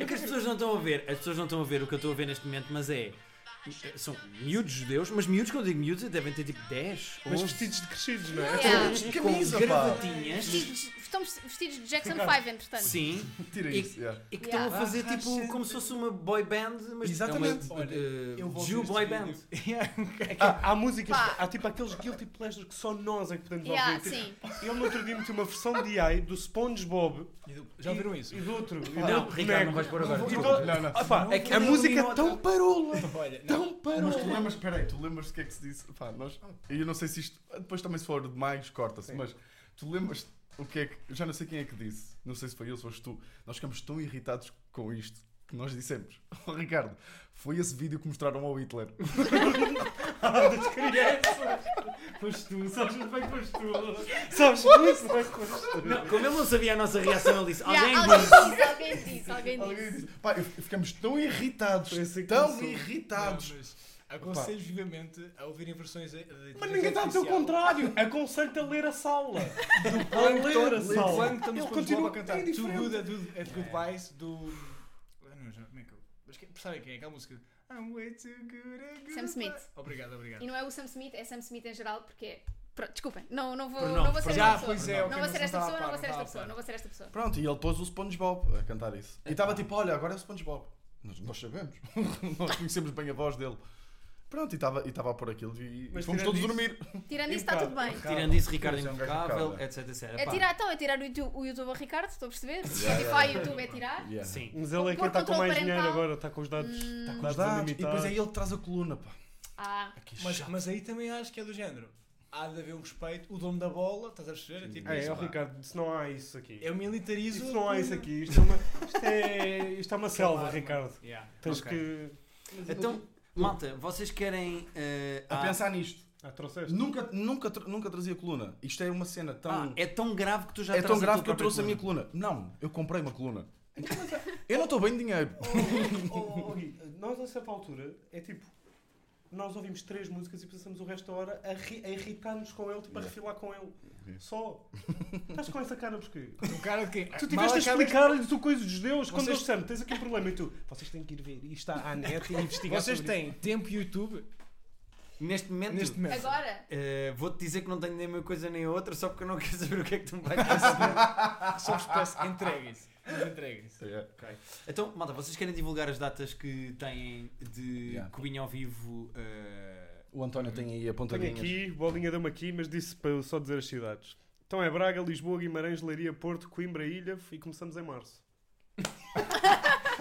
[SPEAKER 1] É que as pessoas não estão a ver, as pessoas não estão a ver o que eu estou a ver neste momento, mas é São miúdos judeus, mas miúdos, quando eu digo miúdos, devem ter tipo 10,
[SPEAKER 3] Mas
[SPEAKER 1] 11.
[SPEAKER 3] vestidos de crescidos, não é?
[SPEAKER 2] Yeah.
[SPEAKER 4] De camisa,
[SPEAKER 1] com
[SPEAKER 4] pá.
[SPEAKER 1] gravatinhas.
[SPEAKER 2] Vestidos, estamos vestidos de Jackson 5, entretanto.
[SPEAKER 1] Sim.
[SPEAKER 4] Tira
[SPEAKER 1] E-
[SPEAKER 4] isso, yeah.
[SPEAKER 1] E que
[SPEAKER 2] Yeah.
[SPEAKER 1] estão a fazer
[SPEAKER 7] Ah,
[SPEAKER 1] tipo
[SPEAKER 7] gente.
[SPEAKER 1] como se fosse uma boy band, mas
[SPEAKER 4] Exatamente.
[SPEAKER 1] é uma,
[SPEAKER 5] Olha,
[SPEAKER 1] eh,
[SPEAKER 5] eu vou
[SPEAKER 1] Jew
[SPEAKER 5] ouvir
[SPEAKER 1] boy
[SPEAKER 5] este
[SPEAKER 1] band.
[SPEAKER 5] vídeo.
[SPEAKER 3] É Há, há músicas,
[SPEAKER 2] Pá.
[SPEAKER 3] há tipo aqueles guilty pleasures que só nós é que podemos
[SPEAKER 2] Yeah,
[SPEAKER 3] ouvir. Tipo,
[SPEAKER 2] sim.
[SPEAKER 3] Ele no outro dia meteu uma versão de AI do SpongeBob
[SPEAKER 5] E do- Já ouviram isso?
[SPEAKER 3] e do outro. E do
[SPEAKER 1] Não,
[SPEAKER 3] outro
[SPEAKER 1] Ricardo, não
[SPEAKER 3] boneco.
[SPEAKER 1] vais pôr agora.
[SPEAKER 3] E do-
[SPEAKER 4] Tipo,
[SPEAKER 1] desculpa. um
[SPEAKER 3] Ah, pá,
[SPEAKER 1] Não vou nem
[SPEAKER 3] a música
[SPEAKER 1] ouvir
[SPEAKER 3] é tão
[SPEAKER 1] outra.
[SPEAKER 3] parola,
[SPEAKER 5] Olha, não.
[SPEAKER 3] tão parola.
[SPEAKER 4] Mas tu lembras, peraí, tu lembras do que é que se disse? Pá, nós. E eu não sei se isto. Depois também se for demais, corta-se, mas tu lembras o que é que. Eu já não sei quem é que disse, não sei se foi eu, se foste tu. Nós ficamos tão irritados com isto que nós dissemos: "Oh, Ricardo, foi esse vídeo que mostraram ao Hitler.
[SPEAKER 3] Pois tu, sabes muito bem que foste tu. Sabes muito bem que foste tu.
[SPEAKER 1] Não, Tipo, como ele não sabia a nossa reação, ele disse: Alguém
[SPEAKER 2] Yeah,
[SPEAKER 1] disse.
[SPEAKER 2] alguém disse, alguém disse, alguém
[SPEAKER 4] Alguém
[SPEAKER 2] disse.
[SPEAKER 4] disse. Pá, eu- ficamos tão irritados,
[SPEAKER 3] Foi assim que
[SPEAKER 4] tão
[SPEAKER 3] começou.
[SPEAKER 4] irritados.
[SPEAKER 5] mas aconselho vivamente a ouvirem versões da
[SPEAKER 3] Mas ninguém está a dizer o contrário. Aconselho-te a ler a sala. A ler a sala.
[SPEAKER 5] Plankton
[SPEAKER 3] Ele continua
[SPEAKER 5] nos continua a cantar é
[SPEAKER 3] bem
[SPEAKER 5] Too
[SPEAKER 3] diferente.
[SPEAKER 5] Good at, Good- at Goodbyes do... Ah, não, já, como é que eu... Mas que- percebem quem é aquela música? I'm way too good at goodbyes.
[SPEAKER 2] Sam Smith.
[SPEAKER 5] Obrigado, obrigado.
[SPEAKER 2] E não é o Sam Smith, é Sam Smith em geral, porque é. Pronto, desculpem, não, não, vou,
[SPEAKER 1] Pronome,
[SPEAKER 2] não vou ser
[SPEAKER 5] Já,
[SPEAKER 2] esta
[SPEAKER 5] pois
[SPEAKER 2] pessoa.
[SPEAKER 5] é, ok,
[SPEAKER 2] não vou
[SPEAKER 5] mas
[SPEAKER 2] ser esta
[SPEAKER 5] não estava
[SPEAKER 2] pessoa, não
[SPEAKER 5] a par,
[SPEAKER 2] vou ser esta pessoa,
[SPEAKER 5] não estava a
[SPEAKER 2] não vou ser esta pessoa.
[SPEAKER 4] Pronto, e ele pôs o SpongeBob a cantar isso. E estava tipo: olha, agora é o SpongeBob. Nós, nós sabemos, nós conhecemos bem a voz dele. Pronto, e estava e estava a pôr aquilo e, e
[SPEAKER 3] Mas
[SPEAKER 4] fomos
[SPEAKER 3] tirando
[SPEAKER 4] todos
[SPEAKER 3] isso-
[SPEAKER 4] dormir.
[SPEAKER 2] Tirando isso, está tudo bem.
[SPEAKER 1] Tirando isso, Ricardo é
[SPEAKER 4] Isso é um gajo
[SPEAKER 1] impecável,
[SPEAKER 4] impecável.
[SPEAKER 1] etc, etc.
[SPEAKER 2] É
[SPEAKER 1] Pá,
[SPEAKER 2] tirar, então, é tirar o YouTube, o YouTube ao Ricardo, estou a perceber?
[SPEAKER 4] Yeah,
[SPEAKER 2] Spotify e
[SPEAKER 4] yeah,
[SPEAKER 2] YouTube é tirar.
[SPEAKER 4] Yeah.
[SPEAKER 1] Sim.
[SPEAKER 3] Mas ele é
[SPEAKER 2] Por
[SPEAKER 3] quem está com
[SPEAKER 2] controle
[SPEAKER 3] mais
[SPEAKER 2] parental. Hum.
[SPEAKER 3] dinheiro agora. Está com os dados, está com os dados
[SPEAKER 4] Verdade. E depois
[SPEAKER 3] limitados.
[SPEAKER 4] é ele que traz a coluna, pá.
[SPEAKER 2] Ah,
[SPEAKER 5] Mas, mas aí também acho que é do género. Há de haver um respeito. O dono da bola, estás a perceber? É tipo
[SPEAKER 3] É,
[SPEAKER 5] isso,
[SPEAKER 3] é o
[SPEAKER 5] pá. É
[SPEAKER 3] Ricardo. Isso não há isso aqui.
[SPEAKER 5] Eu militarizo.
[SPEAKER 3] Isso não há
[SPEAKER 5] com-
[SPEAKER 3] isso aqui. Isto é uma, isto é, isto é uma selva,
[SPEAKER 5] Claro,
[SPEAKER 3] Ricardo.
[SPEAKER 5] Yeah.
[SPEAKER 3] Tens
[SPEAKER 1] Ok.
[SPEAKER 3] que...
[SPEAKER 1] Então, malta, vocês querem. eh,
[SPEAKER 4] A
[SPEAKER 1] ah,
[SPEAKER 4] pensar nisto.
[SPEAKER 3] Ah, trouxeste?
[SPEAKER 4] Nunca, nunca, tra- nunca trazia coluna. Isto é uma cena tão.
[SPEAKER 1] ah,
[SPEAKER 4] é
[SPEAKER 1] é tão grave que tu já
[SPEAKER 4] tão
[SPEAKER 1] trazes
[SPEAKER 4] grave
[SPEAKER 1] tua
[SPEAKER 4] que eu
[SPEAKER 1] própria
[SPEAKER 4] trouxe a minha
[SPEAKER 1] coluna.
[SPEAKER 4] coluna. Não, eu comprei uma coluna. Então, é, eu não estou bem de dinheiro.
[SPEAKER 3] Oh, oh, Gui, nós a certa altura é tipo. Nós ouvimos três músicas e passamos o resto da hora a, ri- a irritar-nos com ele, tipo a refilar com ele. Só. Estás com essa cara porque.
[SPEAKER 5] O cara de quem?
[SPEAKER 3] Tu
[SPEAKER 5] É,
[SPEAKER 3] tipo,
[SPEAKER 5] Mal
[SPEAKER 3] tiveste a
[SPEAKER 5] acabas-
[SPEAKER 3] explicar-lhes o coisa dos judeus quando
[SPEAKER 5] Vocês-
[SPEAKER 3] eles disseram: tens aqui um problema e tu. Vocês têm que ir ver isto à à net e investigar.
[SPEAKER 5] Vocês
[SPEAKER 3] sobre
[SPEAKER 5] têm tempo YouTube
[SPEAKER 1] Neste momento.
[SPEAKER 5] neste momento.
[SPEAKER 2] agora?
[SPEAKER 1] eh, Vou-te dizer que não tenho nem uma coisa nem outra, só porque eu não quero saber o que é que tu me vais dizer.
[SPEAKER 5] Só vos peço, entreguem-se. Mas entreguem-se.
[SPEAKER 4] É.
[SPEAKER 1] então, malta, vocês querem divulgar as datas que têm de
[SPEAKER 4] Yeah.
[SPEAKER 1] Cubinho ao vivo? eh,
[SPEAKER 4] O António tem aí a
[SPEAKER 3] isso. Tenho
[SPEAKER 4] pontadinha.
[SPEAKER 3] aqui, bolinha deu-me aqui, mas disse para eu só dizer as cidades. Então é Braga, Lisboa, Guimarães, Leiria, Porto, Coimbra, Ilha e começamos em março.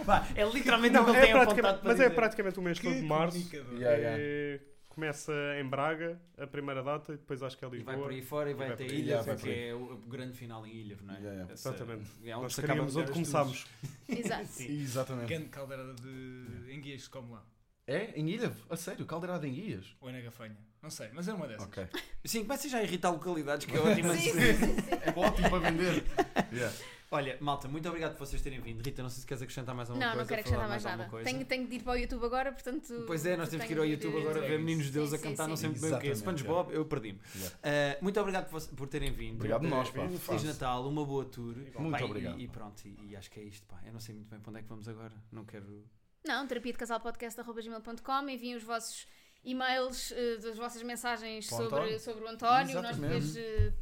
[SPEAKER 1] Pá, é literalmente o que ele
[SPEAKER 3] é
[SPEAKER 1] tem apontado
[SPEAKER 3] praticamente,
[SPEAKER 1] para
[SPEAKER 3] mas é
[SPEAKER 1] dizer.
[SPEAKER 3] praticamente o mês todo de março.
[SPEAKER 5] comunicador.
[SPEAKER 4] Yeah, yeah.
[SPEAKER 3] Eh, Começa em Braga, a primeira data, e depois acho que é
[SPEAKER 1] E
[SPEAKER 3] Lisboa.
[SPEAKER 1] vai por aí fora e vai,
[SPEAKER 3] vai
[SPEAKER 1] até
[SPEAKER 3] por
[SPEAKER 4] aí,
[SPEAKER 1] Ilhas,
[SPEAKER 4] vai por
[SPEAKER 1] que
[SPEAKER 4] aí.
[SPEAKER 1] é o o grande final em Ilhas, não é?
[SPEAKER 4] Yeah, yeah.
[SPEAKER 1] Essa-
[SPEAKER 3] Exatamente.
[SPEAKER 1] É onde
[SPEAKER 3] Nós
[SPEAKER 1] se acaba
[SPEAKER 3] queríamos
[SPEAKER 1] de
[SPEAKER 3] onde
[SPEAKER 1] dar os
[SPEAKER 3] começámos.
[SPEAKER 2] Exato.
[SPEAKER 4] Exatamente.
[SPEAKER 5] Grande caldeirada de enguias que se come lá.
[SPEAKER 4] É? Em Ilha? A sério? Caldeirada em Ilhas?
[SPEAKER 5] Ou é na gafanha. Não sei, mas é uma dessas.
[SPEAKER 4] Ok.
[SPEAKER 1] tudo. Sim, começa já a irritar localidades que é ótimo.
[SPEAKER 2] Sim, sim, sim, sim.
[SPEAKER 4] É ótimo para vender. Yeah.
[SPEAKER 1] Olha, malta, muito obrigado por vocês terem vindo. Rita, não sei se queres acrescentar mais alguma
[SPEAKER 2] Não,
[SPEAKER 1] coisa.
[SPEAKER 2] não quero
[SPEAKER 1] falar
[SPEAKER 2] acrescentar mais
[SPEAKER 1] alguma
[SPEAKER 2] nada.
[SPEAKER 1] coisa.
[SPEAKER 2] Tenho, tenho de ir para o YouTube agora, portanto.
[SPEAKER 1] Pois é, nós temos que ir ao
[SPEAKER 2] tenho
[SPEAKER 1] YouTube
[SPEAKER 2] de-
[SPEAKER 1] agora ver Meninos Deus a
[SPEAKER 2] Sim,
[SPEAKER 1] cantar,
[SPEAKER 2] sim,
[SPEAKER 1] não sei
[SPEAKER 2] sim.
[SPEAKER 1] muito bem o que é.
[SPEAKER 4] Exatamente,
[SPEAKER 1] SpongeBob, eu perdi-me.
[SPEAKER 4] Yeah.
[SPEAKER 1] Ah, muito obrigado por, vo- por terem vindo.
[SPEAKER 4] Obrigado
[SPEAKER 1] Ah,
[SPEAKER 4] nós, pá.
[SPEAKER 1] Um Feliz
[SPEAKER 4] Faz.
[SPEAKER 1] Natal, uma boa tour.
[SPEAKER 4] Muito
[SPEAKER 1] Pá, e-
[SPEAKER 4] obrigado,
[SPEAKER 1] E,
[SPEAKER 4] pá.
[SPEAKER 1] pronto, e, e acho que é isto, pá. Eu não sei muito bem para onde é que vamos agora. Não quero.
[SPEAKER 2] Não, terapia de casal podcast.gmail.com, enviem os vossos e-mails, eh, das vossas mensagens
[SPEAKER 4] Para o
[SPEAKER 2] sobre,
[SPEAKER 4] António.
[SPEAKER 2] sobre o António, nós
[SPEAKER 4] Exatamente.
[SPEAKER 2] depois eh,
[SPEAKER 3] Depois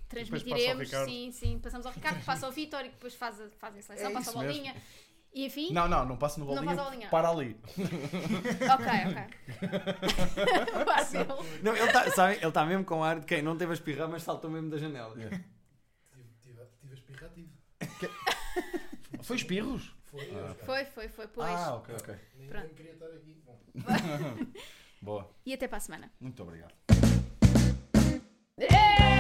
[SPEAKER 2] transmitiremos.
[SPEAKER 3] passa ao Ricardo.
[SPEAKER 2] sim, sim, passamos ao Ricardo, passa ao Vitor e depois faz a, fazem a seleção,
[SPEAKER 4] É
[SPEAKER 2] passa a
[SPEAKER 4] isso mesmo.
[SPEAKER 2] bolinha. E enfim,
[SPEAKER 4] Não, não, não passa no
[SPEAKER 2] Não
[SPEAKER 4] bolinho.
[SPEAKER 2] passa a bolinha.
[SPEAKER 4] Para ali.
[SPEAKER 2] ok, ok. Quase ele.
[SPEAKER 1] Não, ele está, sabem, ele está mesmo com ar de quem não teve a espirrar, mas saltou mesmo da janela.
[SPEAKER 4] Yeah.
[SPEAKER 6] Tive a espirra ativa.
[SPEAKER 4] Foi espirros?
[SPEAKER 6] Foi,
[SPEAKER 4] Ah,
[SPEAKER 6] eu
[SPEAKER 4] ok.
[SPEAKER 2] Foi, foi, foi, pois.
[SPEAKER 4] Ah, ok, ok.
[SPEAKER 6] nem,
[SPEAKER 2] Pronto.
[SPEAKER 6] nem queria estar aqui. Bom.
[SPEAKER 4] Boa.
[SPEAKER 2] E até para a semana.
[SPEAKER 4] Muito obrigado.
[SPEAKER 2] Eh!